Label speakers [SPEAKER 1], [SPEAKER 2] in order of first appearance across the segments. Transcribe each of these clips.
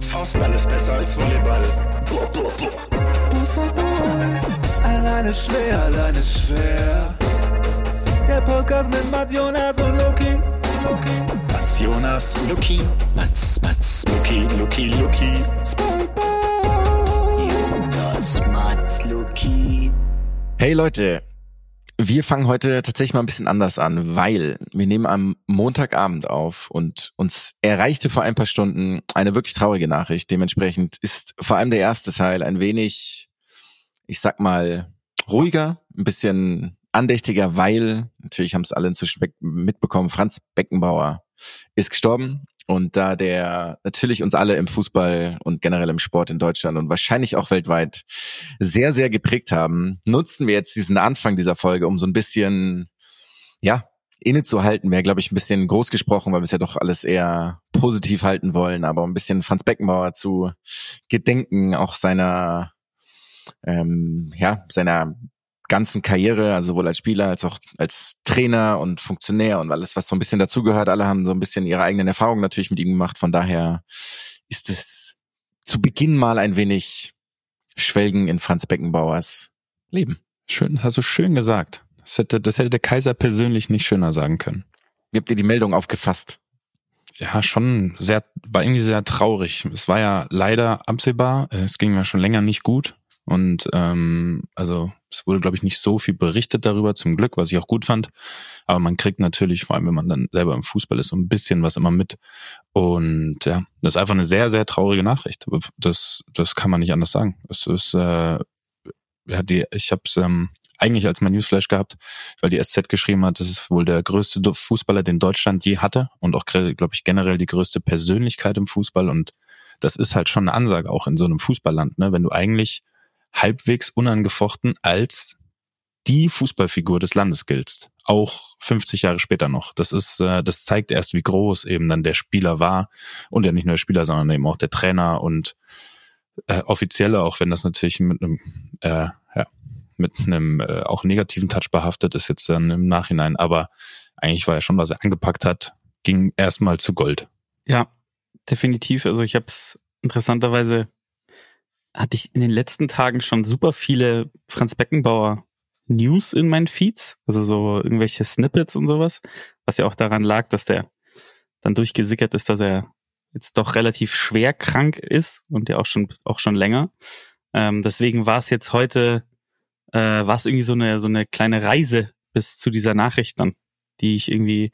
[SPEAKER 1] Faustball ist besser als Volleyball.
[SPEAKER 2] Alleine schwer, alleine schwer. Der Podcast mit Mats, Jonas und Loki. Loki.
[SPEAKER 1] Mats, Jonas, Lucky. Mats, Mats, Lucky, Lucky, Lucky.
[SPEAKER 3] Jonas, Mats, Luki.
[SPEAKER 4] Hey Leute, wir fangen heute tatsächlich mal ein bisschen anders an, weil wir nehmen am Montagabend auf und uns erreichte vor ein paar Stunden eine wirklich traurige Nachricht. Dementsprechend ist vor allem der erste Teil ein wenig, ich sag mal, ruhiger, ein bisschen andächtiger, weil natürlich haben es alle inzwischen be- mitbekommen, Franz Beckenbauer ist gestorben. Und da der natürlich uns alle im Fußball und generell im Sport in Deutschland und wahrscheinlich auch weltweit sehr, sehr geprägt haben, nutzen wir jetzt diesen Anfang dieser Folge, um so ein bisschen, ja, innezuhalten, wäre, glaube ich, ein bisschen groß gesprochen, weil wir es ja doch alles eher positiv halten wollen, aber ein bisschen Franz Beckenbauer zu gedenken, auch seiner, ähm, ja, seiner ganzen Karriere, also sowohl als Spieler als auch als Trainer und Funktionär und alles, was so ein bisschen dazugehört. Alle haben so ein bisschen ihre eigenen Erfahrungen natürlich mit ihm gemacht. Von daher ist es zu Beginn mal ein wenig Schwelgen in Franz Beckenbauers Leben.
[SPEAKER 5] Schön, hast du schön gesagt. Das hätte, das hätte der Kaiser persönlich nicht schöner sagen können.
[SPEAKER 4] Wie habt ihr die Meldung aufgefasst?
[SPEAKER 5] Ja, schon sehr, war irgendwie sehr traurig. Es war ja leider absehbar. Äh, Es ging ja schon länger nicht gut. Und ähm, also es wurde, glaube ich, nicht so viel berichtet darüber, zum Glück, was ich auch gut fand. Aber man kriegt natürlich, vor allem wenn man dann selber im Fußball ist, so ein bisschen was immer mit. Und ja, das ist einfach eine sehr, sehr traurige Nachricht. Das, das kann man nicht anders sagen. Es ist, äh, ja, die, ich habe es ähm, eigentlich als mein Newsflash gehabt, weil die SZ geschrieben hat, das ist wohl der größte Do- Fußballer, den Deutschland je hatte und auch, glaube ich, generell die größte Persönlichkeit im Fußball. Und das ist halt schon eine Ansage auch in so einem Fußballland, ne? wenn du eigentlich halbwegs unangefochten als die Fußballfigur des Landes giltst. Auch 50 Jahre später noch. Das ist, äh, das zeigt erst, wie groß eben dann der Spieler war und ja nicht nur der Spieler, sondern eben auch der Trainer und äh, offizielle, auch wenn das natürlich mit einem äh, ja, mit einem äh, auch negativen Touch behaftet ist jetzt dann im Nachhinein, aber eigentlich war ja schon, was er angepackt hat, ging erstmal zu Gold.
[SPEAKER 6] Ja, definitiv. Also ich habe es interessanterweise hatte ich in den letzten Tagen schon super viele Franz Beckenbauer News in meinen Feeds, also so irgendwelche Snippets und sowas, was ja auch daran lag, dass der dann durchgesickert ist, dass er jetzt doch relativ schwer krank ist und ja auch schon auch schon länger. Ähm, deswegen war es jetzt heute äh, war es irgendwie so eine so eine kleine Reise bis zu dieser Nachricht dann, die ich irgendwie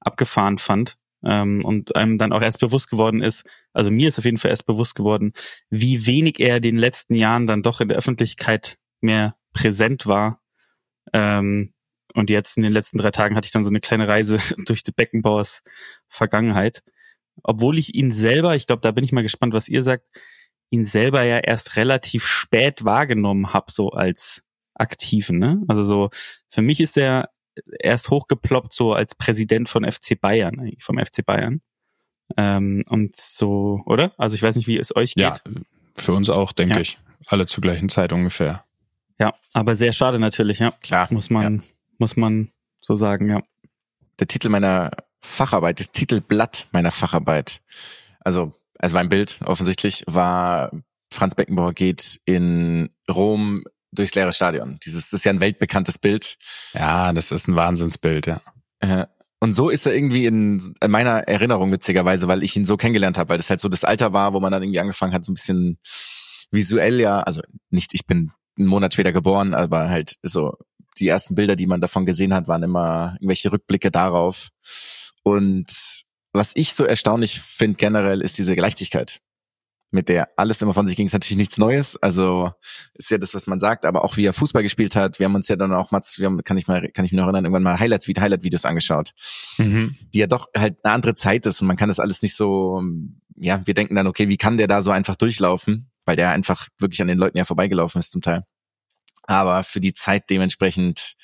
[SPEAKER 6] abgefahren fand ähm, und einem dann auch erst bewusst geworden ist, also mir ist auf jeden Fall erst bewusst geworden, wie wenig er in den letzten Jahren dann doch in der Öffentlichkeit mehr präsent war. Ähm, und jetzt in den letzten drei Tagen hatte ich dann so eine kleine Reise durch die Beckenbauers Vergangenheit. Obwohl ich ihn selber, ich glaube, da bin ich mal gespannt, was ihr sagt, ihn selber ja erst relativ spät wahrgenommen habe, so als Aktiven. Ne? Also so, für mich ist er erst hochgeploppt, so als Präsident von FC Bayern, eigentlich, vom FC Bayern. Ähm, und so, oder? Also ich weiß nicht, wie es euch geht.
[SPEAKER 5] Ja, für uns auch, denke
[SPEAKER 6] Ja.
[SPEAKER 5] ich. Alle zur gleichen Zeit ungefähr.
[SPEAKER 6] ja aber sehr schade natürlich, ja.
[SPEAKER 4] Klar.
[SPEAKER 6] Muss man, muss man so sagen, ja.
[SPEAKER 4] der Titel meiner Facharbeit, das Titelblatt meiner Facharbeit, also also mein Bild offensichtlich war Franz Beckenbauer geht in Rom durchs leere Stadion. Dieses das ist ja ein weltbekanntes Bild.
[SPEAKER 5] Ja, das ist ein Wahnsinnsbild, ja.
[SPEAKER 4] Äh, Und so ist er irgendwie in in meiner Erinnerung witzigerweise, weil ich ihn so kennengelernt habe, weil das halt so das Alter war, wo man dann irgendwie angefangen hat, so ein bisschen visuell ja, also nicht, ich bin einen Monat später geboren, aber halt so die ersten Bilder, die man davon gesehen hat, waren immer irgendwelche Rückblicke darauf. Und was ich so erstaunlich finde generell, ist diese Leichtigkeit, mit der alles immer von sich ging. Ist natürlich nichts Neues, also ist ja das, was man sagt, aber auch wie er Fußball gespielt hat. Wir haben uns ja dann auch, Mats, wir haben, kann ich mal, kann ich mich noch erinnern, irgendwann mal Highlights, Highlight-Videos angeschaut die ja doch halt eine andere Zeit ist und man kann das alles nicht so, ähm, ja, wir denken dann, okay, wie kann der da so einfach durchlaufen? Weil der einfach wirklich an den Leuten ja vorbeigelaufen ist zum Teil. Aber für die Zeit dementsprechend,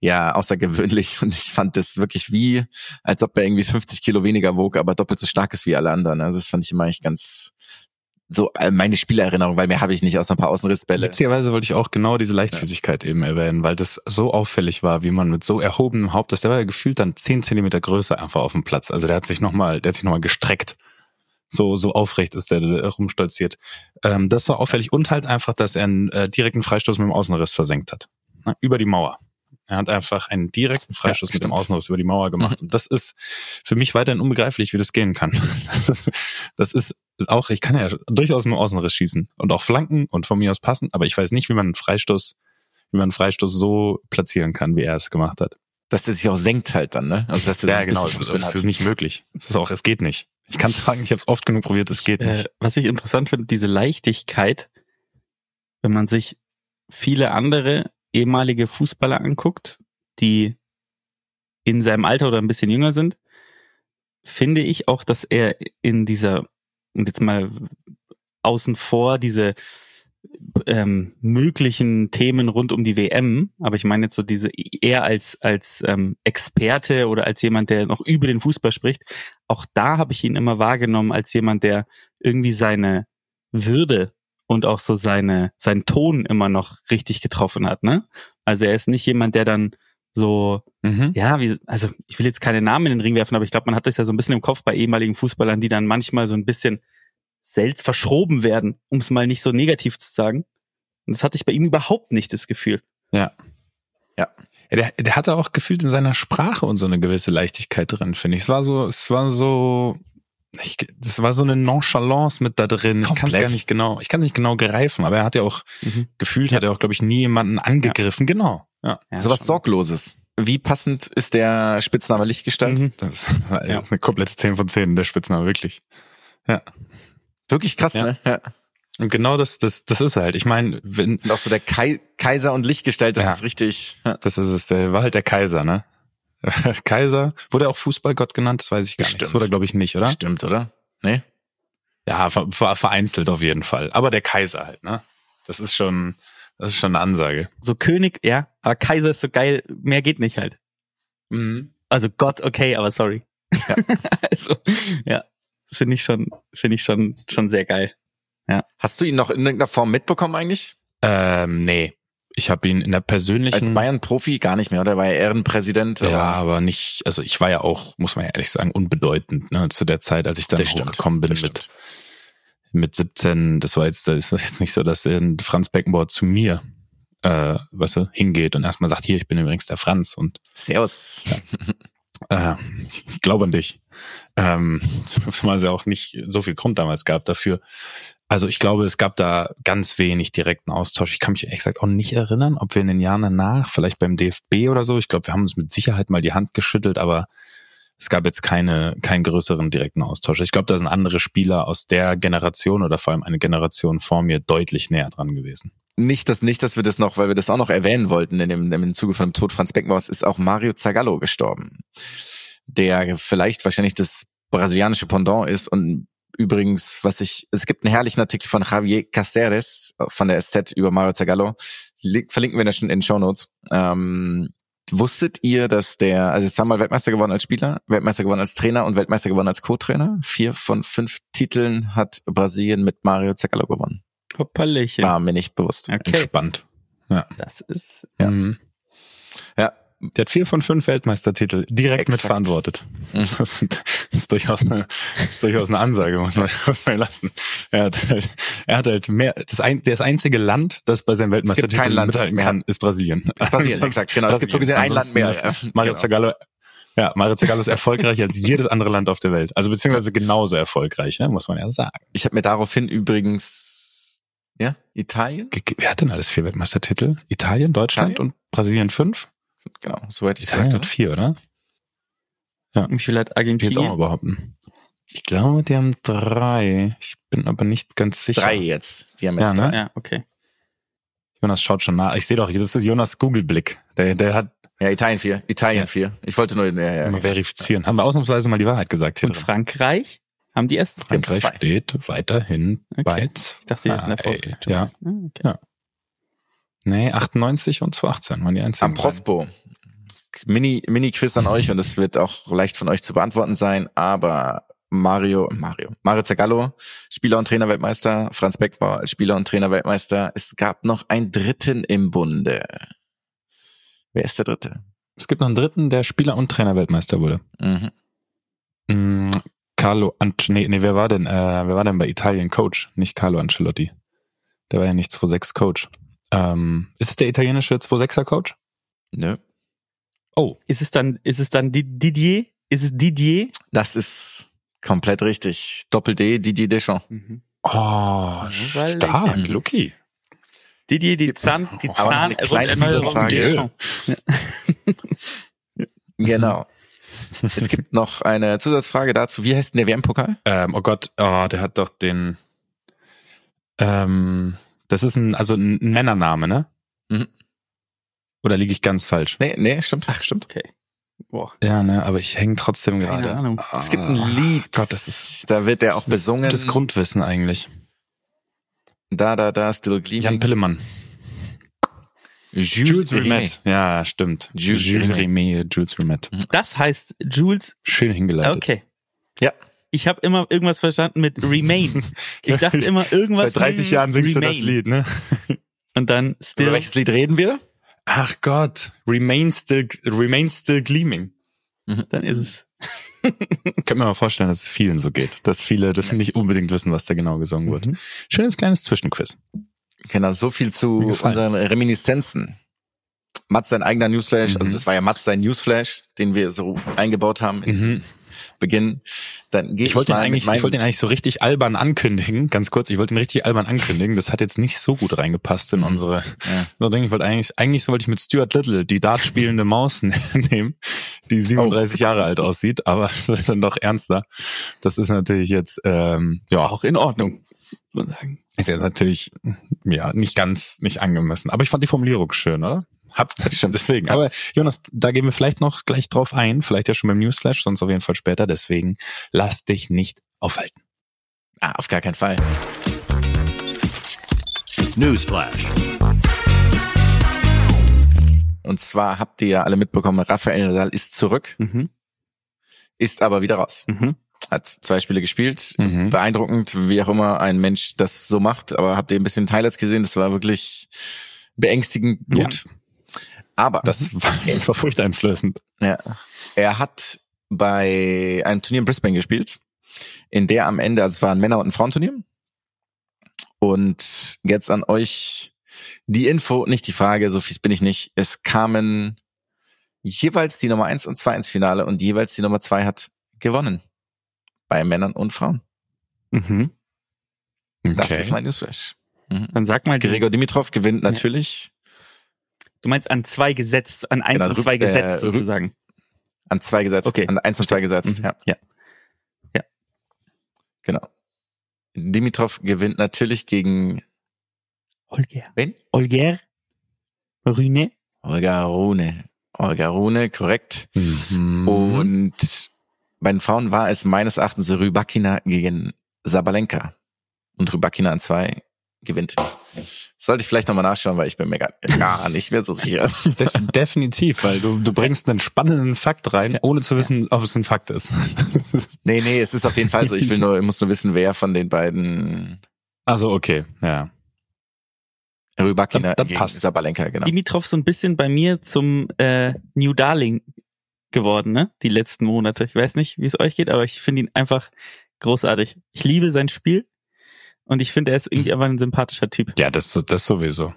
[SPEAKER 4] ja, außergewöhnlich und ich fand das wirklich wie, als ob er irgendwie 50 Kilo weniger wog, aber doppelt so stark ist wie alle anderen. Also das fand ich immer echt ganz, so äh, meine Spielerinnerung, weil mehr habe ich nicht außer ein paar Außenrissbälle.
[SPEAKER 5] Witzigerweise wollte ich auch genau diese Leichtfüßigkeit eben erwähnen, weil das so auffällig war, wie man mit so erhobenem Haupt, dass der war ja gefühlt dann 10 Zentimeter größer einfach auf dem Platz. Also der hat sich nochmal, der hat sich nochmal gestreckt. So, so aufrecht ist der da rumstolziert. Ähm, das war auffällig und halt einfach, dass er einen äh, direkten Freistoß mit dem Außenriss versenkt hat. Na, über die Mauer. Er hat einfach einen direkten Freistoß mit dem
[SPEAKER 4] stimmt. Mhm.
[SPEAKER 5] Außenriss über die Mauer gemacht. Und das ist für mich weiterhin unbegreiflich, wie das gehen kann. Das ist auch, ich kann ja durchaus mit dem Außenriss schießen und auch flanken und von mir aus passen, aber ich weiß nicht, wie man einen Freistoß, wie man einen Freistoß so platzieren kann, wie er es gemacht hat.
[SPEAKER 4] Dass der sich auch senkt halt dann, ne? Also dass der so ein bisschen
[SPEAKER 5] Es genau, ist,
[SPEAKER 4] Fußspin
[SPEAKER 5] es ist
[SPEAKER 4] hat.
[SPEAKER 5] nicht möglich. Es ist auch, es geht nicht. Ich kann sagen, ich habe es oft genug probiert, es geht
[SPEAKER 6] Äh,
[SPEAKER 5] nicht.
[SPEAKER 6] was ich interessant finde, diese Leichtigkeit, wenn man sich viele andere ehemalige Fußballer anguckt, die in seinem Alter oder ein bisschen jünger sind, finde ich auch, dass er in dieser, und jetzt mal außen vor, diese ähm, möglichen Themen rund um die WM, aber ich meine jetzt so diese eher als als ähm, Experte oder als jemand, der noch über den Fußball spricht, auch da habe ich ihn immer wahrgenommen als jemand, der irgendwie seine Würde und auch so seine seinen Ton immer noch richtig getroffen hat, ne? Also er ist nicht jemand, der dann so
[SPEAKER 5] Mhm.
[SPEAKER 6] ja, wie, also ich will jetzt keine Namen in den Ring werfen, aber ich glaube, man hat das ja so ein bisschen im Kopf bei ehemaligen Fußballern, die dann manchmal so ein bisschen selbst verschoben werden, um es mal nicht so negativ zu sagen. Und das hatte ich bei ihm überhaupt nicht das Gefühl.
[SPEAKER 5] Ja, Der, der hatte auch gefühlt in seiner Sprache und so eine gewisse Leichtigkeit drin, finde ich. Es war so, es war so, ich, es war so eine Nonchalance mit da drin. Ich kann es
[SPEAKER 4] Komplett.
[SPEAKER 5] gar nicht genau, ich kann nicht genau greifen, aber er hat ja auch
[SPEAKER 6] Mhm.
[SPEAKER 5] gefühlt, hat er auch, glaube ich, nie jemanden angegriffen. Genau. Ja.
[SPEAKER 6] Ja,
[SPEAKER 4] Sowas Sorgloses. Wie passend ist der Spitzname Lichtgestalt?
[SPEAKER 6] Mhm.
[SPEAKER 5] Das ist ja. eine komplette 10 von 10, der Spitzname, wirklich.
[SPEAKER 4] Wirklich krass,
[SPEAKER 5] Ja.
[SPEAKER 4] ne? Ja.
[SPEAKER 5] Und genau das, das, das ist er halt. Ich meine, wenn,
[SPEAKER 4] Und auch so der Kai Kaiser und Lichtgestalt, das
[SPEAKER 5] Ja.
[SPEAKER 4] ist richtig. Ja.
[SPEAKER 5] das ist es, der war halt der Kaiser, ne? Kaiser, wurde er auch Fußballgott genannt? Das weiß ich gar nicht. Das
[SPEAKER 4] Bestimmt.
[SPEAKER 5] wurde, er, glaube ich, nicht, oder?
[SPEAKER 4] Stimmt, oder? Nee?
[SPEAKER 5] Ja, ver ver vereinzelt auf jeden Fall. Aber der Kaiser halt, ne? Das ist schon, das ist schon eine Ansage.
[SPEAKER 6] So König, ja, aber Kaiser ist so geil, mehr geht nicht halt.
[SPEAKER 5] Mhm.
[SPEAKER 6] Also Gott, okay, aber sorry. also, ja, das finde ich schon, finde ich schon, schon sehr geil.
[SPEAKER 4] Hast du ihn noch in irgendeiner Form mitbekommen eigentlich?
[SPEAKER 5] Ähm, nee. Ich habe ihn in der persönlichen.
[SPEAKER 4] Als Bayern-Profi gar nicht mehr, oder? War er Ehrenpräsident?
[SPEAKER 5] ja,
[SPEAKER 4] aber-
[SPEAKER 5] aber nicht, also ich war ja auch, muss man ja ehrlich sagen, unbedeutend, ne, zu der Zeit, als ich dann
[SPEAKER 4] Das stimmt,
[SPEAKER 5] hochgekommen bin
[SPEAKER 4] das
[SPEAKER 5] mit, mit 17, das war jetzt, das ist jetzt nicht so, dass äh, Franz Beckenbauer zu mir, äh, weißt du, hingeht und erstmal sagt, hier, ich bin übrigens der Franz und
[SPEAKER 4] Servus.
[SPEAKER 5] äh, ich glaube an dich. Ähm, zumal es ja auch nicht so viel Grund damals gab dafür. Also ich glaube, es gab da ganz wenig direkten Austausch. Ich kann mich ehrlich gesagt auch nicht erinnern, ob wir in den Jahren danach, vielleicht beim DFB oder so, ich glaube, wir haben uns mit Sicherheit mal die Hand geschüttelt, aber es gab jetzt keine, keinen größeren direkten Austausch. Ich glaube, da sind andere Spieler aus der Generation oder vor allem eine Generation vor mir deutlich näher dran gewesen.
[SPEAKER 4] Nicht, dass, nicht, dass wir das noch, weil wir das auch noch erwähnen wollten, in dem, im Zuge von dem Tod Franz Beckenbauers ist auch Mario Zagallo gestorben, der vielleicht wahrscheinlich das brasilianische Pendant ist und übrigens, was ich, es gibt einen herrlichen Artikel von Javier Caceres äh, von der SZ über Mario Zagallo, Li- verlinken wir das schon in den Shownotes. Ähm, wusstet ihr, dass der, also zweimal Weltmeister geworden als Spieler, Weltmeister geworden als Trainer und Weltmeister geworden als Co-Trainer? Vier von fünf Titeln hat Brasilien mit Mario Zagallo gewonnen.
[SPEAKER 6] Hopperlöchen.
[SPEAKER 4] War mir nicht bewusst.
[SPEAKER 6] Okay,
[SPEAKER 5] Entspannt.
[SPEAKER 6] das ist
[SPEAKER 4] Ja.
[SPEAKER 5] Mhm.
[SPEAKER 4] Ja.
[SPEAKER 5] Der hat vier von fünf Weltmeistertitel direkt
[SPEAKER 4] Exakt.
[SPEAKER 5] mitverantwortet.
[SPEAKER 4] Mhm.
[SPEAKER 5] Das ist, das ist durchaus eine, das ist durchaus eine Ansage, muss man, muss man lassen. Er hat halt, er hat halt mehr, das, ein, das einzige Land, das bei seinem Weltmeistertitel
[SPEAKER 4] kein Land
[SPEAKER 5] mithalten
[SPEAKER 4] mehr.
[SPEAKER 5] kann, ist Brasilien.
[SPEAKER 4] Ist
[SPEAKER 5] Also,
[SPEAKER 4] Brasilien, exakt, genau. Es gibt so gesehen ein Land mehr.
[SPEAKER 5] Ansonsten ist
[SPEAKER 4] Ja,
[SPEAKER 5] Mario
[SPEAKER 4] genau.
[SPEAKER 5] Zagallo, ja, Mario Zagallo ist erfolgreicher als jedes andere Land auf der Welt. Also beziehungsweise genauso erfolgreich, ne, muss man ja sagen.
[SPEAKER 4] Ich habe mir daraufhin übrigens, ja, Italien?
[SPEAKER 5] Ge- ge- Wer hat denn alles vier Weltmeistertitel? Italien, Deutschland
[SPEAKER 4] Italien?
[SPEAKER 5] und Brasilien fünf?
[SPEAKER 4] Genau, soweit ich
[SPEAKER 5] Italien
[SPEAKER 4] sagte.
[SPEAKER 5] hat vier, oder?
[SPEAKER 6] Wie viel
[SPEAKER 5] Ich jetzt
[SPEAKER 6] hat
[SPEAKER 5] auch mal
[SPEAKER 6] Argentinien?
[SPEAKER 5] behaupten. Ich glaube, die haben drei. Ich bin aber nicht ganz sicher.
[SPEAKER 4] Drei jetzt. Die haben jetzt
[SPEAKER 5] Ja, ne?
[SPEAKER 6] Ja, okay.
[SPEAKER 5] Jonas schaut schon nach. Ich sehe doch, das ist Jonas Google-Blick. Der, der hat
[SPEAKER 4] drei. Ja, Italien vier. Italien vier. Ich wollte nur, ja, ja.
[SPEAKER 5] mal verifizieren. Haben wir ausnahmsweise mal die Wahrheit gesagt hier
[SPEAKER 6] Und
[SPEAKER 5] drin.
[SPEAKER 6] Frankreich? Haben die erst?
[SPEAKER 5] Frankreich
[SPEAKER 4] zwei.
[SPEAKER 5] steht weiterhin
[SPEAKER 6] Okay.
[SPEAKER 5] bei zwei.
[SPEAKER 6] Ich dachte, die hatten davor.
[SPEAKER 5] ja.
[SPEAKER 6] Ah, Okay.
[SPEAKER 5] Nee, 98 und 2018 waren die einzigen.
[SPEAKER 4] Am Prospo. Mini, Mini-Quiz an euch und es wird auch leicht von euch zu beantworten sein, aber Mario, Mario, Mario Zagallo, Spieler und Trainerweltmeister, Franz Beckbauer als Spieler und Trainerweltmeister. Es gab noch einen Dritten im Bunde. Wer ist der Dritte?
[SPEAKER 5] Es gibt noch einen dritten, der Spieler und Trainer Weltmeister wurde.
[SPEAKER 4] Mhm.
[SPEAKER 5] Mm, Carlo Ancelotti, nee, nee, wer war denn, äh, wer war denn bei Italien Coach? Nicht Carlo Ancelotti. Der war ja nicht 2-6 Coach. Ähm, ist es der italienische 2-6er Coach?
[SPEAKER 4] Nö.
[SPEAKER 5] Oh,
[SPEAKER 6] Ist es dann, ist es dann Di- Didier? Ist es Didier?
[SPEAKER 4] Das ist komplett richtig. Doppel D, Didier Deschamps.
[SPEAKER 5] oh, stark,
[SPEAKER 6] Wallchen.
[SPEAKER 5] Lucky.
[SPEAKER 6] Didier, die Zahn, die
[SPEAKER 5] auch noch
[SPEAKER 6] Zahn,
[SPEAKER 4] eine kleine Zusatzfrage.
[SPEAKER 6] Deschamps.
[SPEAKER 5] Mhm.
[SPEAKER 4] Genau. es gibt noch eine Zusatzfrage dazu. Wie heißt denn der WM-Pokal?
[SPEAKER 5] Ähm, oh Gott, oh, der hat doch den, ähm, das ist ein, also ein Männername, ne?
[SPEAKER 4] Mhm.
[SPEAKER 5] Oder liege ich ganz falsch?
[SPEAKER 4] Nee, nee, stimmt, stimmt.
[SPEAKER 6] Okay. Boah.
[SPEAKER 5] Ja, ne, aber ich hänge trotzdem
[SPEAKER 6] Keine
[SPEAKER 5] gerade.
[SPEAKER 6] Ahnung.
[SPEAKER 5] Ah,
[SPEAKER 4] Es gibt ein Lied.
[SPEAKER 5] Gott, das ist-
[SPEAKER 4] da wird der auch
[SPEAKER 5] das ist
[SPEAKER 4] besungen.
[SPEAKER 5] Gutes Grundwissen eigentlich.
[SPEAKER 4] Da, da, da, Still
[SPEAKER 5] Jan
[SPEAKER 4] Gleaming.
[SPEAKER 5] Pillemann. Jules
[SPEAKER 4] Rimet.
[SPEAKER 5] Rimet. Ja, stimmt.
[SPEAKER 4] Jules
[SPEAKER 5] Jules,
[SPEAKER 4] Rimet.
[SPEAKER 5] Rimet, Jules Rimet.
[SPEAKER 6] Das heißt Jules.
[SPEAKER 5] Schön hingeleitet.
[SPEAKER 6] Okay.
[SPEAKER 4] Ja.
[SPEAKER 6] Ich habe immer irgendwas verstanden mit Remain. Ich dachte immer irgendwas.
[SPEAKER 5] Seit 30
[SPEAKER 6] mit
[SPEAKER 5] Jahren singst du das
[SPEAKER 6] Remain.
[SPEAKER 5] Lied, ne?
[SPEAKER 6] Und dann
[SPEAKER 4] Über
[SPEAKER 6] still.
[SPEAKER 4] welches Lied reden wir?
[SPEAKER 5] Ach Gott. Remain still, remain still gleaming.
[SPEAKER 6] Dann ist es.
[SPEAKER 5] Könnt mir mal vorstellen, dass es vielen so geht. Dass viele das nicht unbedingt wissen, was da genau
[SPEAKER 6] Mhm.
[SPEAKER 5] gesungen wird. Schönes kleines Zwischenquiz.
[SPEAKER 4] Genau, so viel zu
[SPEAKER 5] Mir gefallen.
[SPEAKER 4] unseren Reminiszenzen. Mats sein eigener Newsflash, also
[SPEAKER 5] Mhm.
[SPEAKER 4] das war ja Mats sein Newsflash, den wir so eingebaut haben in diesem Beginn. Dann gehe ich,
[SPEAKER 5] Mhm. Ich wollte ihn
[SPEAKER 4] mal mit
[SPEAKER 5] eigentlich,
[SPEAKER 4] meinem,
[SPEAKER 5] ich wollte ihn eigentlich so richtig albern ankündigen, ganz kurz. Ich wollte ihn richtig albern ankündigen. Das hat jetzt nicht so gut reingepasst
[SPEAKER 6] Mhm.
[SPEAKER 5] in unsere.
[SPEAKER 4] Ja.
[SPEAKER 5] So denke ich, wollte eigentlich, eigentlich so wollte ich mit Stuart Little die Dart spielende Maus nehmen,
[SPEAKER 6] Oh.
[SPEAKER 5] die 37 Jahre alt aussieht, aber es wird dann doch ernster. Das ist natürlich jetzt, ähm, ja,
[SPEAKER 6] Auch in Ordnung. Muss man sagen.
[SPEAKER 5] ist jetzt natürlich, hm, ja, nicht ganz, nicht angemessen. Aber ich fand die Formulierung schön, oder? Habt
[SPEAKER 4] Das stimmt.
[SPEAKER 5] deswegen. Aber Jonas, da gehen wir vielleicht noch gleich drauf ein, vielleicht ja schon beim Newsflash, sonst auf jeden Fall später. Deswegen lass dich nicht aufhalten.
[SPEAKER 4] ah, auf gar keinen Fall.
[SPEAKER 1] Newsflash.
[SPEAKER 4] Und zwar habt ihr ja alle mitbekommen, Rafael Nadal ist zurück,
[SPEAKER 6] Mhm.
[SPEAKER 4] ist aber wieder raus.
[SPEAKER 6] Mhm.
[SPEAKER 4] Hat zwei Spiele gespielt.
[SPEAKER 5] Mhm.
[SPEAKER 4] Beeindruckend, wie auch immer ein Mensch das so macht. Aber habt ihr ein bisschen Highlights gesehen? Das war wirklich beängstigend gut. Aber
[SPEAKER 5] Das war, das war furchteinflößend.
[SPEAKER 4] Ja. Er hat bei einem Turnier in Brisbane gespielt, in der am Ende, also es war ein Männer- und ein Frauenturnier. Und jetzt an euch die Info, nicht die Frage, so fies bin ich nicht. Es kamen jeweils die Nummer eins und zwei ins Finale und jeweils die Nummer zwei hat gewonnen. Bei Männern und Frauen.
[SPEAKER 6] Mhm.
[SPEAKER 4] Das ist mein Newsflash. Mhm.
[SPEAKER 6] Dann sag mal, die,
[SPEAKER 4] Gregor Dimitrov gewinnt natürlich
[SPEAKER 6] du meinst an zwei gesetzt, an eins
[SPEAKER 4] Genau,
[SPEAKER 6] und zwei
[SPEAKER 4] rück- äh,
[SPEAKER 6] gesetzt
[SPEAKER 4] rück-
[SPEAKER 6] sozusagen.
[SPEAKER 4] an zwei gesetzt,
[SPEAKER 6] Okay.
[SPEAKER 4] an eins und zwei gesetzt.
[SPEAKER 6] Mhm.
[SPEAKER 4] Ja.
[SPEAKER 6] Ja.
[SPEAKER 4] Genau. Dimitrov gewinnt natürlich gegen
[SPEAKER 6] Olger.
[SPEAKER 4] Wen?
[SPEAKER 6] Olger. Rune.
[SPEAKER 4] Olga Rune. Olga Rune, korrekt.
[SPEAKER 5] Mhm.
[SPEAKER 4] Und bei den Frauen war es meines Erachtens Rybakina gegen Sabalenka. Und Rybakina an zwei gewinnt. Sollte ich vielleicht nochmal nachschauen, weil ich bin mir gar, gar nicht mehr so sicher.
[SPEAKER 5] Def definitiv, weil du, du bringst einen spannenden Fakt rein, ohne zu wissen, ob es ein Fakt ist.
[SPEAKER 4] Nee, nee, es ist auf jeden Fall so. Ich will nur, ich muss nur wissen, wer von den beiden
[SPEAKER 5] also okay, ja.
[SPEAKER 4] Rybakina
[SPEAKER 5] Dann- dann
[SPEAKER 4] gegen
[SPEAKER 5] passt's.
[SPEAKER 4] Sabalenka, genau.
[SPEAKER 6] Dimitrov so ein bisschen bei mir zum äh, New Darling geworden, ne? Die letzten Monate. Ich weiß nicht, wie es euch geht, aber ich finde ihn einfach großartig. Ich liebe sein Spiel und ich finde, er ist irgendwie einfach ein sympathischer Typ.
[SPEAKER 5] Ja, das, so- das sowieso.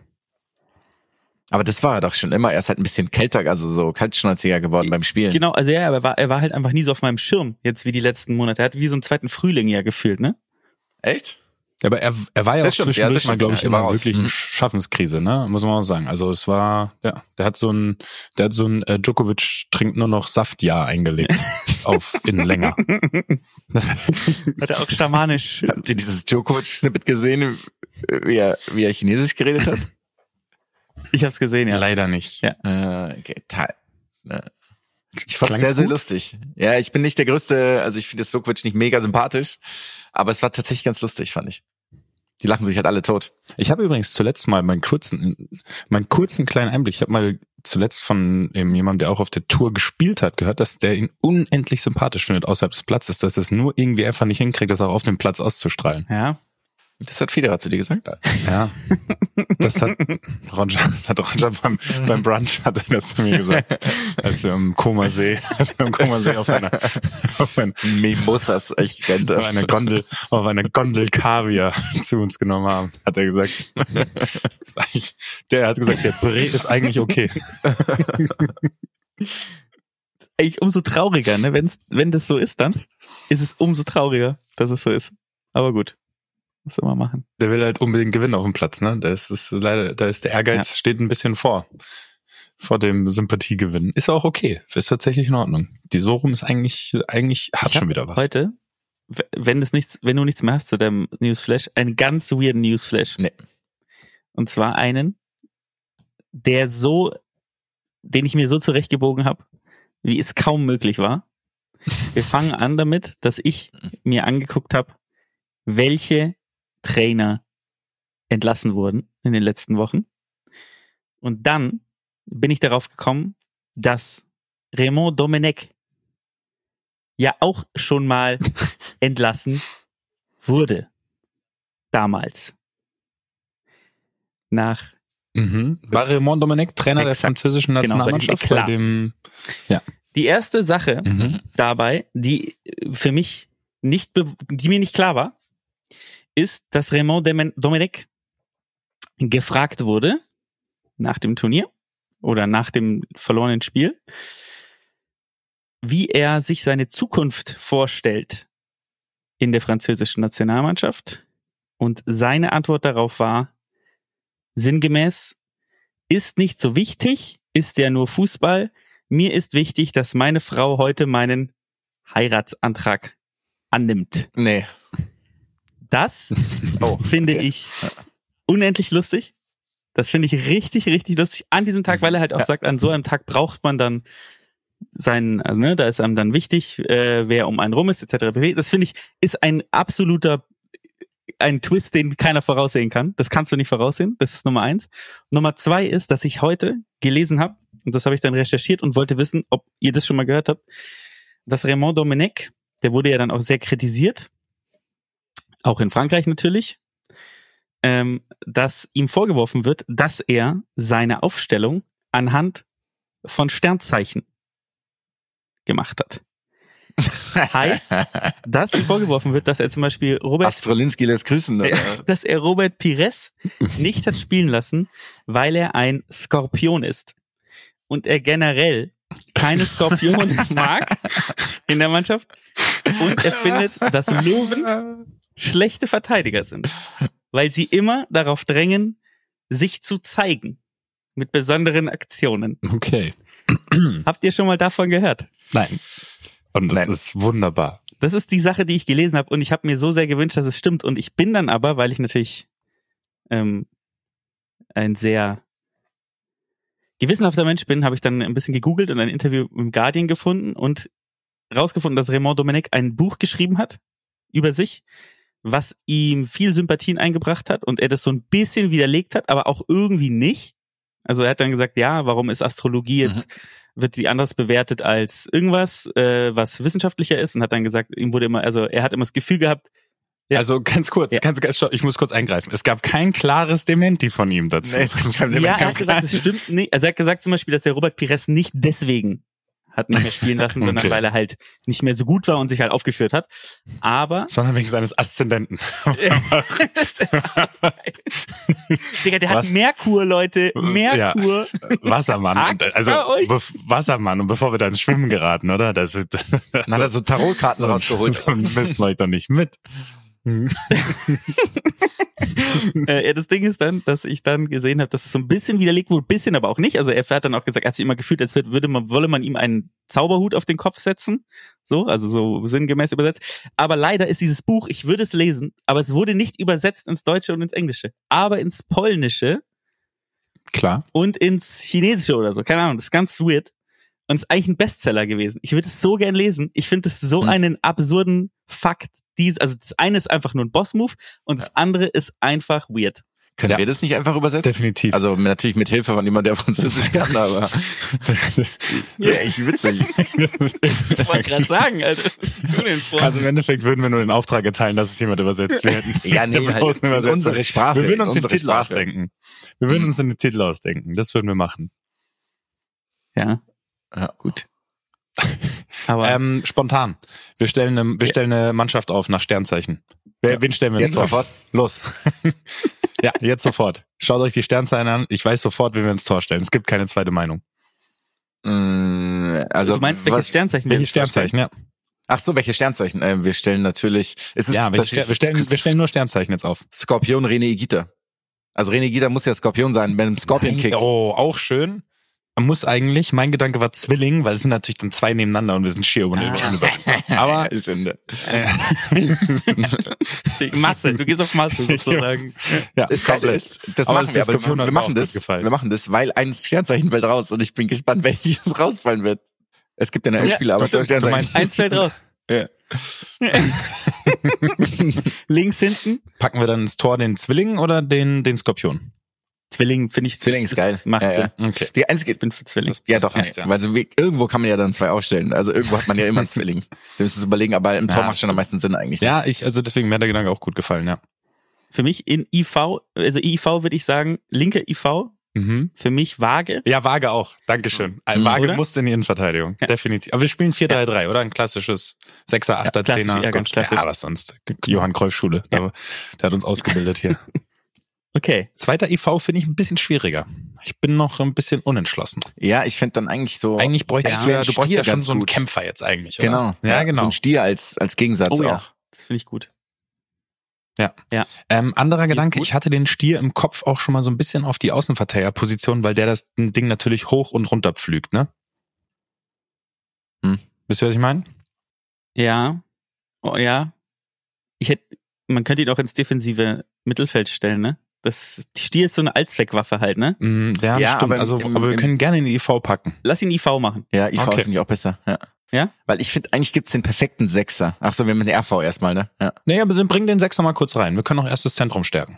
[SPEAKER 4] Aber das war er doch schon immer. Er ist halt ein bisschen kälter, also so kaltschnäuziger geworden beim Spielen.
[SPEAKER 6] Genau, also ja, aber er war, er war halt einfach nie so auf meinem Schirm, jetzt wie die letzten Monate. Er hat wie so einen zweiten Frühling ja gefühlt, ne?
[SPEAKER 4] Echt?
[SPEAKER 5] Aber er, er war ja auch
[SPEAKER 4] Das stimmt, ja,
[SPEAKER 5] zwischendurch
[SPEAKER 4] das
[SPEAKER 5] mal,
[SPEAKER 4] stimmt,
[SPEAKER 5] glaube
[SPEAKER 4] ja,
[SPEAKER 5] ich,
[SPEAKER 4] er war
[SPEAKER 5] immer
[SPEAKER 4] raus.
[SPEAKER 5] wirklich eine
[SPEAKER 4] Mhm.
[SPEAKER 5] Schaffenskrise, ne? Muss man auch sagen. Also es war, ja, der hat so ein, der hat so ein äh, Djokovic trinkt nur noch Saftjahr eingelegt. auf in länger.
[SPEAKER 6] Hat er auch schamanisch.
[SPEAKER 4] Habt ihr dieses Djokovic-Snippet gesehen, wie er, wie er Chinesisch geredet hat?
[SPEAKER 6] Ich hab's gesehen, ja.
[SPEAKER 5] Leider nicht.
[SPEAKER 6] Ja.
[SPEAKER 4] Äh, okay, teil. Ich fand's
[SPEAKER 5] Klang's
[SPEAKER 4] sehr, sehr
[SPEAKER 5] gut?
[SPEAKER 4] lustig. Ja, ich bin nicht der größte, also ich finde das Djokovic nicht mega sympathisch, aber es war tatsächlich ganz lustig, fand ich. Die lachen sich halt alle tot.
[SPEAKER 5] Ich habe übrigens zuletzt mal meinen kurzen, meinen kurzen kleinen Einblick. Ich habe mal zuletzt von ähm, jemandem, der auch auf der Tour gespielt hat, gehört, dass der ihn unendlich sympathisch findet außerhalb des Platzes, dass es nur irgendwie einfach nicht hinkriegt, das auch auf dem Platz auszustrahlen.
[SPEAKER 6] Ja.
[SPEAKER 4] Das hat Federer zu dir gesagt.
[SPEAKER 5] Ja. Das hat Roger, das hat Roger beim, beim Brunch hat er das zu mir gesagt, als wir im Komasee, als wir im Komasee auf einer, auf einer,
[SPEAKER 4] Mimosas, ich kenn
[SPEAKER 5] auf einer Gondel, auf einer Gondel Kaviar zu uns genommen haben, hat er gesagt. Ist eigentlich- Der hat gesagt, der Bré ist eigentlich okay.
[SPEAKER 6] Eigentlich umso trauriger, ne? Wenn's, wenn das so ist, dann ist es umso trauriger, dass es so ist. Aber gut. Muss immer machen.
[SPEAKER 5] Der will halt unbedingt gewinnen auf dem Platz, ne? Da ist es leider, da ist der Ehrgeiz steht ein bisschen vor. Vor dem Sympathiegewinn. Ist auch okay. Ist tatsächlich in Ordnung. Die so rum ist eigentlich, eigentlich hat
[SPEAKER 6] Ich hab
[SPEAKER 5] schon wieder was.
[SPEAKER 6] Heute, w- wenn es nichts, wenn du nichts mehr hast zu deinem Newsflash, einen ganz weirden Newsflash.
[SPEAKER 4] Nee.
[SPEAKER 6] Und zwar einen, der so, den ich mir so zurechtgebogen habe, wie es kaum möglich war. Wir fangen an damit, dass ich mir angeguckt habe, welche Trainer entlassen wurden in den letzten Wochen. Und dann bin ich darauf gekommen, dass Raymond Domenech ja auch schon mal entlassen wurde. Damals. Nach,
[SPEAKER 5] Mhm. War Raymond Domenech Trainer der
[SPEAKER 6] Exakt.
[SPEAKER 5] französischen
[SPEAKER 6] Genau, bei dem
[SPEAKER 5] Nationalmannschaft
[SPEAKER 6] Eklat.
[SPEAKER 5] bei dem
[SPEAKER 6] die erste Sache
[SPEAKER 5] mhm.
[SPEAKER 6] dabei, die äh, für mich nicht, be- die mir nicht klar war, ist, dass Raymond Demen- Domenech gefragt wurde nach dem Turnier oder nach dem verlorenen Spiel, wie er sich seine Zukunft vorstellt in der französischen Nationalmannschaft. Und seine Antwort darauf war sinngemäß, ist nicht so wichtig, ist ja nur Fußball. Mir ist wichtig, dass meine Frau heute meinen Heiratsantrag annimmt.
[SPEAKER 4] Nee.
[SPEAKER 6] Das
[SPEAKER 4] Oh.
[SPEAKER 6] finde ich unendlich lustig. Das finde ich richtig, richtig lustig an diesem Tag, weil er halt auch
[SPEAKER 4] Ja.
[SPEAKER 6] sagt, an so einem Tag braucht man dann seinen, also ne, da ist einem dann wichtig, äh, wer um einen rum ist, etc. pp. Das finde ich, ist ein absoluter, ein Twist, den keiner voraussehen kann. Das kannst du nicht voraussehen. Das ist Nummer eins. Nummer zwei ist, dass ich heute gelesen habe, und das habe ich dann recherchiert und wollte wissen, ob ihr das schon mal gehört habt, dass Raymond Domenech, der wurde ja dann auch sehr kritisiert, auch in Frankreich natürlich, ähm, dass ihm vorgeworfen wird, dass er seine Aufstellung anhand von Sternzeichen gemacht hat. Heißt, dass ihm vorgeworfen wird, dass er zum Beispiel Robert
[SPEAKER 4] Astrolinski lässt grüßen. Ne?
[SPEAKER 6] dass er Robert Pires nicht hat spielen lassen, weil er ein Skorpion ist. Und er generell keine Skorpione mag in der Mannschaft. Und er findet, dass Löwen schlechte Verteidiger sind, weil sie immer darauf drängen, sich zu zeigen mit besonderen Aktionen.
[SPEAKER 5] Okay.
[SPEAKER 6] Habt ihr schon mal davon gehört?
[SPEAKER 5] Nein. Und das
[SPEAKER 4] Nein.
[SPEAKER 5] ist wunderbar.
[SPEAKER 6] Das ist die Sache, die ich gelesen habe und ich habe mir so sehr gewünscht, dass es stimmt. Und ich bin dann aber, weil ich natürlich ähm, ein sehr gewissenhafter Mensch bin, habe ich dann ein bisschen gegoogelt und ein Interview im Guardian gefunden und rausgefunden, dass Raymond Domenech ein Buch geschrieben hat über sich, was ihm viel Sympathien eingebracht hat und er das so ein bisschen widerlegt hat, aber auch irgendwie nicht. Also er hat dann gesagt, ja, warum ist Astrologie jetzt, wird sie anders bewertet als irgendwas, äh, was wissenschaftlicher ist und hat dann gesagt, ihm wurde immer, also er hat immer das Gefühl gehabt, Ja.
[SPEAKER 5] Also ganz kurz,
[SPEAKER 6] Ja.
[SPEAKER 5] ganz, ganz, stopp, ich muss kurz eingreifen. Es gab kein klares Dementi von ihm dazu.
[SPEAKER 4] Nee, es gibt keinen-
[SPEAKER 6] ja, er
[SPEAKER 4] keinen-
[SPEAKER 6] hat gesagt, es stimmt nicht. Also er hat gesagt zum Beispiel, dass der Robert Pires nicht deswegen hat nicht mehr spielen lassen, sondern
[SPEAKER 5] Okay.
[SPEAKER 6] weil er halt nicht mehr so gut war und sich halt aufgeführt hat. Aber
[SPEAKER 5] Sondern wegen seines Aszendenten.
[SPEAKER 6] Digga, der
[SPEAKER 5] Was?
[SPEAKER 6] hat Merkur, Leute. Merkur.
[SPEAKER 5] Wassermann. Und,
[SPEAKER 6] Angst
[SPEAKER 5] also
[SPEAKER 6] bei euch.
[SPEAKER 5] bef- Wassermann. Und bevor wir da ins Schwimmen geraten, oder? Das ist,
[SPEAKER 4] Dann hat er so Tarotkarten rausgeholt.
[SPEAKER 5] sonst wissen wir euch doch nicht mit. Hm.
[SPEAKER 6] äh, ja, das Ding ist dann, dass ich dann gesehen habe, dass es so ein bisschen widerlegt wurde, bisschen aber auch nicht. Also er hat dann auch gesagt, er hat sich immer gefühlt, als würd- würde man, wolle man ihm einen Zauberhut auf den Kopf setzen. So, also so sinngemäß übersetzt. Aber leider ist dieses Buch, ich würde es lesen, aber es wurde nicht übersetzt ins Deutsche und ins Englische. Aber ins Polnische
[SPEAKER 5] Klar.
[SPEAKER 6] und ins Chinesische oder so. Keine Ahnung, das ist ganz weird. Und ist eigentlich ein Bestseller gewesen. Ich würde es so gern lesen. Ich finde es so
[SPEAKER 4] Hm.
[SPEAKER 6] einen absurden Fakt. Dies, also das eine ist einfach nur ein Boss-Move und das andere ist einfach weird.
[SPEAKER 4] Können
[SPEAKER 5] Ja.
[SPEAKER 4] wir das nicht einfach übersetzen?
[SPEAKER 5] Definitiv.
[SPEAKER 4] Also natürlich mit Hilfe von jemandem, der Französisch kann, aber also- ja, echt witzig.
[SPEAKER 6] Ich wollte gerade sagen, Alter. Du den Freund.
[SPEAKER 5] Also im Endeffekt würden wir nur den Auftrag erteilen, dass es jemand übersetzt wird.
[SPEAKER 4] Ja, nee,
[SPEAKER 5] Wir
[SPEAKER 4] halt
[SPEAKER 5] brauchen eine
[SPEAKER 4] in
[SPEAKER 5] Übersetzung.
[SPEAKER 4] unsere Sprache.
[SPEAKER 5] Wir würden uns
[SPEAKER 4] in
[SPEAKER 5] den
[SPEAKER 4] unsere
[SPEAKER 5] Titel
[SPEAKER 4] Sprache.
[SPEAKER 5] ausdenken. Wir würden
[SPEAKER 4] Hm.
[SPEAKER 5] uns den Titel ausdenken. Das würden wir machen.
[SPEAKER 6] ja,
[SPEAKER 4] Ja, gut.
[SPEAKER 6] aber
[SPEAKER 5] Ähm, spontan. Wir stellen eine, wir
[SPEAKER 6] Ja.
[SPEAKER 5] stellen eine Mannschaft auf nach Sternzeichen. Wer, Wen stellen wir uns
[SPEAKER 4] Jetzt
[SPEAKER 5] drauf?
[SPEAKER 4] sofort.
[SPEAKER 5] Los. ja, jetzt sofort. Schaut euch die Sternzeichen an. Ich weiß sofort, wen wir ins Tor stellen. Es gibt keine zweite Meinung.
[SPEAKER 4] Mm, Also
[SPEAKER 6] du meinst, welches
[SPEAKER 4] was,
[SPEAKER 6] Sternzeichen? wir
[SPEAKER 5] Welche
[SPEAKER 6] uns vorstellen?
[SPEAKER 5] Sternzeichen? Ja,
[SPEAKER 4] Ach so, welche Sternzeichen? Ähm, wir stellen natürlich. Es ist
[SPEAKER 5] ja welche Ster
[SPEAKER 4] natürlich
[SPEAKER 5] wir, stellen, wir stellen nur Sternzeichen jetzt auf.
[SPEAKER 4] Skorpion Rene Igita. Also Rene Igita muss ja Skorpion sein mit einem Scorpion Kick.
[SPEAKER 5] Oh, auch schön. Muss eigentlich. Mein Gedanke war Zwilling, weil es sind natürlich dann zwei nebeneinander und wir sind schier über.
[SPEAKER 4] Ah.
[SPEAKER 5] Aber
[SPEAKER 4] Sünde.
[SPEAKER 6] Die Masse, du gehst auf Masse sozusagen.
[SPEAKER 5] ja,
[SPEAKER 4] Ist komplett. Ist, das
[SPEAKER 5] Aber
[SPEAKER 4] machen
[SPEAKER 5] es
[SPEAKER 4] wir,
[SPEAKER 5] ist
[SPEAKER 4] aber
[SPEAKER 5] Skorpion
[SPEAKER 4] wir, wir
[SPEAKER 5] hat mir
[SPEAKER 4] machen
[SPEAKER 5] auch
[SPEAKER 4] das.
[SPEAKER 5] gut gefallen.
[SPEAKER 4] Wir machen das, weil ein Sternzeichen fällt raus und ich bin gespannt, welches rausfallen wird. Es gibt ja eine
[SPEAKER 6] Ja,
[SPEAKER 4] Spiele, aber
[SPEAKER 5] das stimmt.
[SPEAKER 4] zwei
[SPEAKER 5] Du
[SPEAKER 4] Sternzeichen.
[SPEAKER 5] meinst-
[SPEAKER 6] Eins fällt raus.
[SPEAKER 4] Ja.
[SPEAKER 6] Links hinten.
[SPEAKER 5] Packen wir dann ins Tor den Zwilling oder den, den Skorpion?
[SPEAKER 6] Zwilling finde ich
[SPEAKER 4] Zwilling ist geil.
[SPEAKER 6] Macht
[SPEAKER 4] Ja,
[SPEAKER 6] Sinn.
[SPEAKER 4] ja.
[SPEAKER 5] Okay.
[SPEAKER 4] Die einzige,
[SPEAKER 6] Ich bin für Zwilling.
[SPEAKER 4] ja doch,
[SPEAKER 5] passt, ja.
[SPEAKER 4] weil so wie, irgendwo kann man ja dann zwei aufstellen. Also irgendwo hat man ja immer einen Zwilling. Da müssen wir überlegen, aber im Tor
[SPEAKER 5] Ja.
[SPEAKER 4] macht schon am meisten Sinn eigentlich.
[SPEAKER 5] Ja, ich, also deswegen, mir hat der Gedanke auch gut gefallen, ja.
[SPEAKER 6] Für mich in IV, also IV würde ich sagen, linke IV,
[SPEAKER 5] Mhm.
[SPEAKER 6] für mich vage.
[SPEAKER 5] Ja, Waage auch. Dankeschön. Ein
[SPEAKER 4] Mhm.
[SPEAKER 5] Waage
[SPEAKER 6] Oder?
[SPEAKER 5] muss in die Innenverteidigung. Definitiv. Aber wir spielen 4-3-3, oder? Ein klassisches 6er, 8er,
[SPEAKER 6] klassisch,
[SPEAKER 5] 10er.
[SPEAKER 6] ja, ganz
[SPEAKER 5] Gott,
[SPEAKER 6] klassisch.
[SPEAKER 5] Ja, was sonst? Johann Kreuf Schule. Der, der hat uns ausgebildet hier.
[SPEAKER 6] Okay.
[SPEAKER 5] Zweiter IV finde ich ein bisschen schwieriger. Ich bin noch ein bisschen unentschlossen.
[SPEAKER 4] ja ich fände dann eigentlich so.
[SPEAKER 5] Eigentlich bräuchtest
[SPEAKER 4] Ja,
[SPEAKER 5] du ja, du
[SPEAKER 4] Stier
[SPEAKER 5] bräuchtest ja schon
[SPEAKER 4] ganz
[SPEAKER 5] so einen
[SPEAKER 4] gut.
[SPEAKER 5] Kämpfer jetzt eigentlich. Oder?
[SPEAKER 4] genau.
[SPEAKER 5] Ja, genau.
[SPEAKER 4] So ein Stier als, als Gegensatz
[SPEAKER 6] Oh ja.
[SPEAKER 4] auch.
[SPEAKER 6] Das finde ich gut.
[SPEAKER 5] Ähm, anderer Gedanke,
[SPEAKER 6] gut.
[SPEAKER 5] ich hatte den Stier im Kopf auch schon mal so ein bisschen auf die Außenverteidigerposition, weil der das Ding natürlich hoch und runter pflügt, ne?
[SPEAKER 4] Hm.
[SPEAKER 5] Wisst ihr, was ich meine?
[SPEAKER 6] Ja. Oh, ja. Ich hätte, man könnte ihn auch ins defensive Mittelfeld stellen, ne? Das die Stier ist so eine Allzweckwaffe halt, ne?
[SPEAKER 5] Mm, ja,
[SPEAKER 4] Ja,
[SPEAKER 5] stimmt.
[SPEAKER 4] aber im-
[SPEAKER 5] also,
[SPEAKER 4] im-
[SPEAKER 5] aber wir
[SPEAKER 4] im-
[SPEAKER 5] können gerne in die IV packen.
[SPEAKER 6] Lass ihn IV machen.
[SPEAKER 4] Ja, IV
[SPEAKER 5] Okay.
[SPEAKER 4] ist nämlich auch besser. Ja.
[SPEAKER 6] Ja?
[SPEAKER 4] Weil ich finde, eigentlich gibt's den perfekten Sechser. Ach so, wir haben den RV erstmal, ne? Ja.
[SPEAKER 5] Naja, aber dann bring den Sechser mal kurz rein. Wir können auch erst das Zentrum stärken.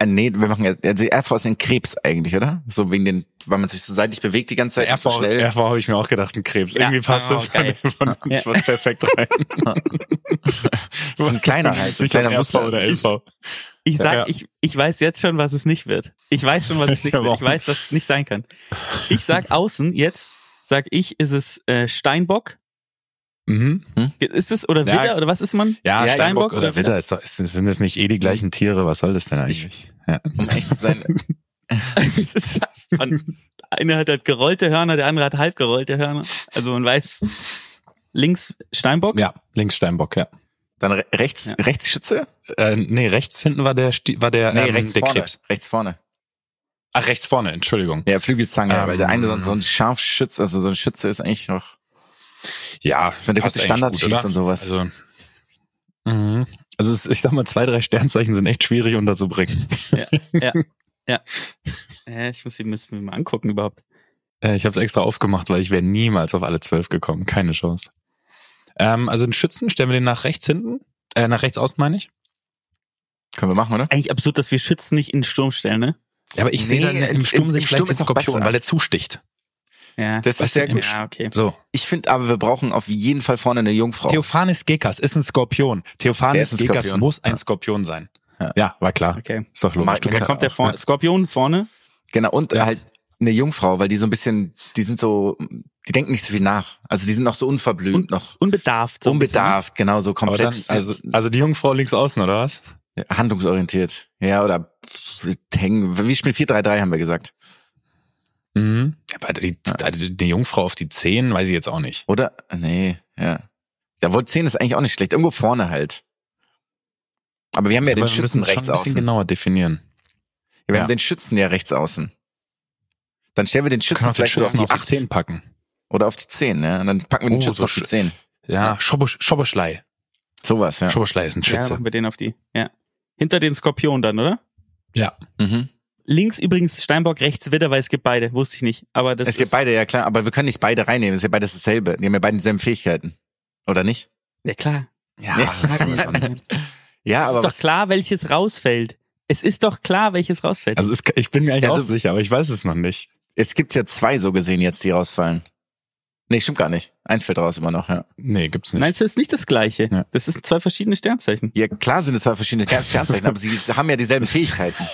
[SPEAKER 4] Äh, nee, wir machen jetzt, also RV ist ein Krebs eigentlich, oder? So wegen den, weil man sich so seitlich bewegt die ganze Zeit.
[SPEAKER 5] RV,
[SPEAKER 4] so schnell.
[SPEAKER 5] RV habe ich mir auch gedacht, ein Krebs.
[SPEAKER 6] Ja.
[SPEAKER 5] Irgendwie passt
[SPEAKER 6] Oh,
[SPEAKER 5] das
[SPEAKER 6] geil.
[SPEAKER 5] von, von uns
[SPEAKER 6] Ja.
[SPEAKER 5] was perfekt rein.
[SPEAKER 4] ist ein kleiner halt, ein
[SPEAKER 5] Nicht
[SPEAKER 4] kleiner
[SPEAKER 5] RV
[SPEAKER 4] Muster.
[SPEAKER 5] oder LV.
[SPEAKER 6] Ich sag,
[SPEAKER 5] Ja.
[SPEAKER 6] ich, ich weiß jetzt schon, was es nicht wird. Ich weiß schon, was es nicht
[SPEAKER 5] Ja,
[SPEAKER 6] wird. Ich
[SPEAKER 5] warum?
[SPEAKER 6] weiß, was es nicht sein kann. Ich sag außen jetzt, sag ich, ist es äh, Steinbock?
[SPEAKER 5] Mhm.
[SPEAKER 6] Ist es oder
[SPEAKER 5] Ja.
[SPEAKER 6] Widder oder was ist man?
[SPEAKER 5] Ja,
[SPEAKER 4] Ja,
[SPEAKER 5] Steinbock
[SPEAKER 6] Steinbock
[SPEAKER 5] oder
[SPEAKER 6] oder-
[SPEAKER 5] Widder, ist, doch- ist, sind das nicht eh die gleichen Tiere? Was soll das denn eigentlich? Ja.
[SPEAKER 4] Um echt zu sein.
[SPEAKER 6] Es ist- man, einer hat halt gerollte Hörner, der andere hat halb gerollte Hörner. Also man weiß, links Steinbock,
[SPEAKER 5] ja, links Steinbock, ja.
[SPEAKER 4] Dann re rechts,
[SPEAKER 6] Ja.
[SPEAKER 4] Rechtsschütze?
[SPEAKER 5] Äh, nee, rechts hinten war der Sti war der,
[SPEAKER 4] Nee,
[SPEAKER 5] ähm,
[SPEAKER 4] rechts
[SPEAKER 5] der
[SPEAKER 4] vorne.
[SPEAKER 5] Krebs.
[SPEAKER 4] Rechts vorne.
[SPEAKER 5] Ach, rechts vorne, Entschuldigung.
[SPEAKER 4] Ja, Flügelzange,
[SPEAKER 5] Ähm.
[SPEAKER 4] weil der eine so- so ein Scharfschütze, also so ein Schütze ist eigentlich noch,
[SPEAKER 5] Ja,
[SPEAKER 4] wenn der gute
[SPEAKER 5] eigentlich
[SPEAKER 4] Standard
[SPEAKER 5] gut,
[SPEAKER 4] schießt
[SPEAKER 5] oder?
[SPEAKER 4] und sowas.
[SPEAKER 5] Also, mhm. also es- ich sag mal, zwei, drei Sternzeichen sind echt schwierig unterzubringen.
[SPEAKER 6] Hä, ich muss die müssen wir mal angucken überhaupt.
[SPEAKER 5] Äh, ich habe es extra aufgemacht, weil ich wäre niemals auf alle zwölf gekommen. Keine Chance. Ähm, also den Schützen, stellen wir den nach rechts hinten, äh, nach rechts außen meine ich.
[SPEAKER 4] Können wir machen, oder?
[SPEAKER 6] Eigentlich absurd, dass wir Schützen nicht in den Sturm stellen, ne?
[SPEAKER 5] Ja, aber ich
[SPEAKER 4] Nee,
[SPEAKER 5] sehe dann
[SPEAKER 4] im-
[SPEAKER 5] im Sturm
[SPEAKER 4] im
[SPEAKER 5] sich
[SPEAKER 4] Sturm
[SPEAKER 5] vielleicht den
[SPEAKER 4] ist doch
[SPEAKER 5] Skorpion,
[SPEAKER 4] besser.
[SPEAKER 5] weil er zusticht.
[SPEAKER 6] Ja,
[SPEAKER 4] Das ist sehr gut.
[SPEAKER 6] ja okay.
[SPEAKER 5] So.
[SPEAKER 4] Ich finde aber, wir brauchen auf jeden Fall vorne eine Jungfrau.
[SPEAKER 5] Theophanes Gekas ist ein Skorpion.
[SPEAKER 4] Der
[SPEAKER 5] Theophanes
[SPEAKER 4] ist ein
[SPEAKER 5] Gekas
[SPEAKER 4] Skorpion.
[SPEAKER 5] muss
[SPEAKER 4] Ja.
[SPEAKER 5] ein Skorpion sein.
[SPEAKER 4] Ja.
[SPEAKER 5] war klar.
[SPEAKER 6] Okay.
[SPEAKER 5] Ist doch logisch.
[SPEAKER 4] Mag-
[SPEAKER 6] Da
[SPEAKER 4] Das
[SPEAKER 6] kommt der
[SPEAKER 4] auch,
[SPEAKER 6] vor
[SPEAKER 5] ne?
[SPEAKER 6] Skorpion vorne.
[SPEAKER 4] Genau, und
[SPEAKER 5] Ja.
[SPEAKER 4] halt eine Jungfrau, weil die so ein bisschen, die sind so, die denken nicht so viel nach. Also die sind noch so unverblümt,
[SPEAKER 6] Und-
[SPEAKER 4] noch
[SPEAKER 6] Unbedarft. so ein
[SPEAKER 4] unbedarft, genau, so
[SPEAKER 5] Aber
[SPEAKER 4] komplett
[SPEAKER 5] dann, also, also die Jungfrau links außen, oder was?
[SPEAKER 4] handlungsorientiert. Ja, oder hängen. Wie spielt 4-3-3, haben wir gesagt.
[SPEAKER 5] Mhm. Aber die, also die Jungfrau auf die Zehen, weiß ich jetzt auch nicht.
[SPEAKER 4] Oder? Nee, ja. Ja, wohl 10 ist eigentlich auch nicht schlecht. Irgendwo vorne halt. Aber wir haben ja
[SPEAKER 5] Aber
[SPEAKER 4] den
[SPEAKER 5] wir müssen
[SPEAKER 4] Schützen
[SPEAKER 5] es schon
[SPEAKER 4] rechts
[SPEAKER 5] ein bisschen
[SPEAKER 4] außen.
[SPEAKER 5] genauer definieren.
[SPEAKER 4] wir
[SPEAKER 5] ja.
[SPEAKER 4] haben den Schützen ja rechts außen. Dann stellen wir den
[SPEAKER 5] Können wir
[SPEAKER 4] Schützen
[SPEAKER 5] auf den
[SPEAKER 4] vielleicht so auf
[SPEAKER 5] Schützen
[SPEAKER 4] die
[SPEAKER 5] auf die
[SPEAKER 4] 8
[SPEAKER 5] Zehen packen.
[SPEAKER 4] oder auf die 10, ja. Und dann packen wir den
[SPEAKER 5] Oh,
[SPEAKER 4] Schützen
[SPEAKER 5] so
[SPEAKER 4] auf die
[SPEAKER 5] schön.
[SPEAKER 4] 10.
[SPEAKER 5] Ja, Schobosch, Schoboschlei.
[SPEAKER 4] Sowas, ja.
[SPEAKER 5] Schoboschlei ist ein
[SPEAKER 6] Bisschen. Ja,
[SPEAKER 5] Schütze.
[SPEAKER 6] machen wir den auf die. Ja. Hinter den Skorpion dann, oder?
[SPEAKER 4] Mhm.
[SPEAKER 6] Links übrigens Steinbock, rechts Widder, weil es gibt beide. Wusste ich nicht. Aber das
[SPEAKER 4] es gibt
[SPEAKER 6] ist,
[SPEAKER 4] beide, ja klar, aber wir können nicht beide reinnehmen. Es ist ja beides dasselbe. Die haben ja beide dieselben Fähigkeiten. Oder nicht?
[SPEAKER 6] Ja, klar.
[SPEAKER 5] Ja,
[SPEAKER 4] Ja.
[SPEAKER 5] das kann man schon.
[SPEAKER 4] Ja,
[SPEAKER 6] Es
[SPEAKER 4] aber
[SPEAKER 6] ist doch
[SPEAKER 4] was,
[SPEAKER 6] klar, welches rausfällt. Es ist doch klar, welches rausfällt.
[SPEAKER 5] Also es, ich bin mir eigentlich
[SPEAKER 4] Also-
[SPEAKER 5] auch sicher, aber ich weiß es noch nicht.
[SPEAKER 4] Es gibt ja zwei so gesehen jetzt, die rausfallen. Nee, stimmt gar nicht. Eins fällt raus immer noch, ja.
[SPEAKER 5] Nee, gibt's nicht.
[SPEAKER 6] Meinst du, das ist nicht das gleiche?
[SPEAKER 5] Ja.
[SPEAKER 6] Das sind zwei verschiedene Sternzeichen.
[SPEAKER 4] Ja, klar sind es zwei verschiedene Sternzeichen, aber sie haben ja dieselben Fähigkeiten.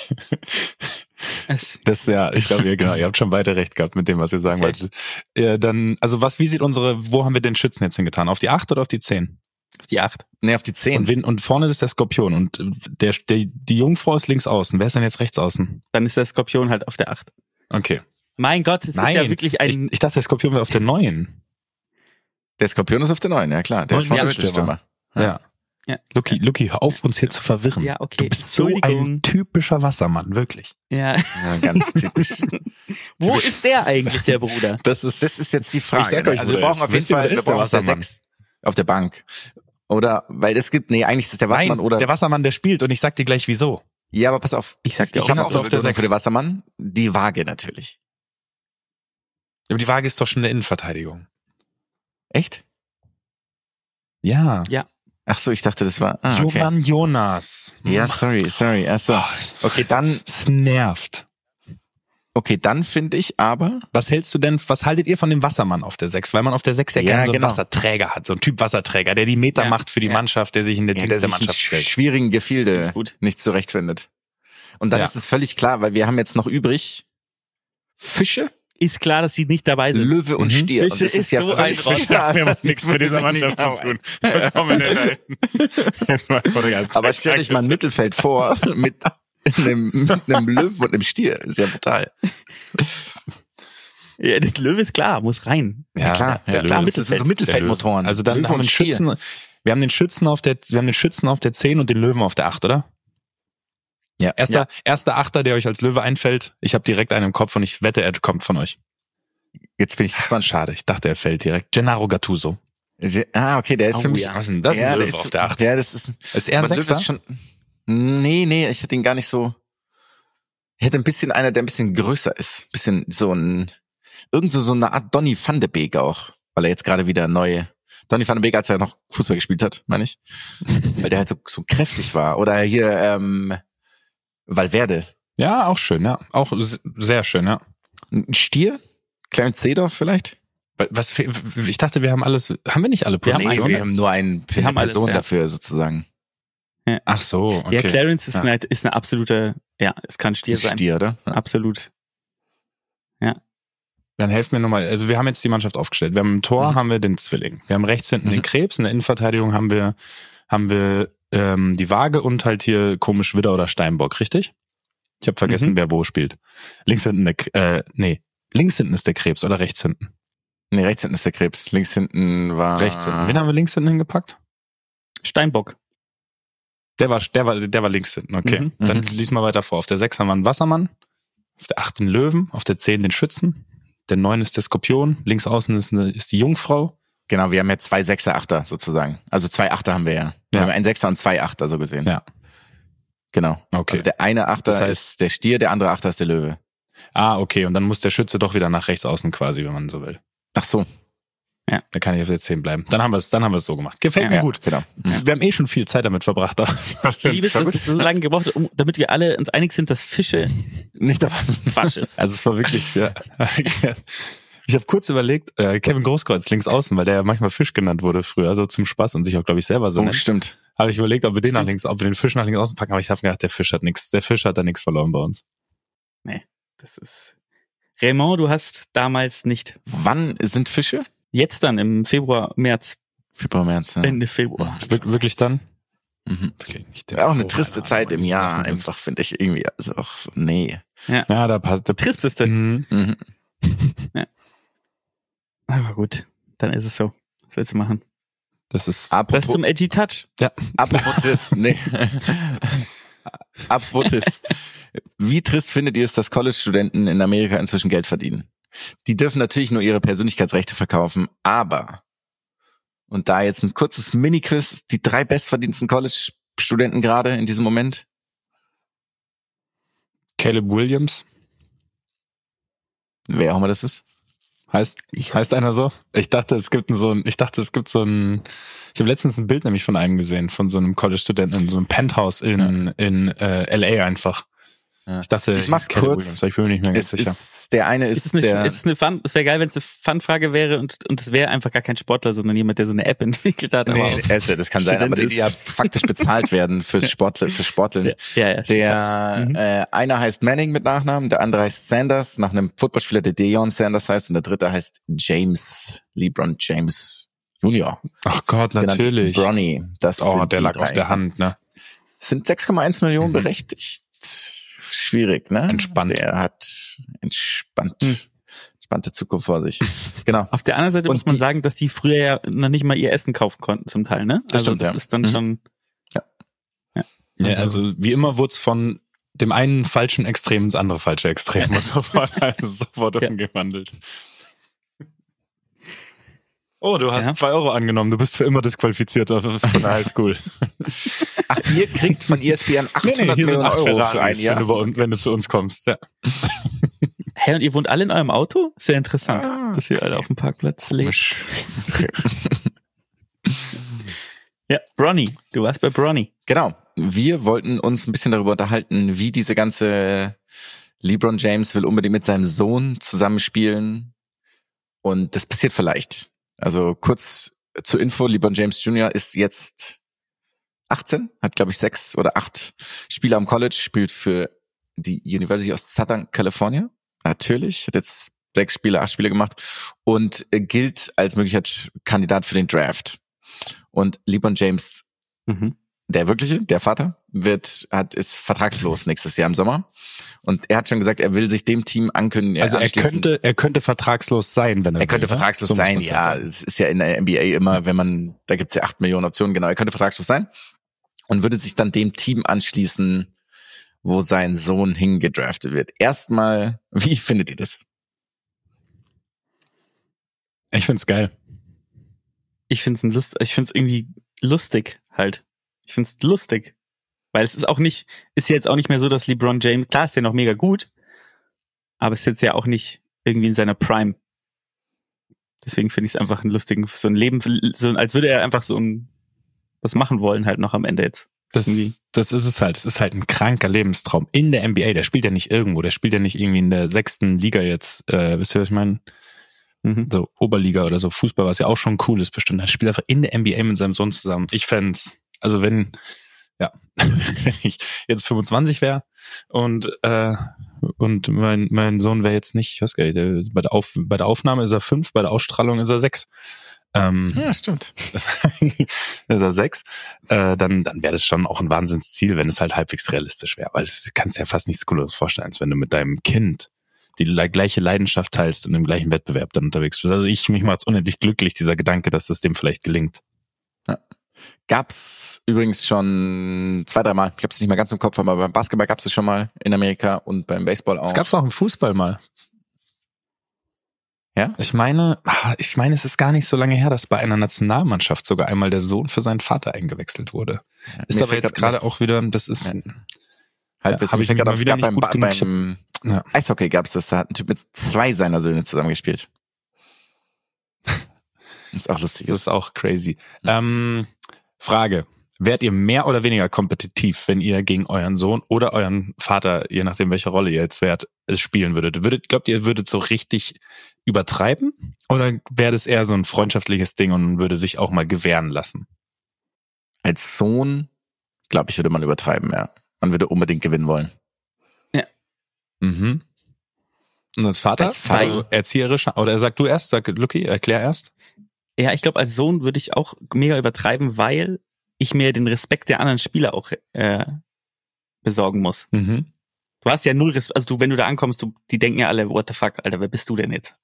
[SPEAKER 6] Es,
[SPEAKER 5] Das ja, ich glaube, ihr, genau, ihr habt schon beide recht gehabt mit dem, was ihr sagen
[SPEAKER 6] Okay.
[SPEAKER 5] wolltet. Äh, dann, also was, wie sieht unsere, wo haben wir den Schützen jetzt hingetan? Auf die acht oder auf die zehn?
[SPEAKER 6] die acht.
[SPEAKER 4] Nee, auf die
[SPEAKER 5] Und,
[SPEAKER 4] zehn.
[SPEAKER 5] wen, und vorne ist der Skorpion und der, der, die Jungfrau ist links außen. Wer ist denn jetzt rechts außen?
[SPEAKER 6] Dann ist der Skorpion halt auf der acht.
[SPEAKER 5] Okay.
[SPEAKER 6] Mein Gott, es
[SPEAKER 5] Nein,
[SPEAKER 6] ist ja wirklich
[SPEAKER 5] ich,
[SPEAKER 6] ein.
[SPEAKER 5] ich dachte, der Skorpion wäre auf der neun.
[SPEAKER 4] Der Skorpion ist auf der neun, ja klar. Der
[SPEAKER 5] Neun
[SPEAKER 4] ist vom
[SPEAKER 5] Meter
[SPEAKER 4] Mittelstürmer.
[SPEAKER 5] Ja.
[SPEAKER 6] Ja.
[SPEAKER 5] Lucky, Lucky, hör auf, uns hier zu verwirren.
[SPEAKER 6] Ja, okay.
[SPEAKER 5] Du bist so ein
[SPEAKER 6] Entschuldigung.
[SPEAKER 5] typischer Wassermann, wirklich.
[SPEAKER 6] ja.
[SPEAKER 4] Ja, ganz typisch.
[SPEAKER 6] Wo ist der eigentlich, der Bruder?
[SPEAKER 5] Das ist,
[SPEAKER 4] Das ist jetzt die Frage.
[SPEAKER 5] Ich sag euch,
[SPEAKER 4] also
[SPEAKER 5] wo
[SPEAKER 4] wir
[SPEAKER 5] der
[SPEAKER 4] brauchen
[SPEAKER 5] ist.
[SPEAKER 4] auf jeden
[SPEAKER 5] Wisst ihr,
[SPEAKER 4] Fall
[SPEAKER 5] wo
[SPEAKER 4] wir
[SPEAKER 5] ist der
[SPEAKER 4] brauchen auf der
[SPEAKER 5] Wassermann?
[SPEAKER 4] sechs auf der Bank. Oder weil es gibt, nee, eigentlich ist der Wassermann
[SPEAKER 5] Nein,
[SPEAKER 4] oder
[SPEAKER 5] der Wassermann, der spielt und ich sag dir gleich wieso.
[SPEAKER 4] Ja, aber pass auf.
[SPEAKER 6] Ich sag dir
[SPEAKER 4] ich
[SPEAKER 6] auch
[SPEAKER 4] habe
[SPEAKER 5] noch
[SPEAKER 4] auch
[SPEAKER 5] so
[SPEAKER 4] auf
[SPEAKER 5] auf der
[SPEAKER 4] der für
[SPEAKER 5] Sechs.
[SPEAKER 4] den Wassermann die Waage natürlich.
[SPEAKER 5] Aber die Waage ist doch schon eine Innenverteidigung.
[SPEAKER 4] Echt?
[SPEAKER 5] Ja.
[SPEAKER 4] Ach so, ich dachte, das war ah, okay.
[SPEAKER 5] Johann Jonas. Hm.
[SPEAKER 4] Ja, sorry, sorry. Ach so.
[SPEAKER 5] Oh.
[SPEAKER 4] Okay, dann
[SPEAKER 5] Es nervt.
[SPEAKER 4] okay, dann finde ich aber
[SPEAKER 5] Was hältst du denn, was haltet ihr von dem Wassermann auf der Sechs? Weil man auf der Sechs ja,
[SPEAKER 4] Ja,
[SPEAKER 5] gerne so einen
[SPEAKER 4] genau.
[SPEAKER 5] Wasserträger hat, so einen Typ Wasserträger, der die Meter
[SPEAKER 6] Ja,
[SPEAKER 5] macht für die
[SPEAKER 6] ja.
[SPEAKER 5] Mannschaft, der sich in den
[SPEAKER 4] ja,
[SPEAKER 5] Dienst
[SPEAKER 4] dass
[SPEAKER 5] der
[SPEAKER 4] sich in
[SPEAKER 5] Mannschaft stellt.
[SPEAKER 4] schwierigen Gefilde
[SPEAKER 6] Gut.
[SPEAKER 4] nicht zurechtfindet. Und dann
[SPEAKER 5] Ja.
[SPEAKER 4] ist es völlig klar, weil wir haben jetzt noch übrig Fische,
[SPEAKER 6] Ist klar, dass sie nicht dabei sind.
[SPEAKER 4] Löwe und
[SPEAKER 5] Mhm.
[SPEAKER 4] Stier. und
[SPEAKER 6] Also, Fische ist so ein Rotz.
[SPEAKER 4] klar.
[SPEAKER 5] Wir kommen nicht rein.
[SPEAKER 4] Aber stellt euch mal ein Mittelfeld vor mit einem, mit einem Löwen und einem Stier. Sehr brutal.
[SPEAKER 6] Ja, das Löwe ist klar, muss rein.
[SPEAKER 5] Ja,
[SPEAKER 4] klar,
[SPEAKER 5] der
[SPEAKER 4] ja,
[SPEAKER 5] Löwe.
[SPEAKER 4] klar,
[SPEAKER 5] Der
[SPEAKER 4] Mittelfeld, so
[SPEAKER 5] Löwe.
[SPEAKER 4] Mittelfeldmotoren.
[SPEAKER 5] Also dann
[SPEAKER 4] Löwe
[SPEAKER 5] haben wir
[SPEAKER 4] und
[SPEAKER 5] den
[SPEAKER 4] Stier.
[SPEAKER 5] Schützen, wir haben den Schützen auf der, wir haben den Schützen auf der 10 und den Löwen auf der 8, oder?
[SPEAKER 4] Ja.
[SPEAKER 5] Erster, erster Achter, der euch als Löwe einfällt. Ich habe direkt einen im Kopf und ich wette, er kommt von euch.
[SPEAKER 4] Jetzt bin ich gespannt.
[SPEAKER 5] Schade, ich dachte, er fällt direkt. Gennaro Gattuso.
[SPEAKER 4] Ah, okay, der ist für
[SPEAKER 6] Oh,
[SPEAKER 4] mich
[SPEAKER 6] ja.
[SPEAKER 5] Was ist denn das?
[SPEAKER 4] ja,
[SPEAKER 5] ein Löwe
[SPEAKER 4] ist-
[SPEAKER 5] auf der 8.
[SPEAKER 4] Ja, das ist,
[SPEAKER 5] Ist er ein
[SPEAKER 4] aber Löwe
[SPEAKER 5] Sechser?
[SPEAKER 4] ist schon. Nee, nee, ich hätte ihn gar nicht so. Ich hätte ein bisschen einer, der ein bisschen größer ist. bisschen so ein, irgend so so eine Art Donny van de Beek auch, weil er jetzt gerade wieder neu. Donny van de Beek, als er noch Fußball gespielt hat, meine ich. Weil der halt so, so kräftig war. Oder hier, ähm, Valverde.
[SPEAKER 5] Ja, auch schön, ja. Auch s- sehr schön, ja.
[SPEAKER 4] Ein Stier? Clarence Seedorf vielleicht?
[SPEAKER 5] Was, fe- ich dachte, wir haben alles, haben wir nicht alle
[SPEAKER 6] Wir haben
[SPEAKER 5] Positionen?
[SPEAKER 4] wir haben nur einen,
[SPEAKER 6] Wir haben
[SPEAKER 4] eine
[SPEAKER 6] alles,
[SPEAKER 4] Person
[SPEAKER 6] ja.
[SPEAKER 4] dafür sozusagen.
[SPEAKER 5] Ach so, okay.
[SPEAKER 6] Ja, Clarence ist,
[SPEAKER 5] Ja.
[SPEAKER 6] Ein, ist ein absoluter, ja, es kann Stier
[SPEAKER 4] Ein
[SPEAKER 6] sein.
[SPEAKER 4] Stier, ne? oder? Ja.
[SPEAKER 6] Absolut.
[SPEAKER 5] Dann helft mir nochmal. Also wir haben jetzt die Mannschaft aufgestellt. Wir haben im Tor
[SPEAKER 4] Mhm.
[SPEAKER 5] haben wir den Zwilling. Wir haben rechts hinten den
[SPEAKER 4] Mhm.
[SPEAKER 5] Krebs. In der Innenverteidigung haben wir haben wir ähm, die Waage und halt hier komisch Widder oder Steinbock, richtig? Ich habe vergessen,
[SPEAKER 6] Mhm.
[SPEAKER 5] wer wo spielt. Links hinten der K- äh, nee links hinten ist der Krebs oder rechts hinten?
[SPEAKER 4] Nee, rechts hinten ist der Krebs. Links hinten war.
[SPEAKER 5] Rechts hinten. Wen haben wir links hinten hingepackt?
[SPEAKER 6] Steinbock.
[SPEAKER 5] Der war der war der war links hinten. Okay.
[SPEAKER 6] Mhm.
[SPEAKER 5] Dann
[SPEAKER 4] Mhm.
[SPEAKER 5] lies mal weiter vor. Auf der sechs haben wir einen Wassermann, auf der acht einen Löwen, auf der zehn den Schützen, der neun ist der Skorpion, links außen ist, eine, ist die Jungfrau.
[SPEAKER 4] Genau, wir haben ja zwei Sechser, Achter sozusagen. Also zwei Achter haben wir ja. Wir
[SPEAKER 5] Ja.
[SPEAKER 4] haben einen Sechser und zwei Achter so gesehen.
[SPEAKER 5] Ja.
[SPEAKER 4] Genau.
[SPEAKER 5] Okay.
[SPEAKER 4] Also der eine Achter
[SPEAKER 5] Das heißt-
[SPEAKER 4] ist der Stier, der andere Achter ist der Löwe.
[SPEAKER 5] Ah, okay. Und dann muss der Schütze doch wieder nach rechts außen quasi, wenn man so will.
[SPEAKER 4] Ach so.
[SPEAKER 5] Da kann ich auf der 10 bleiben. Dann haben wir es, dann haben wir es so gemacht. Gefällt
[SPEAKER 6] Ja.
[SPEAKER 5] mir gut.
[SPEAKER 4] Genau.
[SPEAKER 5] Wir haben eh schon viel Zeit damit verbracht. aber es war schön.
[SPEAKER 6] Liebes,
[SPEAKER 5] War
[SPEAKER 6] dass
[SPEAKER 5] gut.
[SPEAKER 6] es so lange gebraucht hat, um, damit wir alle uns einig sind, dass Fische
[SPEAKER 4] Nicht da was.
[SPEAKER 6] Quatsch ist.
[SPEAKER 5] Also es war wirklich, ja. Ich habe kurz überlegt, äh, Kevin Großkreuz links außen, weil der ja manchmal Fisch genannt wurde früher, also zum Spaß und sich auch, glaube ich, selber so
[SPEAKER 4] Oh,
[SPEAKER 5] nennt.
[SPEAKER 4] stimmt.
[SPEAKER 5] Habe ich überlegt, ob wir den nach
[SPEAKER 6] Stimmt.
[SPEAKER 5] links, ob wir den Fisch nach links außen packen, aber ich habe gedacht, der Fisch hat nichts, der Fisch hat da nichts verloren bei uns.
[SPEAKER 6] Das ist. Raymond, du hast damals nicht.
[SPEAKER 4] Wann sind Fische?
[SPEAKER 6] Jetzt dann im Februar, März,
[SPEAKER 4] Februar, März. Ne?
[SPEAKER 6] Ende Februar.
[SPEAKER 5] Wir, wirklich dann?
[SPEAKER 4] Mhm.
[SPEAKER 5] Wirklich nicht.
[SPEAKER 4] Auch eine
[SPEAKER 5] Oh,
[SPEAKER 4] triste
[SPEAKER 5] Ahnung,
[SPEAKER 4] Zeit im
[SPEAKER 5] die
[SPEAKER 4] Jahr,
[SPEAKER 5] Sachen sind-
[SPEAKER 4] einfach finde ich irgendwie. Also auch so, nee.
[SPEAKER 5] Ja, da passt. da-
[SPEAKER 6] Tristeste.
[SPEAKER 5] Mhm.
[SPEAKER 4] Mhm.
[SPEAKER 6] Aber gut, dann ist es so. Was willst du machen?
[SPEAKER 5] Das ist.
[SPEAKER 6] Das ist
[SPEAKER 4] Apropos,
[SPEAKER 6] zum Edgy Touch.
[SPEAKER 4] apropos trist. Nee. apropos trist. Wie trist findet ihr es, dass College-Studenten in Amerika inzwischen Geld verdienen? Die dürfen natürlich nur ihre Persönlichkeitsrechte verkaufen, aber und da jetzt ein kurzes Mini-Quiz, die drei bestverdiensten College-Studenten gerade in diesem Moment.
[SPEAKER 5] Caleb Williams.
[SPEAKER 4] Wer auch immer das ist.
[SPEAKER 5] Heißt, heißt einer so? Ich dachte, es gibt so ein, ich dachte, es gibt so ein, ich habe letztens ein Bild nämlich von einem gesehen, von so einem College-Studenten in so einem Penthouse in, in äh, L.A. einfach.
[SPEAKER 4] Ja.
[SPEAKER 5] Ich dachte,
[SPEAKER 4] Ich
[SPEAKER 5] es
[SPEAKER 4] mach's
[SPEAKER 5] ist Keller
[SPEAKER 4] kurz.
[SPEAKER 5] Williams, aber ich bin mir nicht mehr ganz
[SPEAKER 4] Es
[SPEAKER 5] sicher.
[SPEAKER 4] ist, der eine ist,
[SPEAKER 6] Ist es, eine,
[SPEAKER 4] der,
[SPEAKER 6] ist es eine Fun? Es wäre geil, wenn es eine Fun-Frage wäre und und es wäre einfach gar kein Sportler, sondern jemand, der so eine App entwickelt hat. aber
[SPEAKER 4] nee, Esse, das kann sein,
[SPEAKER 6] Student
[SPEAKER 4] aber die,
[SPEAKER 6] ist.
[SPEAKER 4] die ja faktisch bezahlt werden fürs Sportle, fürs Sporteln.
[SPEAKER 6] auch, ja, ja.
[SPEAKER 4] Der
[SPEAKER 5] Mhm.
[SPEAKER 4] äh, einer heißt Manning mit Nachnamen, der andere heißt Sanders, nach einem Footballspieler, der Deion Sanders heißt, und der dritte heißt James, LeBron James Junior.
[SPEAKER 5] Ach Gott,
[SPEAKER 4] genannt
[SPEAKER 5] natürlich.
[SPEAKER 4] Bronny. Das
[SPEAKER 5] Oh,
[SPEAKER 4] sind
[SPEAKER 5] der
[SPEAKER 4] die
[SPEAKER 5] lag auf
[SPEAKER 4] drei.
[SPEAKER 5] der Hand, ne?
[SPEAKER 4] Es Sind 6,1 Millionen
[SPEAKER 5] Mhm.
[SPEAKER 4] berechtigt. Schwierig, ne?
[SPEAKER 5] Entspannt. Hm.
[SPEAKER 4] Der hat entspannt. Entspannte Zukunft vor sich. Genau.
[SPEAKER 6] Auf der anderen Seite
[SPEAKER 4] Und
[SPEAKER 6] muss man
[SPEAKER 4] die-
[SPEAKER 6] sagen, dass die früher ja noch nicht mal ihr Essen kaufen konnten zum Teil, ne?
[SPEAKER 4] Das
[SPEAKER 6] also
[SPEAKER 4] stimmt,
[SPEAKER 6] das
[SPEAKER 4] ja.
[SPEAKER 6] ist dann
[SPEAKER 4] Mhm.
[SPEAKER 6] schon.
[SPEAKER 5] Ja, also wie immer wurde es von dem einen falschen Extrem ins andere falsche Extrem und sofort, also sofort
[SPEAKER 6] Ja.
[SPEAKER 5] umgewandelt. Oh, du hast
[SPEAKER 6] Ja.
[SPEAKER 5] zwei Euro angenommen. Du bist für immer disqualifiziert auf- von der Highschool.
[SPEAKER 4] Ach, ihr kriegt von E ESPN 800 Millionen
[SPEAKER 5] acht
[SPEAKER 4] Euro für ein
[SPEAKER 5] Ferraris, wenn, du
[SPEAKER 4] Jahr.
[SPEAKER 5] bei, uns- wenn du zu uns kommst. Ja.
[SPEAKER 6] Hä, und ihr wohnt alle in eurem Auto? Sehr interessant,
[SPEAKER 4] Ah,
[SPEAKER 6] dass ihr alle auf dem Parkplatz lebt. Ja, Bronny. Du warst bei Bronny.
[SPEAKER 4] Genau. Wir wollten uns ein bisschen darüber unterhalten, wie diese ganze LeBron James will unbedingt mit seinem Sohn zusammenspielen. Und das passiert vielleicht. Also kurz zur Info, LeBron James Jr. ist jetzt 18, hat glaube ich sechs oder acht Spiele am College, spielt für die University of Southern California. Natürlich, hat jetzt sechs Spiele, acht Spiele gemacht und äh, gilt als möglicher Kandidat für den Draft. Und LeBron James
[SPEAKER 5] Mhm.
[SPEAKER 4] der wirkliche, der Vater, wird, hat, ist vertragslos nächstes Jahr im Sommer. Und er hat schon gesagt, er will sich dem Team ankündigen.
[SPEAKER 5] Also er
[SPEAKER 4] anschließen.
[SPEAKER 5] könnte, er könnte vertragslos sein, wenn er
[SPEAKER 4] Er könnte
[SPEAKER 5] will, ne?
[SPEAKER 4] vertragslos
[SPEAKER 5] So muss
[SPEAKER 4] sein,
[SPEAKER 5] man's
[SPEAKER 4] ja.
[SPEAKER 5] sagen.
[SPEAKER 4] Es ist ja in der NBA immer, wenn man, da gibt's ja acht Millionen Optionen, genau, er könnte vertragslos sein und würde sich dann dem Team anschließen, wo sein Sohn hingedraftet wird. Erstmal, wie findet ihr das?
[SPEAKER 5] Ich find's geil.
[SPEAKER 6] Ich find's ein Lust, ich find's irgendwie lustig halt. Ich find's lustig. Weil es ist auch nicht, ist ja jetzt auch nicht mehr so, dass LeBron James, klar ist ja noch mega gut, aber ist jetzt ja auch nicht irgendwie in seiner Prime. Deswegen finde ich es einfach einen lustigen, so ein Leben, so ein, als würde er einfach so ein, was machen wollen halt noch am Ende jetzt.
[SPEAKER 5] Das,
[SPEAKER 6] Irgendwie.
[SPEAKER 5] das ist es halt. Das ist halt ein kranker Lebenstraum in der NBA. Der spielt ja nicht irgendwo. Der spielt ja nicht irgendwie in der sechsten Liga jetzt. Äh, wisst ihr, was ich meine?
[SPEAKER 6] Mhm.
[SPEAKER 5] So Oberliga oder so Fußball, was ja auch schon cool ist bestimmt. Er spielt einfach in der NBA mit seinem Sohn zusammen. Ich fänd's, also wenn, ja, wenn ich jetzt 25 wäre und, äh, und mein, mein Sohn wäre jetzt nicht, ich weiß gar nicht, der, bei, der Auf, bei der Aufnahme ist er fünf, bei der Ausstrahlung ist er sechs. Ähm,
[SPEAKER 4] Ja, stimmt.
[SPEAKER 5] das ist er sechs, äh, dann, dann wäre das schon auch ein Wahnsinnsziel, wenn es halt halbwegs realistisch wäre. Weil es kannst dir ja fast nichts Cooleres vorstellen, als wenn du mit deinem Kind die le- gleiche Leidenschaft teilst und im gleichen Wettbewerb dann unterwegs bist. Also ich, mich macht's unendlich glücklich, dieser Gedanke, dass das dem vielleicht gelingt.
[SPEAKER 4] Gab's übrigens schon zwei, dreimal. Ich hab's nicht mehr ganz im Kopf, aber beim Basketball gab's es schon mal in Amerika und beim Baseball auch.
[SPEAKER 5] Das gab's auch im Fußball mal.
[SPEAKER 4] Ja?
[SPEAKER 5] Ich meine, ah, ich meine, es ist gar nicht so lange her, dass bei einer Nationalmannschaft sogar einmal der Sohn für seinen Vater eingewechselt wurde. Ist
[SPEAKER 4] Mir
[SPEAKER 5] aber
[SPEAKER 4] fällt
[SPEAKER 5] jetzt
[SPEAKER 4] grad-
[SPEAKER 5] gerade auch wieder, das ist,
[SPEAKER 4] Halb
[SPEAKER 5] Ja, hab
[SPEAKER 4] wissen.
[SPEAKER 5] ich
[SPEAKER 4] Hm. ich fällt gerade
[SPEAKER 5] mich mal
[SPEAKER 4] auf, es
[SPEAKER 5] wieder
[SPEAKER 4] gab
[SPEAKER 5] nicht
[SPEAKER 4] beim,
[SPEAKER 5] gut
[SPEAKER 4] ba
[SPEAKER 5] genug. Ich
[SPEAKER 4] beim
[SPEAKER 5] Ja.
[SPEAKER 4] Eishockey gab's das, da hat ein Typ mit zwei seiner Söhne zusammengespielt. Das ist auch lustig.
[SPEAKER 5] Das ist auch crazy. Ähm, Frage. Wärt ihr mehr oder weniger kompetitiv, wenn ihr gegen euren Sohn oder euren Vater, je nachdem welche Rolle ihr jetzt wärt, es spielen würdet? würdet glaubt ihr, ihr würdet so richtig übertreiben? Oder wäre das eher so ein freundschaftliches Ding und würde sich auch mal gewähren lassen?
[SPEAKER 4] Als Sohn, glaube ich, würde man übertreiben, ja. Man würde unbedingt gewinnen wollen.
[SPEAKER 5] Mhm. Und als Vater?
[SPEAKER 4] Als Vater.
[SPEAKER 5] Also erzieherisch? Oder sag du erst, sag Lucky, erklär erst.
[SPEAKER 6] Ja, ich glaube, als Sohn würde ich auch mega übertreiben, weil ich mir den Respekt der anderen Spieler auch äh, besorgen muss.
[SPEAKER 5] Mhm.
[SPEAKER 6] Du hast ja null Respekt. Also du, wenn du da ankommst, du, die denken ja alle, what the fuck, Alter, wer bist du denn jetzt?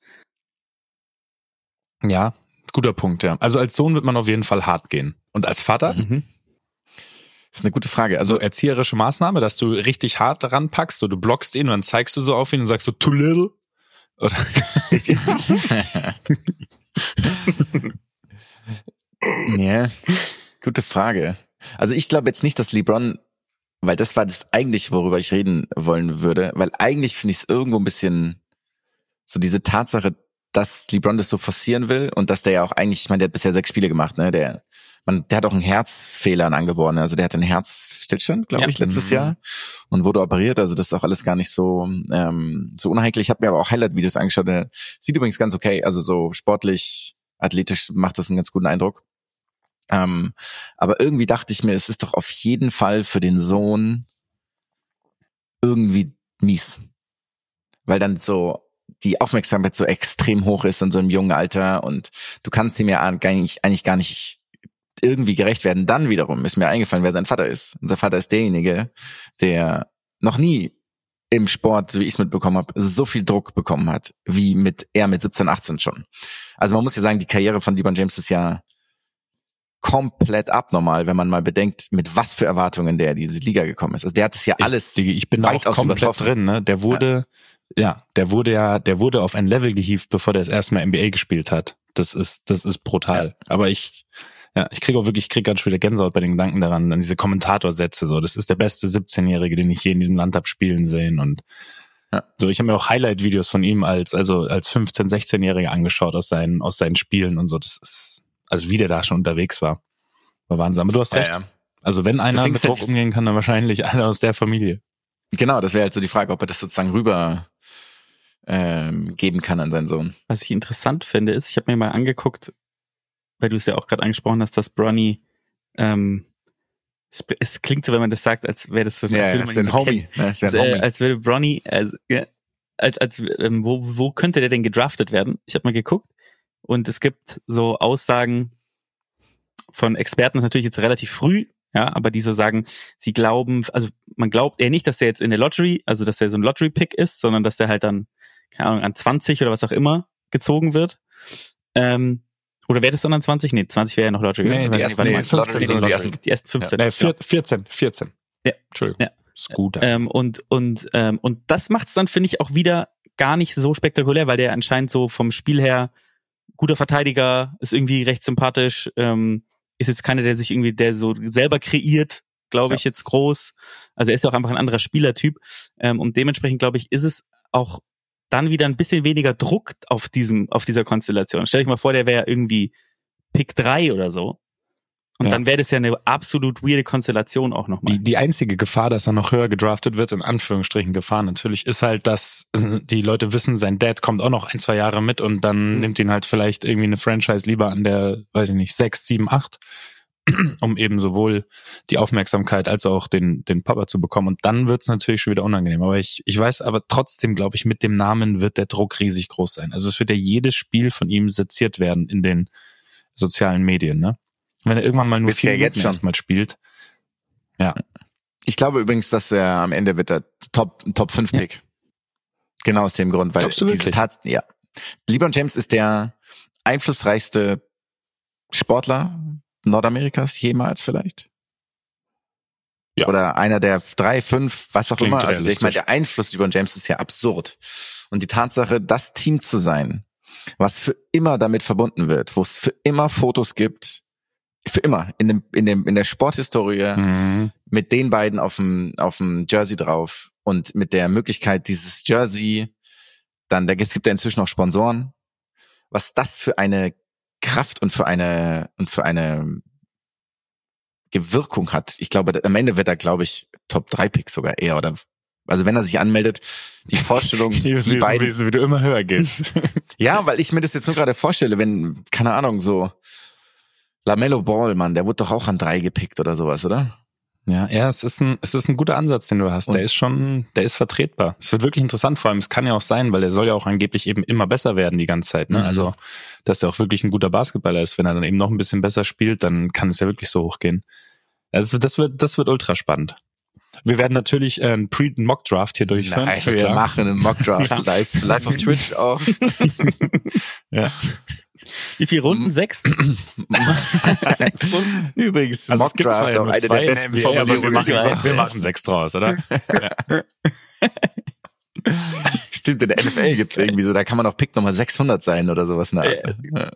[SPEAKER 5] Ja, guter Punkt, ja. Also als Sohn wird man auf jeden Fall hart gehen. Und als Vater?
[SPEAKER 4] Das ist eine gute Frage.
[SPEAKER 5] so
[SPEAKER 4] Also
[SPEAKER 5] erzieherische Maßnahme, dass du richtig hart daran packst, so du blockst ihn und dann zeigst du so auf ihn und sagst so too little. Oder
[SPEAKER 4] Ja, gute Frage. Also ich glaube jetzt nicht, dass LeBron, weil das war das eigentlich, worüber ich reden wollen würde, weil eigentlich finde ich es irgendwo ein bisschen so diese Tatsache, dass LeBron das so forcieren will und dass der ja auch eigentlich, ich meine, der hat bisher sechs Spiele gemacht, ne? Der, man, der hat auch einen Herzfehler angeboren. Also der hatte einen Herzstillstand, glaube
[SPEAKER 6] Ja.
[SPEAKER 4] ich, letztes Jahr und wurde operiert. Also das ist auch alles gar nicht so ähm, so unheimlich. Ich habe mir aber auch Highlight-Videos angeschaut. Der sieht übrigens ganz okay. Also so sportlich, athletisch macht das einen ganz guten Eindruck. Ähm, aber irgendwie dachte ich mir, es ist doch auf jeden Fall für den Sohn irgendwie mies. Weil dann so die Aufmerksamkeit so extrem hoch ist in so einem jungen Alter und du kannst ihm ja eigentlich, eigentlich gar nicht irgendwie gerecht werden. Dann wiederum ist mir eingefallen, wer sein Vater ist. Unser Vater ist derjenige, der noch nie im Sport, wie ich es mitbekommen habe, so viel Druck bekommen hat, wie mit er mit 17, 18 schon. Also man muss ja sagen, die Karriere von LeBron James ist ja komplett abnormal, wenn man mal bedenkt, mit was für Erwartungen der in diese Liga gekommen ist. Also der hat es ja alles.
[SPEAKER 5] Ich, Digi, ich bin da auch
[SPEAKER 4] weitaus
[SPEAKER 5] komplett
[SPEAKER 4] übertroffen.
[SPEAKER 5] drin, ne? Der wurde, ja. der wurde ja, der wurde auf ein Level gehievt, bevor der das erste Mal NBA gespielt hat. Das ist, das ist brutal. Aber ich, ja, ich kriege auch wirklich, ich kriege ganz schöne Gänsehaut bei den Gedanken daran, an diese Kommentatorsätze, so. Das ist der beste 17-Jährige, den ich je in diesem Land hab spielen sehen und,
[SPEAKER 4] Ja.
[SPEAKER 5] so, ich habe mir auch Highlight-Videos von ihm als, also als 15-, 16-Jähriger angeschaut aus seinen, aus seinen Spielen und so. Das ist, also wie der da schon unterwegs war. War Wahnsinn. Aber du hast
[SPEAKER 4] Ja,
[SPEAKER 5] recht.
[SPEAKER 4] ja.
[SPEAKER 5] Also wenn einer
[SPEAKER 4] Deswegen
[SPEAKER 5] mit
[SPEAKER 4] ist halt
[SPEAKER 5] Druck
[SPEAKER 4] die-
[SPEAKER 5] umgehen kann, dann wahrscheinlich einer aus der Familie.
[SPEAKER 4] Genau, das wäre halt so die Frage, ob er das sozusagen rüber ähm, geben kann an seinen Sohn.
[SPEAKER 6] Was ich interessant finde, ist, ich habe mir mal angeguckt, weil du es ja auch gerade angesprochen hast, dass Bronny, ähm, es, es klingt so, wenn man das sagt, als wäre das so, als würde man ihn so kennen.
[SPEAKER 4] Ne? Das
[SPEAKER 6] als,
[SPEAKER 4] wäre ein
[SPEAKER 6] äh,
[SPEAKER 4] Homie.
[SPEAKER 6] als würde Bronny, als, ja, als, als ähm, wo, wo könnte der denn gedraftet werden? Ich habe mal geguckt und es gibt so Aussagen von Experten, das ist natürlich jetzt relativ früh, ja, aber die so sagen, sie glauben, also man glaubt eher nicht, dass der jetzt in der Lottery, also dass der so ein Lottery-Pick ist, sondern dass der halt dann, keine Ahnung, an 20 oder was auch immer gezogen wird. Ähm, oder wäre das dann an 20? Nee, 20 wäre ja noch Lottery.
[SPEAKER 5] Nee, die
[SPEAKER 6] Oder?
[SPEAKER 5] ersten
[SPEAKER 6] warte
[SPEAKER 4] Nee,
[SPEAKER 6] mal.
[SPEAKER 5] 15
[SPEAKER 4] Lottery sind die ersten.
[SPEAKER 6] die ersten 15.
[SPEAKER 5] Nee,
[SPEAKER 6] ja.
[SPEAKER 5] vier, 14, 14.
[SPEAKER 6] Ja.
[SPEAKER 5] Entschuldigung.
[SPEAKER 6] Ja.
[SPEAKER 5] Ist gut.
[SPEAKER 6] Ähm, und und ähm, und das macht's dann finde ich auch wieder gar nicht so spektakulär, weil der anscheinend so vom Spiel her guter Verteidiger ist irgendwie recht sympathisch, ähm, ist jetzt keiner, der sich irgendwie der so selber kreiert, glaube ich jetzt groß. Also er ist ja auch einfach ein anderer Spielertyp ähm, und dementsprechend glaube ich ist es auch dann wieder ein bisschen weniger Druck auf diesem auf dieser Konstellation. Stell dich mal vor, der wäre irgendwie Pick 3 oder so. Und
[SPEAKER 5] Ja.
[SPEAKER 6] dann wäre das ja eine absolut weirde Konstellation auch nochmal.
[SPEAKER 5] Die, die einzige Gefahr, dass er noch höher gedraftet wird, in Anführungsstrichen Gefahr natürlich, ist halt, dass äh, die Leute wissen, sein Dad kommt auch noch ein, zwei Jahre mit und dann
[SPEAKER 6] Mhm.
[SPEAKER 5] nimmt ihn halt vielleicht irgendwie eine Franchise lieber an der, weiß ich nicht, sechs, sieben, acht, um eben sowohl die Aufmerksamkeit als auch den, den Papa zu bekommen. Und dann wird's natürlich schon wieder unangenehm. Aber ich, ich weiß aber trotzdem, glaube ich, mit dem Namen wird der Druck riesig groß sein. Also es wird ja jedes Spiel von ihm seziert werden in den sozialen Medien, ne? Wenn er irgendwann mal nur
[SPEAKER 4] Wird's ja
[SPEAKER 5] vier
[SPEAKER 4] jetzt
[SPEAKER 5] Minuten
[SPEAKER 4] schon.
[SPEAKER 5] erstmal spielt.
[SPEAKER 4] Ich glaube übrigens, dass er am Ende wird der Top, Top 5 Pick. Genau aus dem Grund, weil
[SPEAKER 5] Glaubst du
[SPEAKER 4] diese
[SPEAKER 5] wirklich?
[SPEAKER 4] Tats ja. LeBron James ist der einflussreichste Sportler Nordamerikas jemals vielleicht.
[SPEAKER 5] Ja.
[SPEAKER 4] Oder einer der drei, fünf, was auch
[SPEAKER 5] Klingt
[SPEAKER 4] immer. Also der- ich meine,
[SPEAKER 5] realistisch.
[SPEAKER 4] der Einfluss LeBron James ist ja absurd. Und die Tatsache, das Team zu sein, was für immer damit verbunden wird, wo es für immer Fotos gibt, für immer in dem in dem in der Sporthistorie
[SPEAKER 5] Mhm.
[SPEAKER 4] mit den beiden auf dem, auf dem Jersey drauf und mit der Möglichkeit dieses Jersey, dann, da es gibt ja inzwischen auch Sponsoren, was das für eine Kraft und für eine, und für eine Gewirkung hat. Ich glaube, am Ende wird er, glaube ich, Top 3 Pick sogar eher oder, also wenn er sich anmeldet, die Vorstellung,
[SPEAKER 5] Ich liebe es,
[SPEAKER 4] die
[SPEAKER 5] wie,
[SPEAKER 4] beiden,
[SPEAKER 5] es- wie du immer höher gehst.
[SPEAKER 4] ja, weil ich mir das jetzt nur gerade vorstelle, wenn, keine Ahnung, so, Lamello Ball, Mann, der wurde doch auch an drei gepickt oder sowas, oder?
[SPEAKER 5] ja, ja, es ist ein, es ist ein guter Ansatz, den du hast.
[SPEAKER 4] Und-
[SPEAKER 5] Der ist schon, der ist vertretbar. Es wird wirklich interessant, vor allem, es kann ja auch sein, weil er soll ja auch angeblich eben immer besser werden die ganze Zeit, ne?
[SPEAKER 4] Mhm.
[SPEAKER 5] Also, dass er auch wirklich ein guter Basketballer ist. Wenn er dann eben noch ein bisschen besser spielt, dann kann es ja wirklich so hochgehen. Ja, das wird, das wird, das wird ultra spannend. Wir werden natürlich äh, einen Pre- einen Mock-Draft hier durchführen.
[SPEAKER 4] Nein,
[SPEAKER 5] Ist ja
[SPEAKER 4] wir
[SPEAKER 5] klar.
[SPEAKER 4] machen einen Mockdraft
[SPEAKER 6] Klar.
[SPEAKER 4] live, live auf Twitch auch.
[SPEAKER 5] ja. Also
[SPEAKER 6] Wie viel Runden? Sechs?
[SPEAKER 4] Übrigens,
[SPEAKER 5] Also es gibt zwar
[SPEAKER 4] Mockdraft
[SPEAKER 5] ja
[SPEAKER 4] auch
[SPEAKER 5] nur
[SPEAKER 4] eine
[SPEAKER 5] zwei
[SPEAKER 4] der
[SPEAKER 5] in
[SPEAKER 4] besten
[SPEAKER 5] NBA, aber wir
[SPEAKER 4] Formulierungen.
[SPEAKER 5] machen,
[SPEAKER 4] überhaupt.
[SPEAKER 5] wir machen sechs draus, oder?
[SPEAKER 4] Stimmt, in der NFL gibt's irgendwie so, da kann man auch Pick Nummer 600 sein oder sowas. Ne?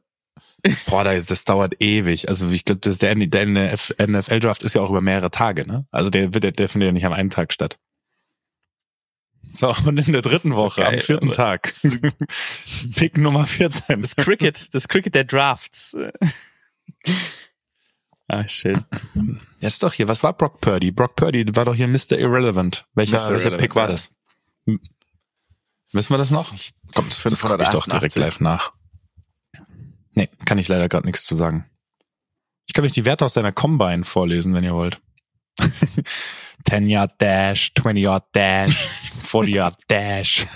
[SPEAKER 5] Boah, das, das dauert ewig. Also ich glaube, der, der NFL-Draft ist ja auch über mehrere Tage, ne? Also der, wird- der, der findet ja nicht am einen Tag statt. So, und in der dritten
[SPEAKER 6] Das ist
[SPEAKER 5] Woche,
[SPEAKER 6] geil,
[SPEAKER 5] am vierten
[SPEAKER 6] aber-
[SPEAKER 5] Tag, Pick Nummer 14.
[SPEAKER 6] Das Cricket, das Cricket der Drafts. ah, schön.
[SPEAKER 5] Jetzt doch hier, was war Brock Purdy? Brock Purdy war doch hier Mr. Irrelevant. Welcher,
[SPEAKER 4] Mr.
[SPEAKER 5] welcher
[SPEAKER 4] Irrelevant,
[SPEAKER 5] Pick war
[SPEAKER 4] ja.
[SPEAKER 5] das? M- Wissen wir das noch? Komm, das, das gucke ich doch direkt
[SPEAKER 4] 588.
[SPEAKER 5] live nach. Nee, kann ich leider gerade nichts zu sagen. Ich kann euch die Werte aus seiner Combine vorlesen, wenn ihr wollt. 10 Yard Dash, 20 Yard Dash, 40 Yard Dash.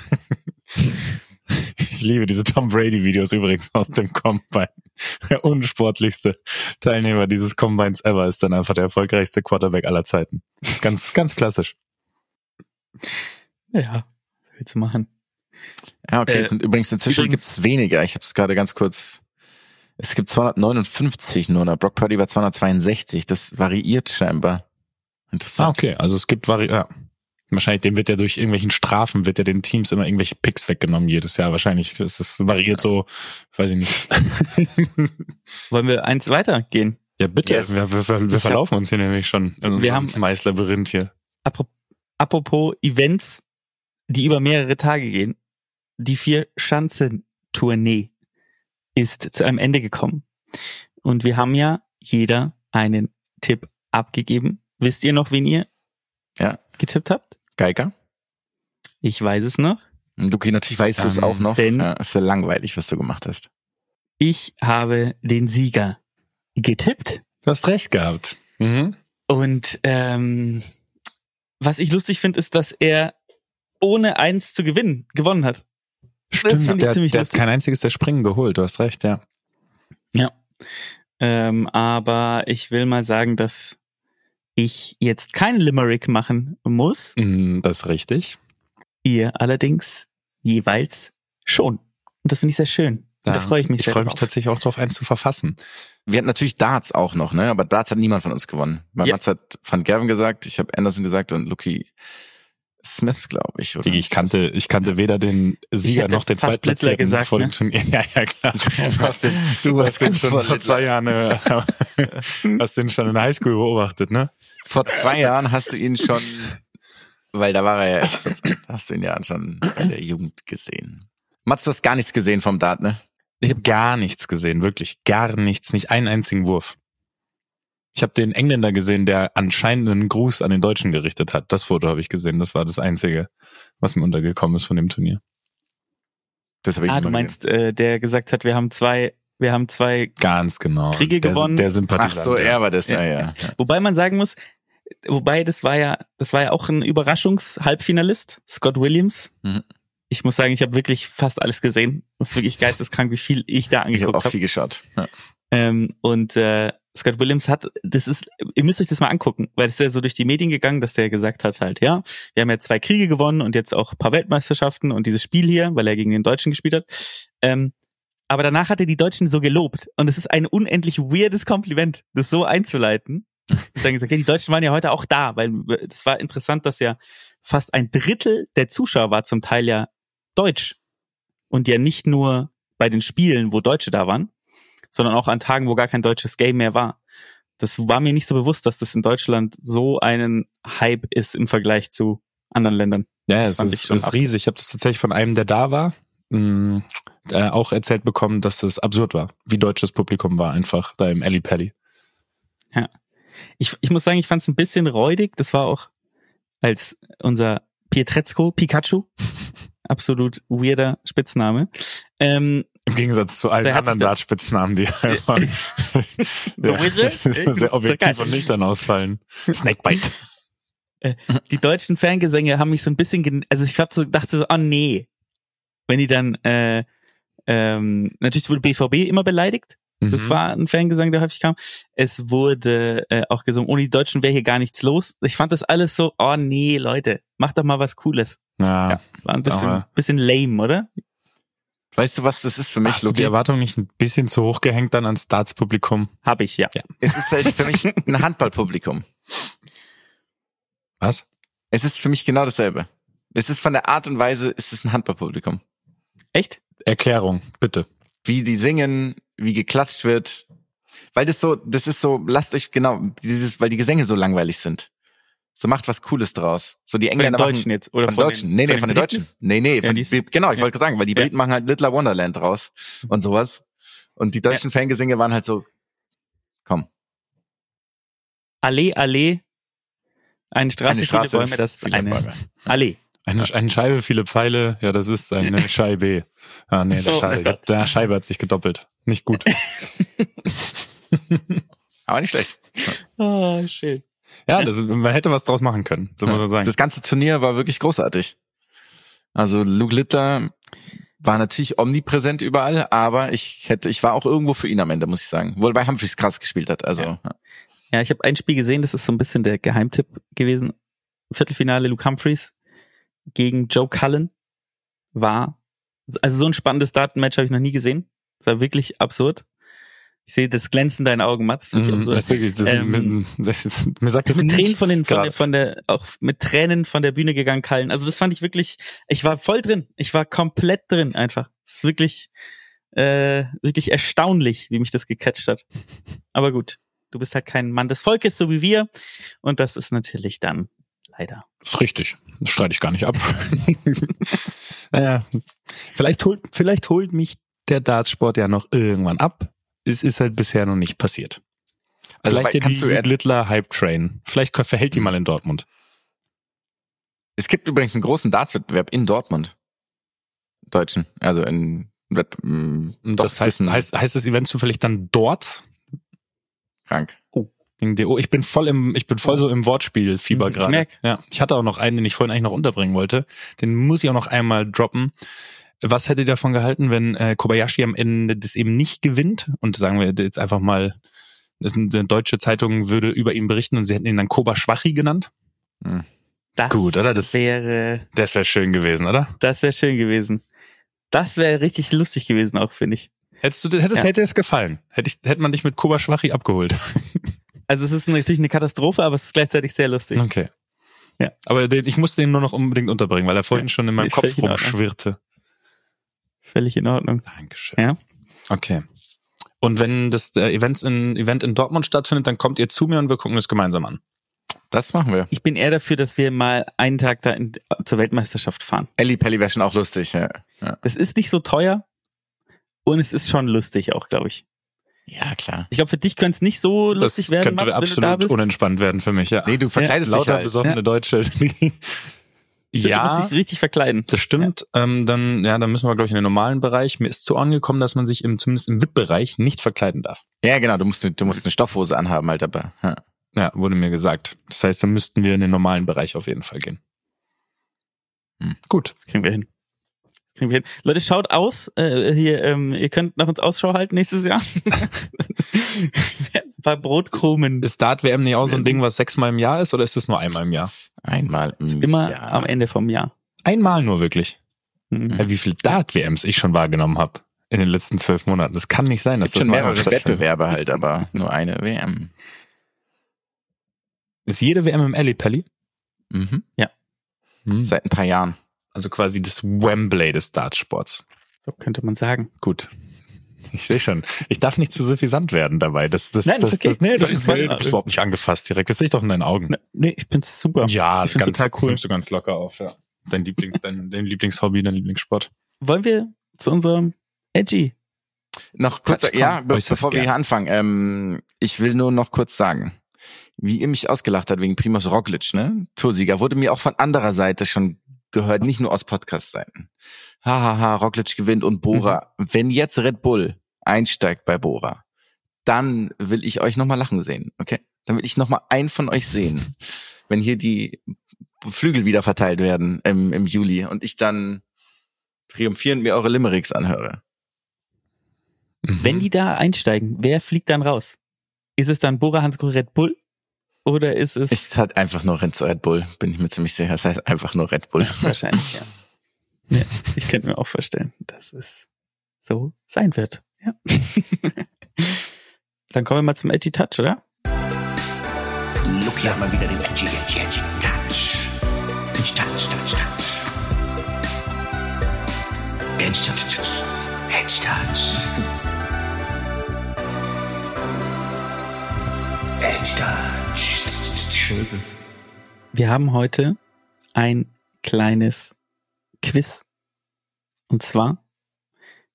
[SPEAKER 5] Ich liebe diese Tom Brady Videos übrigens aus dem Combine. Der unsportlichste Teilnehmer dieses Combines ever ist dann einfach der erfolgreichste Quarterback aller Zeiten. Ganz, ganz klassisch.
[SPEAKER 6] Ja, was willst du machen?
[SPEAKER 4] Ja, okay,
[SPEAKER 6] Äh,
[SPEAKER 4] es sind übrigens inzwischen
[SPEAKER 6] übrigens-
[SPEAKER 4] gibt's weniger. Ich habe es gerade ganz kurz. Es gibt 259 nur noch. Brock Purdy war 262. Das variiert scheinbar.
[SPEAKER 5] Ah,
[SPEAKER 4] Interessant.
[SPEAKER 5] okay. Also es gibt Vari ja. Wahrscheinlich, dem wird ja durch irgendwelchen Strafen, wird ja den Teams immer irgendwelche Picks weggenommen jedes Jahr. Wahrscheinlich. Das ist, variiert so, weiß ich nicht.
[SPEAKER 6] Wollen wir eins weitergehen?
[SPEAKER 5] Ja, bitte.
[SPEAKER 4] Yes.
[SPEAKER 5] Wir, wir, wir, wir verlaufen uns hier nämlich schon in unserem
[SPEAKER 6] haben-
[SPEAKER 5] Maislabyrinth hier.
[SPEAKER 6] Apro- Apropos Events, die über mehrere Tage gehen. Die Vier-Schanzen-Tournee ist zu einem Ende gekommen. Und wir haben ja jeder einen Tipp abgegeben. Wisst ihr noch, wen ihr
[SPEAKER 4] Ja.
[SPEAKER 6] getippt habt?
[SPEAKER 4] Geiger.
[SPEAKER 6] Ich weiß es noch.
[SPEAKER 4] Und Luki, natürlich weißt du es
[SPEAKER 5] Dann
[SPEAKER 4] auch noch.
[SPEAKER 6] denn-
[SPEAKER 4] Ja, ist ja langweilig, was du gemacht hast.
[SPEAKER 6] Ich habe den Sieger getippt.
[SPEAKER 5] Du hast recht gehabt. Mhm.
[SPEAKER 6] Und ähm, was ich lustig finde, ist, dass er ohne eins zu gewinnen gewonnen hat.
[SPEAKER 5] Stimmt,
[SPEAKER 6] finde ich
[SPEAKER 5] der,
[SPEAKER 6] ziemlich
[SPEAKER 5] der hat
[SPEAKER 6] lustig.
[SPEAKER 5] kein einziges der Springen geholt. Du hast recht, ja.
[SPEAKER 6] Ähm, aber ich will mal sagen, dass ich jetzt kein Limerick machen muss.
[SPEAKER 5] Mhm, Das ist richtig.
[SPEAKER 6] Ihr allerdings jeweils schon. Und das finde ich sehr schön. Und da freue ich mich
[SPEAKER 5] Ich
[SPEAKER 6] sehr.
[SPEAKER 5] freue mich
[SPEAKER 6] drauf.
[SPEAKER 5] tatsächlich auch drauf, einen zu verfassen.
[SPEAKER 4] Wir hatten natürlich Darts auch noch, ne? Aber Darts hat niemand von uns gewonnen. Weil
[SPEAKER 6] Ja.
[SPEAKER 4] Mats hat Van Gerven gesagt, ich habe Anderson gesagt und Luki Smith, glaube ich. Oder?
[SPEAKER 5] Digi, ich kannte, ich kannte weder den Sieger
[SPEAKER 6] hätte
[SPEAKER 5] noch den
[SPEAKER 6] fast Littler
[SPEAKER 5] Zweitplatzierten
[SPEAKER 6] gesagt,
[SPEAKER 5] vor dem
[SPEAKER 6] ne?
[SPEAKER 5] Turnier. Ja, ja, klar. Du hast den, du
[SPEAKER 4] warst
[SPEAKER 5] hast den
[SPEAKER 4] kurz
[SPEAKER 5] schon
[SPEAKER 4] vor
[SPEAKER 5] vor zwei Jahren, äh, hast den schon in der Highschool beobachtet, ne?
[SPEAKER 4] Vor zwei Jahren hast du ihn schon, weil da war er ja erst 14, hast du ihn ja schon bei der Jugend gesehen. Mats, du hast gar nichts gesehen vom Dart, ne?
[SPEAKER 5] Ich habe gar nichts gesehen, wirklich gar nichts, nicht einen einzigen Wurf. Ich habe den Engländer gesehen, der anscheinend einen Gruß an den Deutschen gerichtet hat. Das Foto habe ich gesehen, das war das einzige, was mir untergekommen ist von dem Turnier.
[SPEAKER 4] Das habe ich
[SPEAKER 6] Ah,
[SPEAKER 4] nicht
[SPEAKER 6] du
[SPEAKER 4] mal
[SPEAKER 6] meinst, äh, der gesagt hat, wir haben zwei, wir haben zwei
[SPEAKER 5] Ganz genau.
[SPEAKER 6] Kriege
[SPEAKER 5] der,
[SPEAKER 6] gewonnen.
[SPEAKER 5] Der
[SPEAKER 4] gesehen. Ach
[SPEAKER 5] Sympathisant.
[SPEAKER 4] so, er war das, ja, ja.
[SPEAKER 6] Wobei man sagen muss, wobei das war ja, das war ja auch ein Überraschungs-Halbfinalist, Scott Williams.
[SPEAKER 4] Mhm.
[SPEAKER 6] Ich muss sagen, ich habe wirklich fast alles gesehen. Das ist wirklich geisteskrank, wie viel ich
[SPEAKER 4] Ich
[SPEAKER 6] da
[SPEAKER 4] habe
[SPEAKER 6] angeguckt
[SPEAKER 4] auch
[SPEAKER 6] habe.
[SPEAKER 4] viel geschaut. Ja.
[SPEAKER 6] Ähm, und äh, Scott Williams hat, das ist, ihr müsst euch das mal angucken, weil es ist ja so durch die Medien gegangen, dass der gesagt hat halt, ja, wir haben ja zwei Kriege gewonnen und jetzt auch ein paar Weltmeisterschaften und dieses Spiel hier, weil er gegen den Deutschen gespielt hat. Ähm, aber danach hat er die Deutschen so gelobt und es ist ein unendlich weirdes Kompliment, das so einzuleiten. Und dann gesagt, ja, die Deutschen waren ja heute auch da, weil es war interessant, dass ja fast ein Drittel der Zuschauer war zum Teil ja deutsch und ja nicht nur bei den Spielen, wo Deutsche da waren sondern auch an Tagen, wo gar kein deutsches Game mehr war. Das war mir nicht so bewusst, dass das in Deutschland so einen Hype ist im Vergleich zu anderen Ländern.
[SPEAKER 5] Ja,
[SPEAKER 6] Das
[SPEAKER 5] es
[SPEAKER 6] fand
[SPEAKER 5] ist,
[SPEAKER 6] ich schon
[SPEAKER 5] ist
[SPEAKER 6] ab-
[SPEAKER 5] riesig. Ich habe das tatsächlich von einem, der da war, mh, äh, auch erzählt bekommen, dass es absurd war, wie deutsch das Publikum war einfach da im Alley Pally.
[SPEAKER 6] Ich, ich muss sagen, ich fand es ein bisschen räudig. Das war auch als unser Pietrezco Pikachu. Absolut weirder Spitzname. Ähm,
[SPEAKER 5] Im Gegensatz zu allen
[SPEAKER 6] Der hat
[SPEAKER 5] anderen
[SPEAKER 6] sich da-
[SPEAKER 5] Dartspitznamen, die einfach ja,
[SPEAKER 6] Wizard?
[SPEAKER 5] sehr objektiv
[SPEAKER 6] Geil.
[SPEAKER 5] und nüchtern ausfallen. Snakebite.
[SPEAKER 6] die deutschen Fangesänge haben mich so ein bisschen, gen- also ich hab so, dachte so, oh nee. Wenn die dann, äh, ähm, natürlich wurde BVB immer beleidigt.
[SPEAKER 5] Mhm.
[SPEAKER 4] Mhm.
[SPEAKER 6] Das war ein Fangesang, der häufig kam. Es wurde äh, auch gesungen, ohne die Deutschen wäre hier gar nichts los. Ich fand das alles so, oh nee, Leute, macht doch mal was Cooles.
[SPEAKER 5] Ja.
[SPEAKER 6] War ein bisschen,
[SPEAKER 5] Aber-
[SPEAKER 6] bisschen lame, oder?
[SPEAKER 4] Weißt du, was das ist für
[SPEAKER 5] Mich
[SPEAKER 4] mich,
[SPEAKER 5] Hast du
[SPEAKER 4] Luki?
[SPEAKER 5] die Erwartung nicht ein bisschen zu hoch gehängt dann ans Darts-Publikum?
[SPEAKER 6] Hab ich, ja.
[SPEAKER 4] Es ist halt für mich ein Handballpublikum.
[SPEAKER 5] Was?
[SPEAKER 4] Es ist für mich genau dasselbe. Es ist von der Art und Weise, es ist ein Handballpublikum.
[SPEAKER 6] Echt?
[SPEAKER 5] Erklärung, bitte.
[SPEAKER 4] wie die singen, wie geklatscht wird. Weil das so, das ist so, lasst euch genau, dieses, weil die Gesänge so langweilig sind. So macht was Cooles draus. So die
[SPEAKER 6] Von den
[SPEAKER 4] Engländer
[SPEAKER 6] Deutschen
[SPEAKER 4] machen
[SPEAKER 6] jetzt. Oder
[SPEAKER 4] von, Deutschen. nee, nee, von den Deutschen.
[SPEAKER 6] Briten?
[SPEAKER 4] Nee, nee,
[SPEAKER 6] Ja,
[SPEAKER 4] von,
[SPEAKER 6] die ist-
[SPEAKER 4] Bi- genau, ich
[SPEAKER 6] ja.
[SPEAKER 4] wollte gerade sagen, weil die
[SPEAKER 6] Ja.
[SPEAKER 4] Briten machen halt Littler Wonderland draus und sowas. Und die deutschen Fangesänge waren halt so, komm,
[SPEAKER 6] Allee, Allee. Eine Straße,
[SPEAKER 4] eine Straße.
[SPEAKER 6] viele Bäume, das ist
[SPEAKER 4] viele
[SPEAKER 6] eine
[SPEAKER 4] Bäume.
[SPEAKER 6] Allee.
[SPEAKER 5] Eine, eine Scheibe, viele Pfeile. Ja, das ist eine Scheibe. Ah, nee, das
[SPEAKER 6] Oh.
[SPEAKER 5] schade. Ich hab, der Scheibe hat sich gedoppelt. Nicht gut.
[SPEAKER 4] Aber nicht schlecht.
[SPEAKER 6] Ah, schön.
[SPEAKER 5] Ja, das, man hätte was draus machen können. So muss man sagen.
[SPEAKER 4] Das ganze Turnier war wirklich großartig. Also Luke Littler war natürlich omnipräsent überall, aber ich hätte, ich war auch irgendwo für ihn am Ende, muss ich sagen. Wohl bei Humphreys krass gespielt hat. Also ja.
[SPEAKER 6] Ja, ich habe ein Spiel gesehen, das ist so ein bisschen der Geheimtipp gewesen. Viertelfinale Luke Humphreys gegen Joe Cullen war, also so ein spannendes Datenmatch habe ich noch nie gesehen. Das war wirklich absurd. Ich sehe das Glänzen deiner Augen, Mats. Das ist wirklich
[SPEAKER 5] Mhm,
[SPEAKER 6] absurd.
[SPEAKER 5] das ist wirklich, das,
[SPEAKER 6] Ähm,
[SPEAKER 5] das ist, mir sagt
[SPEAKER 6] Das
[SPEAKER 5] das
[SPEAKER 6] mit Tränen
[SPEAKER 5] nichts
[SPEAKER 6] von den, von
[SPEAKER 5] gerade.
[SPEAKER 6] der, von der, auch mit Tränen von der Bühne gegangen, Kallen. Also das fand ich wirklich, ich war voll drin. Ich war komplett drin einfach. Es ist wirklich, äh, wirklich erstaunlich, wie mich das gecatcht hat. Aber gut, du bist halt kein Mann des Volkes, so wie wir. Und das ist natürlich dann leider.
[SPEAKER 5] Das ist richtig. Das streite ich gar nicht ab. naja, vielleicht holt, vielleicht holt mich der Dartsport ja noch irgendwann ab. Es ist halt bisher noch nicht passiert.
[SPEAKER 4] Also,
[SPEAKER 5] vielleicht
[SPEAKER 4] weil-
[SPEAKER 5] ja die
[SPEAKER 4] kannst du-
[SPEAKER 5] Jude Littler Hype Train. Vielleicht kö- verhält die mal in Dortmund.
[SPEAKER 4] Es gibt übrigens einen großen Darts-Wettbewerb in Dortmund. Deutschen. Also in Wett- mm, m, doch,
[SPEAKER 5] Das
[SPEAKER 4] es
[SPEAKER 5] heißt,
[SPEAKER 4] ist ein-
[SPEAKER 5] heißt, heißt das Event zufällig dann dort?
[SPEAKER 4] krank.
[SPEAKER 5] Wegen DO. oh, Ich bin voll im, ich bin voll so im Wortspielfieber
[SPEAKER 6] Ich
[SPEAKER 5] gerade.
[SPEAKER 6] merk.
[SPEAKER 5] Ja, ich hatte auch noch einen, den ich vorhin eigentlich noch unterbringen wollte. Den muss ich auch noch einmal droppen. Was hättet ihr davon gehalten, wenn äh, Kobayashi am Ende das eben nicht gewinnt? Und sagen wir jetzt einfach mal, das ist eine deutsche Zeitung würde über ihn berichten und sie hätten ihn dann Koba Schwachi genannt.
[SPEAKER 6] Das
[SPEAKER 5] Gut, oder? Das-
[SPEAKER 6] wäre,
[SPEAKER 5] Das wäre schön gewesen, oder?
[SPEAKER 6] das wäre schön gewesen. Das wäre richtig lustig gewesen auch, finde ich.
[SPEAKER 5] Hättest du, hättest,
[SPEAKER 6] Ja.
[SPEAKER 5] hätte es gefallen. Hätte ich, hätte man dich mit Koba Schwachi abgeholt.
[SPEAKER 6] Also es ist natürlich eine Katastrophe, aber es ist gleichzeitig sehr lustig.
[SPEAKER 5] Okay.
[SPEAKER 6] Ja.
[SPEAKER 5] Aber den, ich musste den nur noch unbedingt unterbringen, weil er vorhin
[SPEAKER 6] Ja.
[SPEAKER 5] schon in meinem
[SPEAKER 6] Ist
[SPEAKER 5] Kopf
[SPEAKER 6] völlig in Ordnung.
[SPEAKER 5] rumschwirrte.
[SPEAKER 6] Völlig in Ordnung.
[SPEAKER 5] Dankeschön.
[SPEAKER 6] Ja.
[SPEAKER 5] Okay. Und wenn das äh, Event, in, Event in Dortmund stattfindet, dann kommt ihr zu mir und wir gucken es gemeinsam an.
[SPEAKER 4] Das machen wir.
[SPEAKER 6] Ich bin eher dafür, dass wir mal einen Tag da in, zur Weltmeisterschaft fahren.
[SPEAKER 4] Ellie Pelli wäre schon auch lustig. Ja, ja.
[SPEAKER 6] Das ist nicht so teuer und es ist schon lustig auch, glaube ich.
[SPEAKER 4] ja klar.
[SPEAKER 6] Ich glaube, für dich könnte es nicht so lustig werden, Mats, wenn du da bist.
[SPEAKER 5] unentspannt werden für mich, ja.
[SPEAKER 4] Nee, du verkleidest dich
[SPEAKER 5] Lauter
[SPEAKER 4] halt.
[SPEAKER 5] besoffene Deutsche.
[SPEAKER 6] Du musst
[SPEAKER 5] ja,
[SPEAKER 6] dich richtig verkleiden.
[SPEAKER 5] das stimmt. Ähm, dann, ja, dann müssen wir, glaube ich, in den normalen Bereich. Mir ist zu Ohren gekommen, dass man sich im, zumindest im VIP-Bereich nicht verkleiden darf.
[SPEAKER 4] Ja, genau. Du musst, du musst eine Stoffhose anhaben halt dabei. Ja.
[SPEAKER 5] Ja, wurde mir gesagt. Das heißt, dann müssten wir in den normalen Bereich auf jeden Fall gehen.
[SPEAKER 4] Hm.
[SPEAKER 5] Gut.
[SPEAKER 6] Das kriegen wir hin. Das kriegen wir hin. Leute, schaut aus. Äh, hier, ähm, ihr könnt nach uns Ausschau halten nächstes Jahr. Ein paar Brotkrumen.
[SPEAKER 5] Ist Dart-WM nicht auch so ein Ding, was sechsmal im Jahr ist oder ist es nur einmal im Jahr?
[SPEAKER 4] Einmal mm, im
[SPEAKER 6] Immer
[SPEAKER 4] Jahr.
[SPEAKER 6] am Ende vom Jahr.
[SPEAKER 5] Einmal nur wirklich.
[SPEAKER 6] Mhm.
[SPEAKER 5] Ja, wie viel Dart-WMs ich schon wahrgenommen habe in den letzten zwölf Monaten. Das kann nicht sein, dass
[SPEAKER 4] Es gibt
[SPEAKER 5] das
[SPEAKER 4] schon
[SPEAKER 5] mehrere
[SPEAKER 4] mehrere Wettbewerbe halt, aber nur eine WM.
[SPEAKER 5] Ist jede WM im Alley Pally?
[SPEAKER 4] Mhm.
[SPEAKER 5] Hm.
[SPEAKER 4] Seit ein paar Jahren.
[SPEAKER 5] Also quasi das Wembley des Dartsports.
[SPEAKER 6] So könnte man sagen.
[SPEAKER 5] Gut. Ich sehe schon. Ich darf nicht zu suffisant werden dabei. Das, das,
[SPEAKER 6] Nein, ist
[SPEAKER 5] das,
[SPEAKER 6] okay.
[SPEAKER 5] das, nee, das,
[SPEAKER 6] Das ist
[SPEAKER 5] nee,
[SPEAKER 6] voll-
[SPEAKER 5] du bist überhaupt nicht angefasst direkt. Das sehe ich doch in deinen Augen.
[SPEAKER 6] Ne- Nee, ich bin's super.
[SPEAKER 5] Ja,
[SPEAKER 6] Ich find's total
[SPEAKER 5] das
[SPEAKER 6] cool.
[SPEAKER 5] nimmst du ganz locker auf, ja. Dein Lieblings, dein, dein Lieblingshobby, dein Lieblingssport.
[SPEAKER 6] Wollen wir zu unserem Edgy?
[SPEAKER 4] Noch kurz,
[SPEAKER 6] Quatsch, komm,
[SPEAKER 4] ja, be
[SPEAKER 5] äußerst
[SPEAKER 4] bevor wir
[SPEAKER 5] gern.
[SPEAKER 4] hier anfangen, ähm, ich will nur noch kurz sagen, wie ihr mich ausgelacht hat wegen Primoz Roglic, ne? Toursieger, wurde mir auch von anderer Seite schon gehört, nicht nur aus Podcast-Seiten. Hahaha, Roglic gewinnt und Bora.
[SPEAKER 5] Mhm.
[SPEAKER 4] Wenn jetzt Red Bull einsteigt bei Bora, dann will ich euch nochmal lachen sehen, okay? Dann will ich nochmal einen von euch sehen, wenn hier die Flügel wieder verteilt werden im, im Juli und ich dann triumphierend mir eure Limericks anhöre.
[SPEAKER 5] Mhm.
[SPEAKER 6] Wenn die da einsteigen, wer fliegt dann raus? Ist es dann Bora Hansgrohe Red Bull? Oder ist es
[SPEAKER 4] Es hat einfach nur Renzo Red Bull, bin ich mir ziemlich sicher. Es heißt einfach nur Red Bull.
[SPEAKER 6] wahrscheinlich, ja. ja. Ich könnte mir auch vorstellen, dass es so sein wird. Ja. dann kommen wir mal zum Edgy Touch, oder?
[SPEAKER 3] Lucky hat mal wieder den edgy, edgy, edgy Touch. Edgy Touch, Touch, Touch. Edgy Touch, Touch. Edgy Touch. Edgy Touch.
[SPEAKER 6] Wir haben heute ein kleines Quiz. Und zwar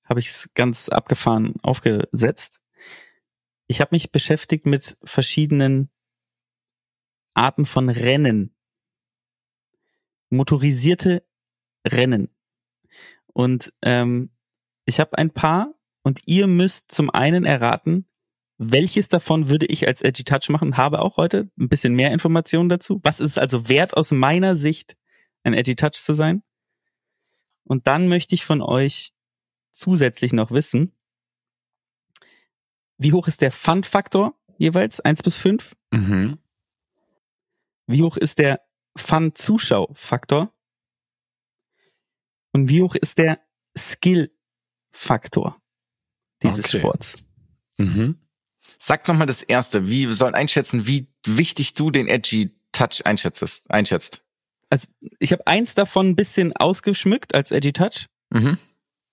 [SPEAKER 6] habe ich es ganz abgefahren aufgesetzt. Ich habe mich beschäftigt mit verschiedenen Arten von Rennen. Motorisierte Rennen. Und ähm, ich habe ein paar und ihr müsst zum einen erraten, welches davon würde ich als Edgy Touch machen? Habe auch heute ein bisschen mehr Informationen dazu. Was ist es also wert aus meiner Sicht, ein Edgy Touch zu sein? Und dann möchte ich von euch zusätzlich noch wissen, wie hoch ist der Fun-Faktor jeweils? eins bis fünf?
[SPEAKER 5] Mhm.
[SPEAKER 6] Wie hoch ist der Fun-Zuschau-Faktor? Und wie hoch ist der Skill-Faktor dieses
[SPEAKER 5] Okay.
[SPEAKER 6] Sports?
[SPEAKER 5] Mhm.
[SPEAKER 4] Sag nochmal das Erste. Wie wir sollen einschätzen, wie wichtig du den edgy Touch einschätzest, einschätzt?
[SPEAKER 6] Ich habe eins davon ein bisschen ausgeschmückt als Edgy Touch
[SPEAKER 4] Mhm.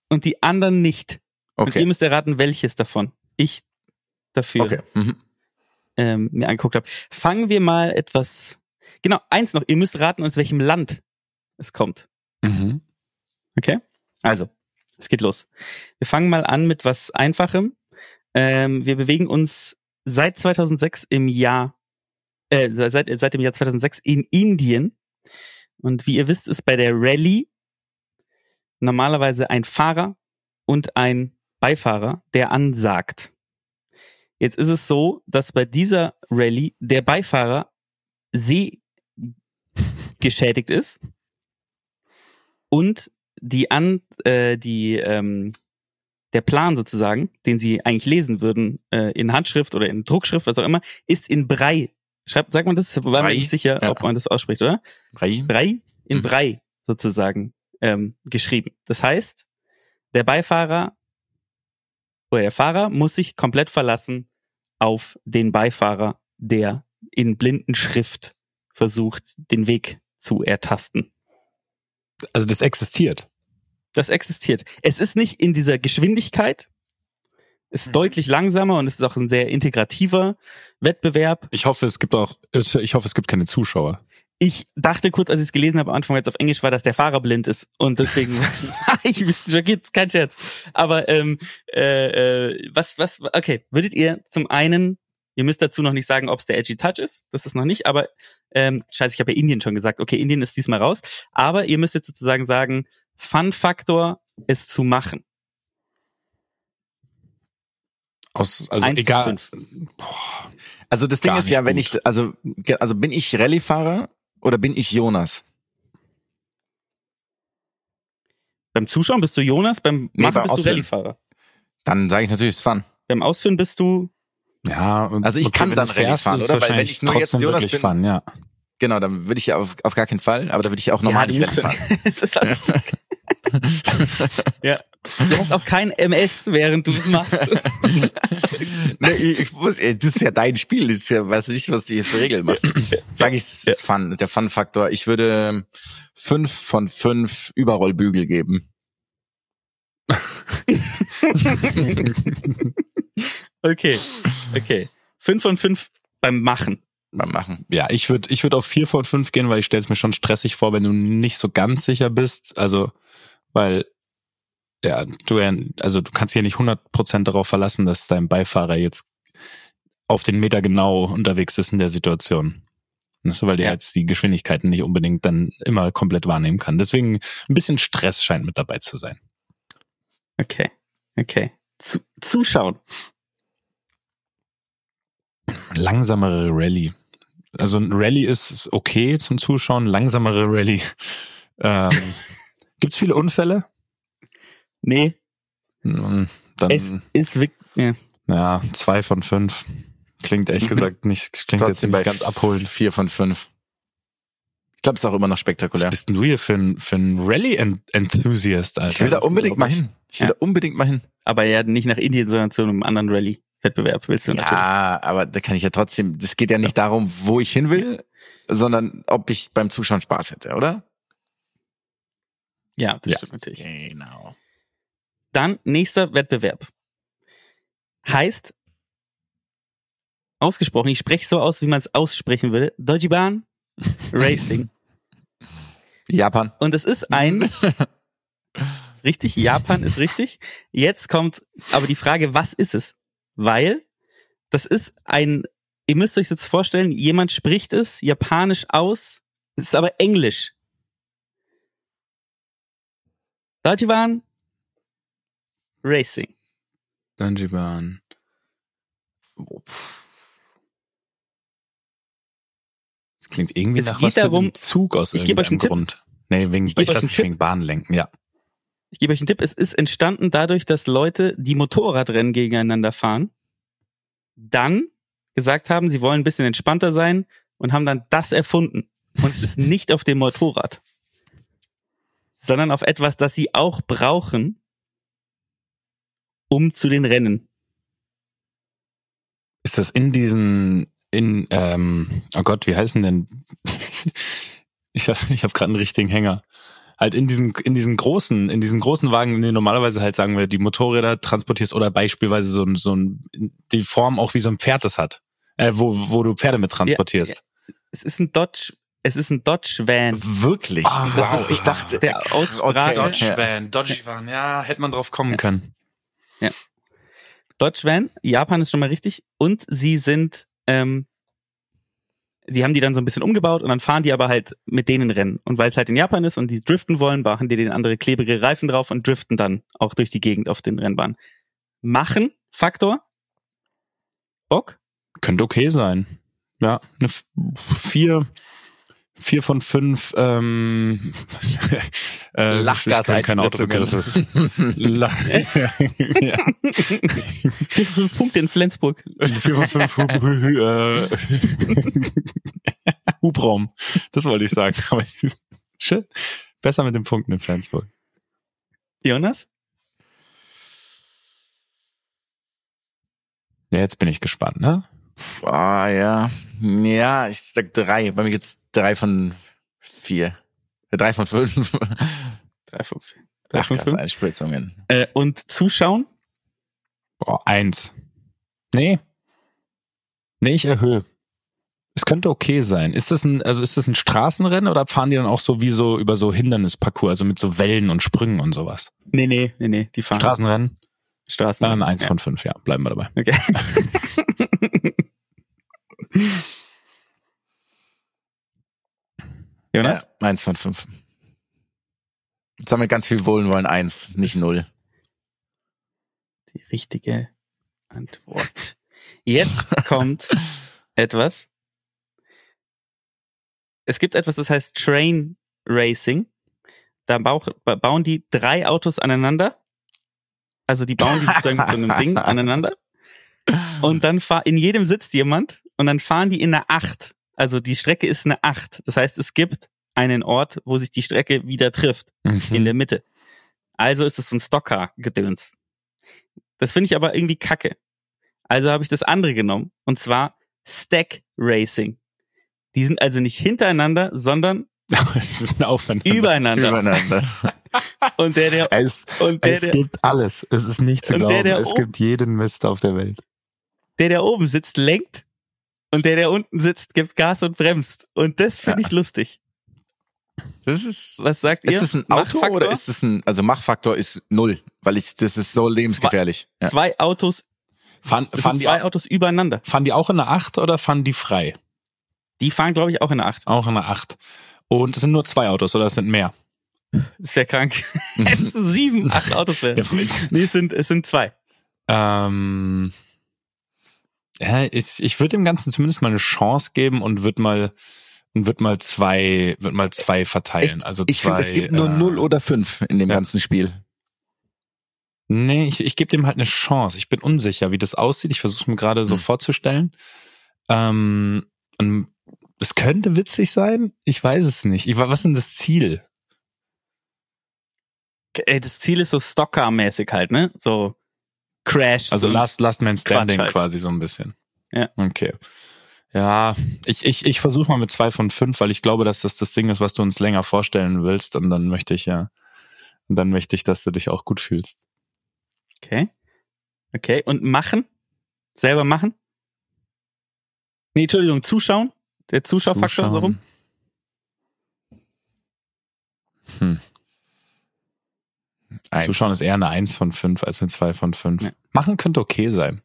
[SPEAKER 6] und die anderen nicht. Und ihr
[SPEAKER 4] Okay.
[SPEAKER 6] müsst erraten, welches davon ich dafür
[SPEAKER 4] Okay. Mhm.
[SPEAKER 6] ähm, mir angeguckt habe. Fangen wir mal etwas. Genau, eins noch. Ihr müsst raten, aus welchem Land es kommt.
[SPEAKER 5] Mhm.
[SPEAKER 6] Okay? Also, es geht los. Wir fangen mal an mit was Einfachem. Ähm, wir bewegen uns seit 2006 im Jahr, äh, seit, seit dem Jahr 2006 in Indien. Und wie ihr wisst, ist bei der Rallye normalerweise ein Fahrer und ein Beifahrer, der ansagt. Jetzt ist es so, dass bei dieser Rallye der Beifahrer sehgeschädigt ist und die an äh, die ähm, der Plan sozusagen, den sie eigentlich lesen würden äh, in Handschrift oder in Druckschrift, was auch immer, ist in Brei. Schreibt, sagt man das? War mir
[SPEAKER 4] Brei?
[SPEAKER 6] nicht sicher,
[SPEAKER 4] Ja.
[SPEAKER 6] ob man das ausspricht, oder?
[SPEAKER 4] Brei?
[SPEAKER 6] Brei in
[SPEAKER 4] Mhm.
[SPEAKER 6] Brei sozusagen ähm, geschrieben. Das heißt, der Beifahrer oder der Fahrer muss sich komplett verlassen auf den Beifahrer, der in Blindenschrift versucht, den Weg zu ertasten.
[SPEAKER 5] Also das existiert.
[SPEAKER 6] Das existiert. Es ist nicht in dieser Geschwindigkeit, ist deutlich langsamer und es ist auch ein sehr integrativer Wettbewerb.
[SPEAKER 5] Ich hoffe, es gibt auch, ich hoffe, es gibt keine Zuschauer.
[SPEAKER 6] Ich dachte kurz, als ich es gelesen habe, am Anfang jetzt auf Englisch war, dass der Fahrer blind ist und deswegen war ich ein bisschen schockiert, kein Scherz. Aber ähm, äh, äh, was, was, okay, würdet ihr zum einen, ihr müsst dazu noch nicht sagen, ob es der Edgy Touch ist, das ist noch nicht, aber ähm, scheiße, ich habe ja Indien schon gesagt, okay, Indien ist diesmal raus, aber ihr müsst jetzt sozusagen sagen, Fun-Faktor, es zu machen.
[SPEAKER 5] Aus, also
[SPEAKER 6] Eins bis
[SPEAKER 5] egal.
[SPEAKER 4] Also das
[SPEAKER 5] Gar
[SPEAKER 4] Ding ist
[SPEAKER 5] nicht
[SPEAKER 4] ja, wenn
[SPEAKER 5] gut.
[SPEAKER 4] ich, also, ge- also bin ich Rallye-Fahrer oder bin ich Jonas?
[SPEAKER 6] Beim Zuschauen bist du Jonas, beim
[SPEAKER 4] Nee,
[SPEAKER 6] Machen
[SPEAKER 4] beim
[SPEAKER 6] bist
[SPEAKER 4] Ausführen.
[SPEAKER 6] du Rallye-Fahrer.
[SPEAKER 4] Dann sage ich natürlich, es ist Fun.
[SPEAKER 6] Beim Ausführen bist du,
[SPEAKER 5] Ja, und-
[SPEAKER 4] Also ich kann
[SPEAKER 5] wenn
[SPEAKER 4] dann
[SPEAKER 5] du
[SPEAKER 4] Rallye
[SPEAKER 5] fährst,
[SPEAKER 4] fahren,
[SPEAKER 5] ist es
[SPEAKER 4] oder? Weil wenn
[SPEAKER 5] wahrscheinlich
[SPEAKER 4] ich nur jetzt
[SPEAKER 5] trotzdem
[SPEAKER 4] Jonas
[SPEAKER 5] wirklich
[SPEAKER 4] bin-
[SPEAKER 5] fahren, ja.
[SPEAKER 4] Genau, dann würde ich ja auf, auf gar keinen Fall, aber da würde ich auch normal
[SPEAKER 6] du
[SPEAKER 4] nicht
[SPEAKER 6] musst-
[SPEAKER 4] Rallye fahren.
[SPEAKER 6] Das ist das. ja. Du hast auch kein MS, während du es machst.
[SPEAKER 4] Nee, ich, ich muss, ey, das ist ja dein Spiel, das ist ja, weiß nicht, was du hier für Regeln machst. Sag ich, es ist Fun, der Fun-Faktor. Ich würde fünf von fünf Überrollbügel geben.
[SPEAKER 6] Okay, okay. Fünf von fünf beim Machen.
[SPEAKER 4] beim Machen.
[SPEAKER 5] Ja, ich würde ich würd auf vier von fünf gehen, weil ich stell's mir schon stressig vor, wenn du nicht so ganz sicher bist. Also, weil, ja, du ja, also du kannst dich ja nicht 100% darauf verlassen, dass dein Beifahrer jetzt auf den Meter genau unterwegs ist in der Situation. Weißt du, weil der
[SPEAKER 6] Ja.
[SPEAKER 5] jetzt die Geschwindigkeiten nicht unbedingt dann immer komplett wahrnehmen kann. Deswegen ein bisschen Stress scheint mit dabei zu sein.
[SPEAKER 6] Okay, okay. Zu, zuschauen.
[SPEAKER 5] Langsamere Rallye. Also ein Rallye ist okay zum Zuschauen, langsamere Rallye. Ähm, gibt's viele Unfälle?
[SPEAKER 6] Nee,
[SPEAKER 5] Mm, Dann,
[SPEAKER 6] es ist wirklich, ja.
[SPEAKER 5] ja, zwei von fünf. Klingt ehrlich gesagt nicht, klingt jetzt
[SPEAKER 4] Trotzdem bei
[SPEAKER 5] nicht ganz abholend.
[SPEAKER 4] Vier von fünf. Ich glaube, es ist auch immer noch
[SPEAKER 5] Was
[SPEAKER 4] spektakulär.
[SPEAKER 5] bist denn du hier für ein, für ein Rally-Enthusiast, Alter?
[SPEAKER 4] Ich will da unbedingt mal hin. Ich will
[SPEAKER 6] Ja.
[SPEAKER 4] da unbedingt mal hin.
[SPEAKER 6] Aber ja, nicht nach Indien, sondern zu einem anderen Rallye-Wettbewerb willst du natürlich.
[SPEAKER 4] Ja, aber da kann ich ja trotzdem, das geht ja nicht darum, wo ich hin will, sondern ob ich beim Zuschauen Spaß hätte, oder?
[SPEAKER 6] Ja, das
[SPEAKER 5] Ja.
[SPEAKER 6] stimmt natürlich.
[SPEAKER 4] Genau.
[SPEAKER 6] Dann nächster Wettbewerb. Heißt, ausgesprochen, ich spreche so aus, wie man es aussprechen würde, Dojiban Racing.
[SPEAKER 4] Japan.
[SPEAKER 6] Und es ist ein. ist richtig, Japan ist richtig. Jetzt kommt aber die Frage, was ist es? Weil das ist ein, ihr müsst euch jetzt vorstellen, jemand spricht es japanisch aus, es ist aber Englisch. Dajiban Racing.
[SPEAKER 5] Danjiban. Das klingt irgendwie
[SPEAKER 6] Es
[SPEAKER 5] nach
[SPEAKER 6] geht
[SPEAKER 5] was mit
[SPEAKER 6] darum-
[SPEAKER 5] einem Zug aus
[SPEAKER 6] Ich geb euch
[SPEAKER 5] irgendeinem
[SPEAKER 6] einen Tipp.
[SPEAKER 5] Grund. Nee, wegen,
[SPEAKER 6] Ich
[SPEAKER 5] ich,
[SPEAKER 6] geb euch
[SPEAKER 5] lass
[SPEAKER 6] einen
[SPEAKER 5] mich
[SPEAKER 6] Tipp.
[SPEAKER 5] wegen Bahn lenken, ja.
[SPEAKER 6] Ich gebe euch einen Tipp, es ist entstanden dadurch, dass Leute, die Motorradrennen gegeneinander fahren, dann gesagt haben, sie wollen ein bisschen entspannter sein und haben dann das erfunden. Und es ist nicht auf dem Motorrad, sondern auf etwas, das sie auch brauchen, um zu den Rennen.
[SPEAKER 5] Ist das in diesen, in, ähm, oh Gott, wie heißen denn? ich habe ich hab gerade einen richtigen Hänger. Halt in diesen, in diesen großen, in diesen großen Wagen, in denen normalerweise halt, sagen wir, die Motorräder transportierst oder beispielsweise so ein, so ein, die Form auch wie so ein Pferd es hat. Äh, wo, wo du Pferde mit transportierst.
[SPEAKER 6] Es ist ein Dodge, es ist ein Dodge Van.
[SPEAKER 4] Wirklich?
[SPEAKER 5] Ah,
[SPEAKER 6] das
[SPEAKER 5] wow,
[SPEAKER 6] ist so
[SPEAKER 5] ich dachte-
[SPEAKER 6] der Aussprache.
[SPEAKER 4] Okay. Dodge Ja.
[SPEAKER 5] Van, Dodgy Van, ja, hätte man drauf kommen können.
[SPEAKER 6] Dodge Van, Japan ist schon mal richtig. Und sie sind, ähm, sie haben die dann so ein bisschen umgebaut und dann fahren die aber halt mit denen Rennen. Und weil es halt in Japan ist und die driften wollen, machen die den andere klebrige Reifen drauf und driften dann auch durch die Gegend auf den Rennbahnen. Machen, Faktor. Bock.
[SPEAKER 5] Könnte okay sein. Ja, eine F- vier, vier von fünf ähm, äh,
[SPEAKER 4] Lachgas
[SPEAKER 5] ich kann keine Autobegriffe. Lach ja.
[SPEAKER 6] Vier von fünf Punkte in Flensburg.
[SPEAKER 5] Vier von fünf Hub, äh, Hubraum. Das wollte ich sagen. Aber shit. Besser mit dem Punkten in Flensburg.
[SPEAKER 6] Jonas?
[SPEAKER 5] Ja, jetzt bin ich gespannt, ne?
[SPEAKER 4] Ah, ja. Ja, ich sag drei. Bei mir gibt's drei von vier. Äh, Drei von fünf.
[SPEAKER 6] Drei von vier. Drei von fünf.
[SPEAKER 4] Lachgas-Einspritzungen.
[SPEAKER 6] Äh, und zuschauen?
[SPEAKER 5] Boah, Oh, eins. Nee. Nee, ich erhöhe. Es könnte okay sein. Ist das ein, also ist das ein Straßenrennen oder fahren die dann auch so wie so über so Hindernisparcours, also mit so Wellen und Sprüngen und sowas?
[SPEAKER 6] Nee, nee, nee, nee, die fahren.
[SPEAKER 5] Straßenrennen?
[SPEAKER 6] Straßen.
[SPEAKER 5] Dann eins von fünf, ja. Bleiben wir dabei.
[SPEAKER 6] Okay.
[SPEAKER 4] Ja,
[SPEAKER 6] Jonas?
[SPEAKER 4] eins von fünf. Jetzt haben wir ganz viel Wohlwollen eins, nicht null.
[SPEAKER 6] Die richtige Antwort. Jetzt kommt etwas. Es gibt etwas, das heißt Train Racing. Da bauch, ba- bauen die drei Autos aneinander. Also die bauen die sozusagen mit so einem Ding aneinander. Und dann fahr, in jedem sitzt jemand und dann fahren die in einer Acht. Also die Strecke ist eine Acht. Das heißt, es gibt einen Ort, wo sich die Strecke wieder trifft in
[SPEAKER 4] Mhm.
[SPEAKER 6] der Mitte. Also ist es so ein Stocker-Gedöns. Das finde ich aber irgendwie kacke. Also habe ich das andere genommen. Und zwar Stack Racing. Die sind also nicht hintereinander, sondern
[SPEAKER 5] das Genau, ist ein Aufwand.
[SPEAKER 6] übereinander.
[SPEAKER 4] Übereinander.
[SPEAKER 6] Und der, der,
[SPEAKER 5] Es,
[SPEAKER 6] und der,
[SPEAKER 5] es
[SPEAKER 6] der,
[SPEAKER 5] gibt alles. Es ist nicht zu
[SPEAKER 6] Und der,
[SPEAKER 5] glauben.
[SPEAKER 6] der
[SPEAKER 5] es
[SPEAKER 6] oben-
[SPEAKER 5] gibt jeden Mist auf der Welt.
[SPEAKER 6] der, der oben sitzt, lenkt. Und der, der unten sitzt, gibt Gas und bremst. Und das finde ich lustig.
[SPEAKER 4] Das ist.
[SPEAKER 6] Was sagt ihr?
[SPEAKER 4] Ist das ein Auto
[SPEAKER 6] Machfaktor?
[SPEAKER 4] oder ist das ein, also Machfaktor ist null, weil ich, das ist so lebensgefährlich. Ja.
[SPEAKER 6] zwei Autos,
[SPEAKER 5] Fahren,
[SPEAKER 6] das
[SPEAKER 5] fahren,
[SPEAKER 6] sind
[SPEAKER 5] die,
[SPEAKER 6] zwei Autos übereinander?
[SPEAKER 5] fahren die auch in der Acht oder fahren die frei?
[SPEAKER 6] Die fahren, glaube ich, auch in der Acht.
[SPEAKER 5] Auch in der Acht. Und es sind nur zwei Autos oder es sind mehr?
[SPEAKER 6] Das wäre krank.
[SPEAKER 4] Mhm.
[SPEAKER 6] Hättest du sieben, acht Autos wären. nee, es sind, es sind zwei.
[SPEAKER 5] Ähm, ja, ich, ich würde dem Ganzen zumindest mal eine Chance geben und würde mal und würd mal zwei würd mal zwei verteilen.
[SPEAKER 4] Echt?
[SPEAKER 5] Also zwei,
[SPEAKER 4] Ich finde, es gibt nur
[SPEAKER 5] äh,
[SPEAKER 4] null oder fünf in dem
[SPEAKER 5] ja.
[SPEAKER 4] ganzen Spiel.
[SPEAKER 5] Nee, ich, ich gebe dem halt eine Chance. Ich bin unsicher, wie das aussieht. Ich versuche mir gerade so
[SPEAKER 4] Hm.
[SPEAKER 5] vorzustellen. Ähm, und es könnte witzig sein. Ich weiß es nicht. Ich, wa- was ist denn das Ziel?
[SPEAKER 6] ey, äh, das Ziel ist so Stocker-mäßig halt, ne? So Crash.
[SPEAKER 5] Also
[SPEAKER 6] so.
[SPEAKER 5] Last, Last Man Standing
[SPEAKER 6] Quatsch halt.
[SPEAKER 5] quasi so ein bisschen.
[SPEAKER 6] Ja.
[SPEAKER 5] Okay. Ja, ich, ich, ich versuche mal mit zwei von fünf, weil ich glaube, dass das das Ding ist, was du uns länger vorstellen willst. Und dann möchte ich ja, und dann möchte ich, dass du dich auch gut fühlst.
[SPEAKER 6] Okay. Okay. Und machen? Selber machen? Nee, Entschuldigung, zuschauen? Der Zuschauerfaktor so rum?
[SPEAKER 5] Hm.
[SPEAKER 4] Eins.
[SPEAKER 5] Zuschauen ist eher eine 1 von 5 als eine 2 von 5.
[SPEAKER 6] Ja.
[SPEAKER 5] Machen könnte okay sein.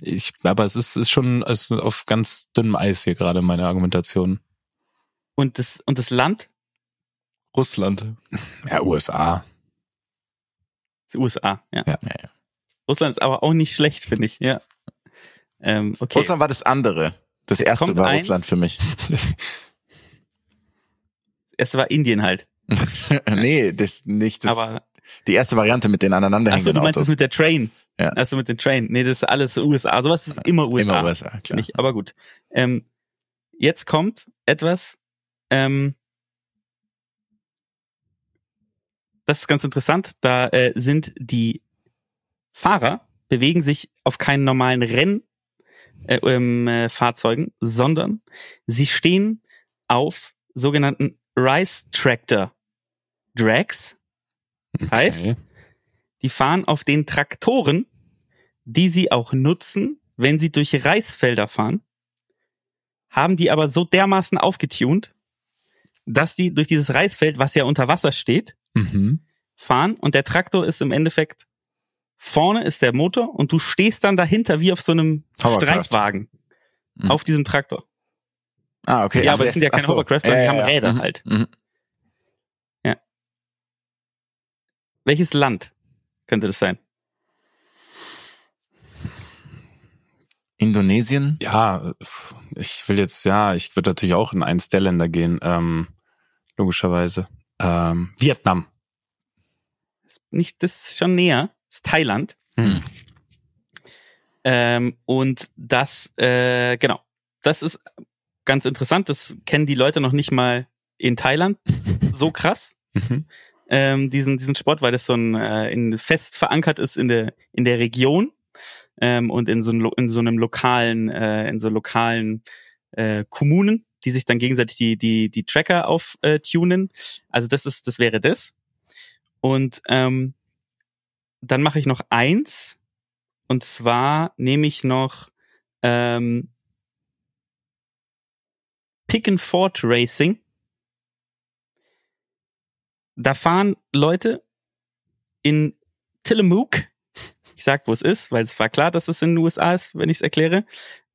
[SPEAKER 5] Ich, aber es ist, ist schon es ist auf ganz dünnem Eis hier gerade meine Argumentation.
[SPEAKER 6] Und das, und das Land?
[SPEAKER 4] Russland.
[SPEAKER 5] Ja, USA.
[SPEAKER 6] Das USA, ja.
[SPEAKER 5] Ja.
[SPEAKER 4] Ja, ja.
[SPEAKER 6] Russland ist aber auch nicht schlecht, finde ich, ja. Ähm, okay.
[SPEAKER 4] Russland war das andere. Das
[SPEAKER 6] Jetzt
[SPEAKER 4] erste
[SPEAKER 6] kommt
[SPEAKER 4] war
[SPEAKER 6] eins.
[SPEAKER 4] Russland für mich.
[SPEAKER 6] Das erste war Indien halt.
[SPEAKER 4] nee, das nicht. Das,
[SPEAKER 6] aber,
[SPEAKER 4] die erste Variante mit den
[SPEAKER 6] achso,
[SPEAKER 4] aneinanderhängenden
[SPEAKER 6] du meinst das
[SPEAKER 4] Autos.
[SPEAKER 6] mit der Train?
[SPEAKER 4] Ja.
[SPEAKER 6] Also mit den Train. Nee, das ist alles USA. Sowas ist immer USA.
[SPEAKER 4] Immer USA, klar.
[SPEAKER 6] Nicht, aber gut. Ähm, jetzt kommt etwas, ähm, das ist ganz interessant. Da äh, sind die Fahrer, bewegen sich auf keinen normalen Renn, äh, ähm, äh, Fahrzeugen, sondern sie stehen auf sogenannten Rice Tractor Drags. Heißt,
[SPEAKER 5] Okay.
[SPEAKER 6] die fahren auf den Traktoren, die sie auch nutzen, wenn sie durch Reisfelder fahren, haben die aber so dermaßen aufgetunt, dass die durch dieses Reisfeld, was ja unter Wasser steht,
[SPEAKER 5] Mhm.
[SPEAKER 6] fahren und der Traktor ist im Endeffekt vorne ist der Motor und du stehst dann dahinter wie auf so einem
[SPEAKER 4] Hovercraft.
[SPEAKER 6] Streifwagen
[SPEAKER 5] Mhm.
[SPEAKER 6] auf diesem Traktor.
[SPEAKER 4] Ah, okay.
[SPEAKER 6] Ja, aber es sind ja keine Hovercrafts, sondern die haben Räder
[SPEAKER 4] mhm.
[SPEAKER 6] halt.
[SPEAKER 4] Mhm.
[SPEAKER 6] Welches Land könnte das sein?
[SPEAKER 4] Indonesien?
[SPEAKER 5] Ja, ich will jetzt, ja, ich würde natürlich auch in eins der Länder gehen, ähm, logischerweise. Ähm, Vietnam.
[SPEAKER 6] nicht, das ist schon näher, das ist Thailand.
[SPEAKER 5] Hm.
[SPEAKER 6] Ähm, und das, äh, genau, das ist ganz interessant. Das kennen die Leute noch nicht mal in Thailand so krass,
[SPEAKER 5] Mhm.
[SPEAKER 6] ähm, diesen, diesen Sport, weil das so ein äh, in, fest verankert ist in der, in der Region ähm, und in so, einem, lo- in so einem lokalen, äh, in so lokalen äh, Kommunen, die sich dann gegenseitig die, die, die Tracker auftunen. also das ist, das wäre das. Und ähm, dann mache ich noch eins. Und zwar nehme ich noch ähm, Pick and Ford Racing. Da fahren Leute in Tillamook. Ich sag, wo es ist, weil es war klar, dass es in den USA ist, wenn ich es erkläre.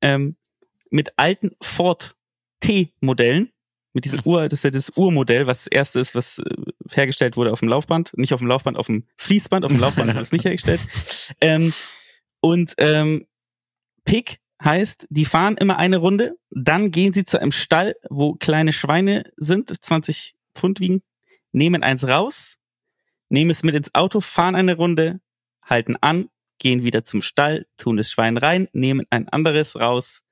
[SPEAKER 6] Ähm, mit alten Ford T-Modellen. Mit diesem Ur, das ist ja das Urmodell, was das erste ist, was äh, hergestellt wurde auf dem Laufband. Nicht auf dem Laufband, auf dem Fließband. Auf dem Laufband wurde es nicht hergestellt. Ähm, und ähm, Pick heißt, die fahren immer eine Runde, dann gehen sie zu einem Stall, wo kleine Schweine sind, 20 Pfund wiegen, nehmen eins raus, nehmen es mit ins Auto, fahren eine Runde, halten an, gehen wieder zum Stall, tun das Schwein rein, nehmen ein anderes raus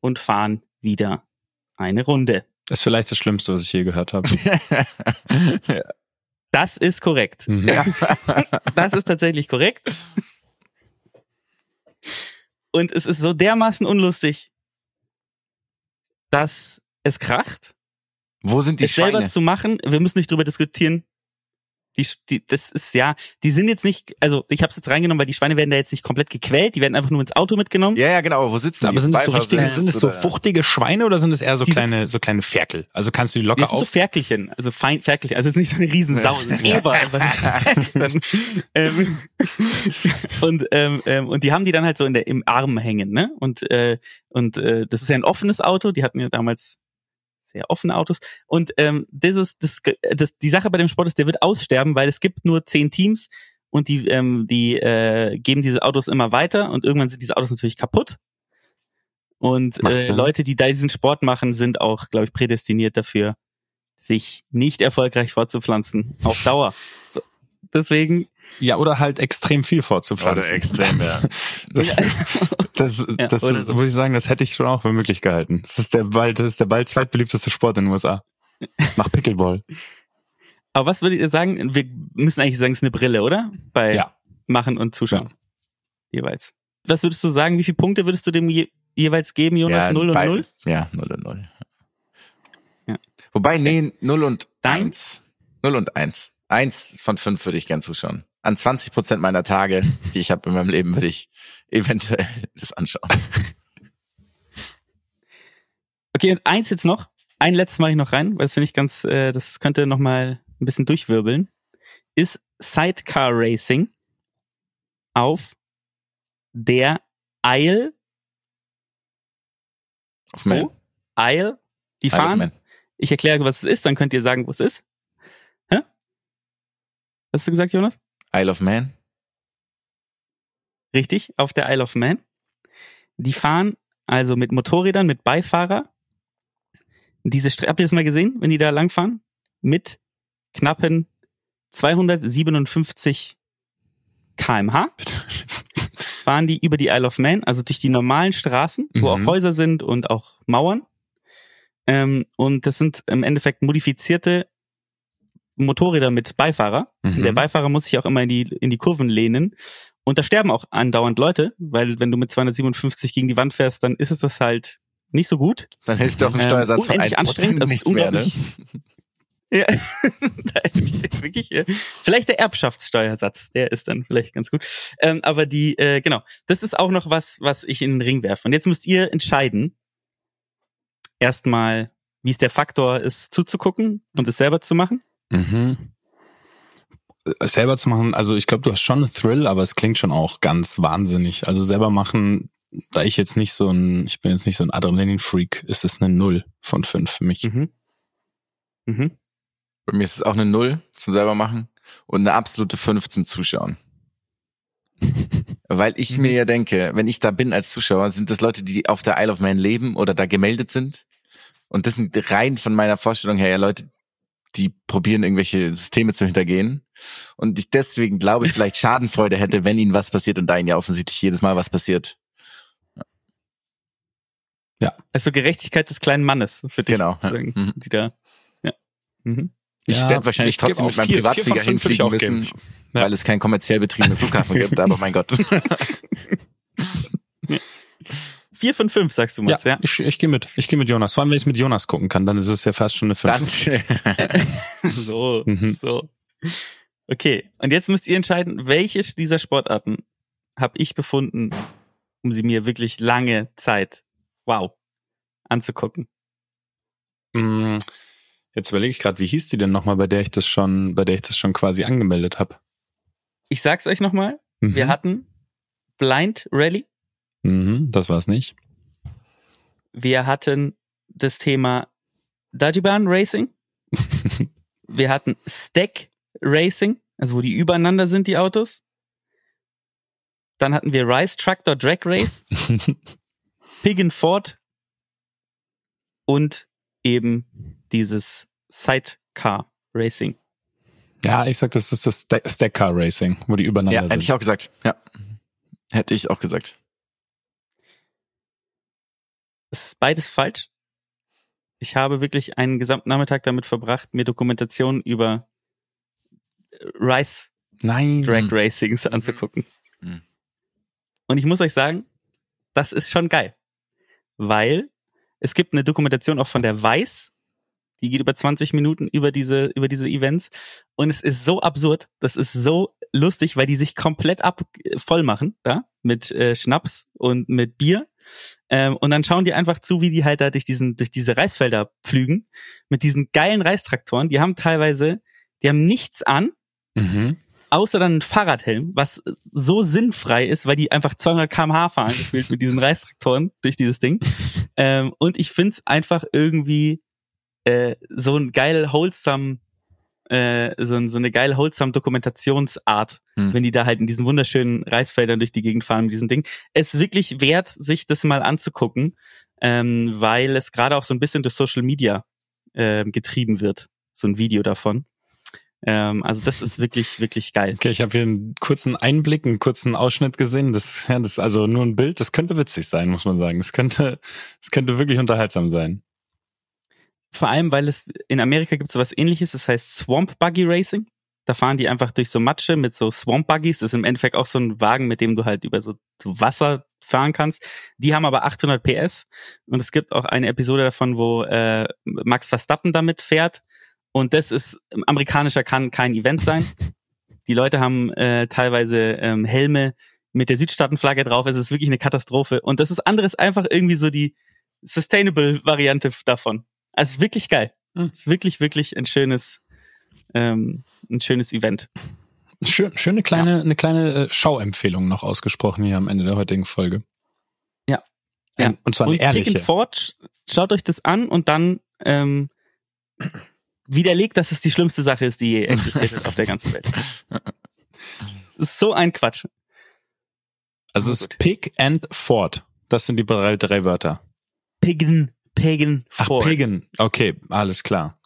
[SPEAKER 6] und fahren wieder eine Runde.
[SPEAKER 5] Ist vielleicht das Schlimmste, was ich je gehört habe.
[SPEAKER 6] Das ist korrekt.
[SPEAKER 5] Mhm.
[SPEAKER 6] Das ist tatsächlich korrekt. Und es ist so dermaßen unlustig, dass es kracht.
[SPEAKER 4] Wo sind die
[SPEAKER 6] es selber
[SPEAKER 4] Schweine?
[SPEAKER 6] zu machen, wir müssen nicht drüber diskutieren. Die, Sch- die, das ist ja, die sind jetzt nicht, also ich habe es jetzt reingenommen, weil die Schweine werden da jetzt nicht komplett gequält, die werden einfach nur ins Auto mitgenommen.
[SPEAKER 4] Ja, ja, genau. Wo sitzen die?
[SPEAKER 5] Aber sind es so
[SPEAKER 4] Beifahrersitz
[SPEAKER 5] richtige, sind es so
[SPEAKER 4] oder-
[SPEAKER 5] wuchtige Schweine oder sind es eher so
[SPEAKER 6] Die sind-
[SPEAKER 5] kleine, so kleine Ferkel? Also kannst du die
[SPEAKER 6] Die
[SPEAKER 5] locker
[SPEAKER 6] sind so
[SPEAKER 5] auf.
[SPEAKER 6] Ferkelchen, also fein Ferkelchen, also jetzt nicht so eine Riesensau, so ein Eber. einfach. dann, ähm, und, ähm, ähm, und die haben die dann halt so in der, im Arm hängen, ne? Und, äh, und äh, das ist ja ein offenes Auto, die hatten ja damals sehr offene Autos. Und ähm, das ist, das, das, die Sache bei dem Sport ist, der wird aussterben, weil es gibt nur zehn Teams und die, ähm, die äh, geben diese Autos immer weiter und irgendwann sind diese Autos natürlich kaputt. Und
[SPEAKER 5] Macht
[SPEAKER 6] äh,
[SPEAKER 5] Sinn.
[SPEAKER 6] Leute, die da diesen Sport machen, sind auch, glaube ich, prädestiniert dafür, sich nicht erfolgreich fortzupflanzen. Auf Dauer. So. Deswegen,
[SPEAKER 5] Ja, oder halt extrem viel
[SPEAKER 4] Oder
[SPEAKER 5] vorzupflanzen.
[SPEAKER 4] extrem, ja.
[SPEAKER 5] Das,
[SPEAKER 6] Ja,
[SPEAKER 5] das
[SPEAKER 6] oder
[SPEAKER 5] ist,
[SPEAKER 6] so.
[SPEAKER 5] würde ich sagen, das hätte ich schon auch für möglich gehalten. Das ist der bald, das ist der bald zweitbeliebteste Sport in den USA. Nach Pickleball.
[SPEAKER 6] aber was würdet ihr sagen? Wir müssen eigentlich sagen, es ist eine Brille, oder? Bei
[SPEAKER 5] Ja.
[SPEAKER 6] Machen und Zuschauen. Jeweils. Was würdest du sagen? Wie viele Punkte würdest du dem je jeweils geben, Jonas?
[SPEAKER 4] ja,
[SPEAKER 6] Null und
[SPEAKER 4] bei-
[SPEAKER 6] null?
[SPEAKER 4] Ja, 0 und 0.
[SPEAKER 6] Ja.
[SPEAKER 4] Wobei, nee, 0 und
[SPEAKER 6] Dein?
[SPEAKER 4] 1. 0 und 1. Eins von fünf würde ich gern zuschauen. An 20 Prozent meiner Tage, die ich habe in meinem Leben, würde ich eventuell das anschauen.
[SPEAKER 6] Okay, und eins jetzt noch. Ein letztes mache ich noch rein, weil das finde ich ganz, äh, das könnte nochmal ein bisschen durchwirbeln, ist Sidecar Racing auf der Isle,
[SPEAKER 4] Auf Man.
[SPEAKER 6] Oh, Isle, die
[SPEAKER 4] Isle of
[SPEAKER 6] fahren.
[SPEAKER 4] Man.
[SPEAKER 6] Ich erkläre, was es ist, dann könnt ihr sagen, wo es ist. Hä? Hast du gesagt, Jonas?
[SPEAKER 4] Isle of Man.
[SPEAKER 6] Richtig, auf der Isle of Man. Die fahren also mit Motorrädern, mit Beifahrer. Diese Stre habt ihr das mal gesehen, wenn die da langfahren? Mit knappen 257 kmh fahren die über die Isle of Man, also durch die normalen Straßen, wo
[SPEAKER 5] Mhm.
[SPEAKER 6] auch Häuser sind und auch Mauern. Ähm, und das sind im Endeffekt modifizierte Motorräder mit Beifahrer.
[SPEAKER 5] Mhm.
[SPEAKER 6] Der Beifahrer muss sich auch immer in die, in die Kurven lehnen. Und da sterben auch andauernd Leute, weil wenn du mit 257 gegen die Wand fährst, dann ist es das halt nicht so gut. Ähm,
[SPEAKER 4] Dann hilft
[SPEAKER 5] Ähm,
[SPEAKER 4] auch ein Steuersatz von 1%
[SPEAKER 6] unendlich anstrengend, das ist
[SPEAKER 4] nichts mehr, ne?
[SPEAKER 6] unglaublich. Ja, Da- wirklich. ja. Vielleicht der Erbschaftssteuersatz, der ist dann vielleicht ganz gut. Ähm, aber die, äh, genau, das ist auch noch was, was ich in den Ring werfe. Und jetzt müsst ihr entscheiden, erstmal, wie es der Faktor ist, zuzugucken und es selber zu machen.
[SPEAKER 5] Mhm. Äh, Selber zu machen, also ich glaube, du hast schon einen Thrill, aber es klingt schon auch ganz wahnsinnig. Also selber machen, da ich jetzt nicht so ein, ich bin jetzt nicht so ein Adrenalin-Freak, ist es eine Null von fünf für mich.
[SPEAKER 6] Mhm. Mhm.
[SPEAKER 4] Bei mir ist es auch eine Null zum selber machen und eine absolute Fünf zum Zuschauen. Weil ich mir ja denke, wenn ich da bin als Zuschauer, sind das Leute, die auf der Isle of Man leben oder da gemeldet sind. Und das sind rein von meiner Vorstellung her ja Leute, die probieren, irgendwelche Systeme zu hintergehen. Und ich deswegen glaube ich, vielleicht Schadenfreude hätte, wenn ihnen was passiert und da ihnen ja offensichtlich jedes Mal was passiert.
[SPEAKER 6] Also Gerechtigkeit des kleinen Mannes für dich
[SPEAKER 4] Genau.
[SPEAKER 6] sozusagen,
[SPEAKER 4] Mhm.
[SPEAKER 6] die da. Ja. Mhm.
[SPEAKER 4] Ich
[SPEAKER 5] Ja,
[SPEAKER 4] werde wahrscheinlich
[SPEAKER 5] ich geb
[SPEAKER 4] trotzdem
[SPEAKER 5] auch
[SPEAKER 4] mit meinem
[SPEAKER 5] vier. Vier von
[SPEAKER 4] Privatflieger
[SPEAKER 5] fünf würde ich
[SPEAKER 4] hinfliegen
[SPEAKER 5] auch
[SPEAKER 4] müssen,
[SPEAKER 5] geben. Ja.
[SPEAKER 4] weil es keinen kommerziell betriebenen Flughafen gibt, aber mein Gott.
[SPEAKER 6] Vier von fünf, sagst du, Mats, ja?
[SPEAKER 5] ich, ich gehe mit. Ich gehe mit Jonas. Vor allem, wenn ich mit Jonas gucken kann, dann ist es ja fast schon eine
[SPEAKER 4] Dann,
[SPEAKER 5] fünf.
[SPEAKER 6] So,
[SPEAKER 5] Mhm.
[SPEAKER 6] so. Okay, und jetzt müsst ihr entscheiden, welche dieser Sportarten habe ich gefunden, um sie mir wirklich lange Zeit, wow, anzugucken.
[SPEAKER 5] Mm, Jetzt überlege ich gerade, wie hieß die denn nochmal, bei der ich das schon, bei der ich das schon quasi angemeldet habe.
[SPEAKER 6] Ich sag's euch nochmal,
[SPEAKER 5] Mhm.
[SPEAKER 6] wir hatten Blind Rally,
[SPEAKER 5] Mhm, das war's nicht.
[SPEAKER 6] wir hatten das Thema Dajiban Racing, wir hatten Stack Racing, also wo die übereinander sind, die Autos. Dann hatten wir Rice Tractor Drag Race, Pig and Ford und eben dieses Sidecar Racing.
[SPEAKER 5] ja, ich sag, das ist das Stack- Stack Car Racing, wo die übereinander
[SPEAKER 4] Ja,
[SPEAKER 5] sind.
[SPEAKER 4] hätte ich auch gesagt. Ja. Hätte ich auch gesagt.
[SPEAKER 6] Es ist beides falsch. Ich habe wirklich einen gesamten Nachmittag damit verbracht, mir Dokumentationen über Rice
[SPEAKER 5] Nein.
[SPEAKER 6] Drag Racings anzugucken.
[SPEAKER 4] Mhm.
[SPEAKER 6] Und ich muss euch sagen, das ist schon geil. Weil es gibt eine Dokumentation auch von der Weiß, die geht über 20 Minuten über diese, über diese Events. Und es ist so absurd, das ist so lustig, weil die sich komplett ab äh, voll machen, da, mit äh, Schnaps und mit Bier. Ähm, und dann schauen die einfach zu, wie die halt da durch diesen, durch diese Reisfelder pflügen, mit diesen geilen Reistraktoren. Die haben teilweise, die haben nichts an,
[SPEAKER 5] Mhm.
[SPEAKER 6] außer dann ein Fahrradhelm, was so sinnfrei ist, weil die einfach 200 km/h fahren gefühlt mit diesen Reistraktoren durch dieses Ding. Ähm, und ich find's einfach irgendwie äh, so ein geil wholesome, äh, so, ein- so eine geil wholesome Dokumentationsart,
[SPEAKER 4] Hm.
[SPEAKER 6] wenn die da halt in diesen wunderschönen Reisfeldern durch die Gegend fahren mit diesem Ding. Es ist wirklich wert, sich das mal anzugucken, ähm, weil es gerade auch so ein bisschen durch Social Media ähm, getrieben wird. So ein Video davon. Ähm, also das ist wirklich, wirklich geil.
[SPEAKER 5] Okay, ich habe hier einen kurzen Einblick, einen kurzen Ausschnitt gesehen. Das, ja, das ist also nur ein Bild. Das könnte witzig sein, muss man sagen. Das könnte, das könnte wirklich unterhaltsam sein.
[SPEAKER 6] Vor allem, weil es in Amerika gibt es sowas ähnliches, das heißt Swamp Buggy Racing. Da fahren die einfach durch so Matsche mit so Swamp Buggies. Das ist im Endeffekt auch so ein Wagen, mit dem du halt über so Wasser fahren kannst. Die haben aber 800 PS und es gibt auch eine Episode davon, wo äh, Max Verstappen damit fährt. Und das ist amerikanischer kann kein Event sein. Die Leute haben äh, teilweise ähm, Helme mit der Südstaatenflagge drauf. Es ist wirklich eine Katastrophe. Und das ist anderes einfach irgendwie so die Sustainable Variante davon. Also ist wirklich geil.
[SPEAKER 5] Hm.
[SPEAKER 6] Ist wirklich, wirklich ein schönes, ähm, ein schönes Event.
[SPEAKER 5] Schön, schöne kleine, eine kleine äh, Schauempfehlung noch ausgesprochen hier am Ende der heutigen Folge.
[SPEAKER 6] Ja.
[SPEAKER 5] Ein,
[SPEAKER 6] Ja.
[SPEAKER 5] Und zwar eine
[SPEAKER 6] und Pick
[SPEAKER 5] ehrliche.
[SPEAKER 6] and Forge, schaut euch das an und dann ähm, widerlegt, dass es die schlimmste Sache ist, die je existiert hat auf der ganzen Welt. Es ist so ein Quatsch.
[SPEAKER 5] Also es ist Pick and Ford. Das sind die drei, drei Wörter.
[SPEAKER 6] Piggen, Piggen,
[SPEAKER 5] Ach,
[SPEAKER 6] Forge.
[SPEAKER 5] Piggen. Okay, alles klar.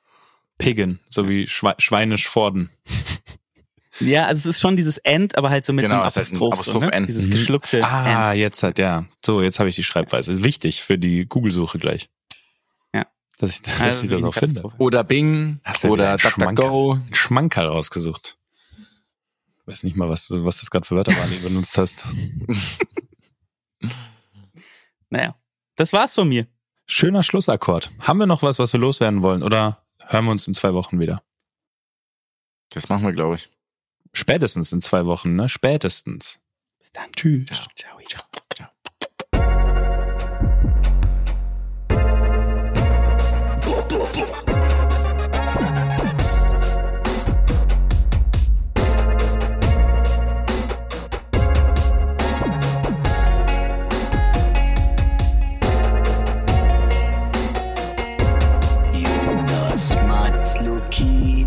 [SPEAKER 5] Piggen, so wie Schwe Schweinisch Forden.
[SPEAKER 6] Ja, also es ist schon dieses End, aber halt so mit
[SPEAKER 4] Genau,
[SPEAKER 6] so einem
[SPEAKER 4] es heißt ein
[SPEAKER 6] Apostroph. so,
[SPEAKER 4] Apostroph
[SPEAKER 6] ne?
[SPEAKER 4] End.
[SPEAKER 6] Dieses
[SPEAKER 5] Mhm.
[SPEAKER 6] geschluckte
[SPEAKER 5] Ah,
[SPEAKER 6] End.
[SPEAKER 5] jetzt hat, ja. So, jetzt habe ich die Schreibweise. Ist wichtig für die Google-Suche gleich.
[SPEAKER 6] Ja.
[SPEAKER 5] Dass ich, dass
[SPEAKER 6] Also
[SPEAKER 5] ich das
[SPEAKER 6] eine
[SPEAKER 5] auch finde.
[SPEAKER 6] Katastrophe.
[SPEAKER 4] Oder Bing
[SPEAKER 5] Hast du wieder
[SPEAKER 4] oder
[SPEAKER 5] einen
[SPEAKER 4] DuckDuckGo.
[SPEAKER 5] Schmankerl- einen Schmankerl rausgesucht. Ich weiß nicht mal, was, du- was das gerade für Wörter waren, die du benutzt hast.
[SPEAKER 6] Naja, das war's von mir.
[SPEAKER 5] Schöner Schlussakkord. Haben wir noch was, was wir loswerden wollen? Oder hören wir uns in zwei Wochen wieder?
[SPEAKER 4] Das machen wir, glaube ich.
[SPEAKER 5] Spätestens in zwei Wochen, ne? Spätestens.
[SPEAKER 6] Bis dann.
[SPEAKER 5] Tschüss.
[SPEAKER 6] Ciao.
[SPEAKER 3] Jonas, Mats, Luki.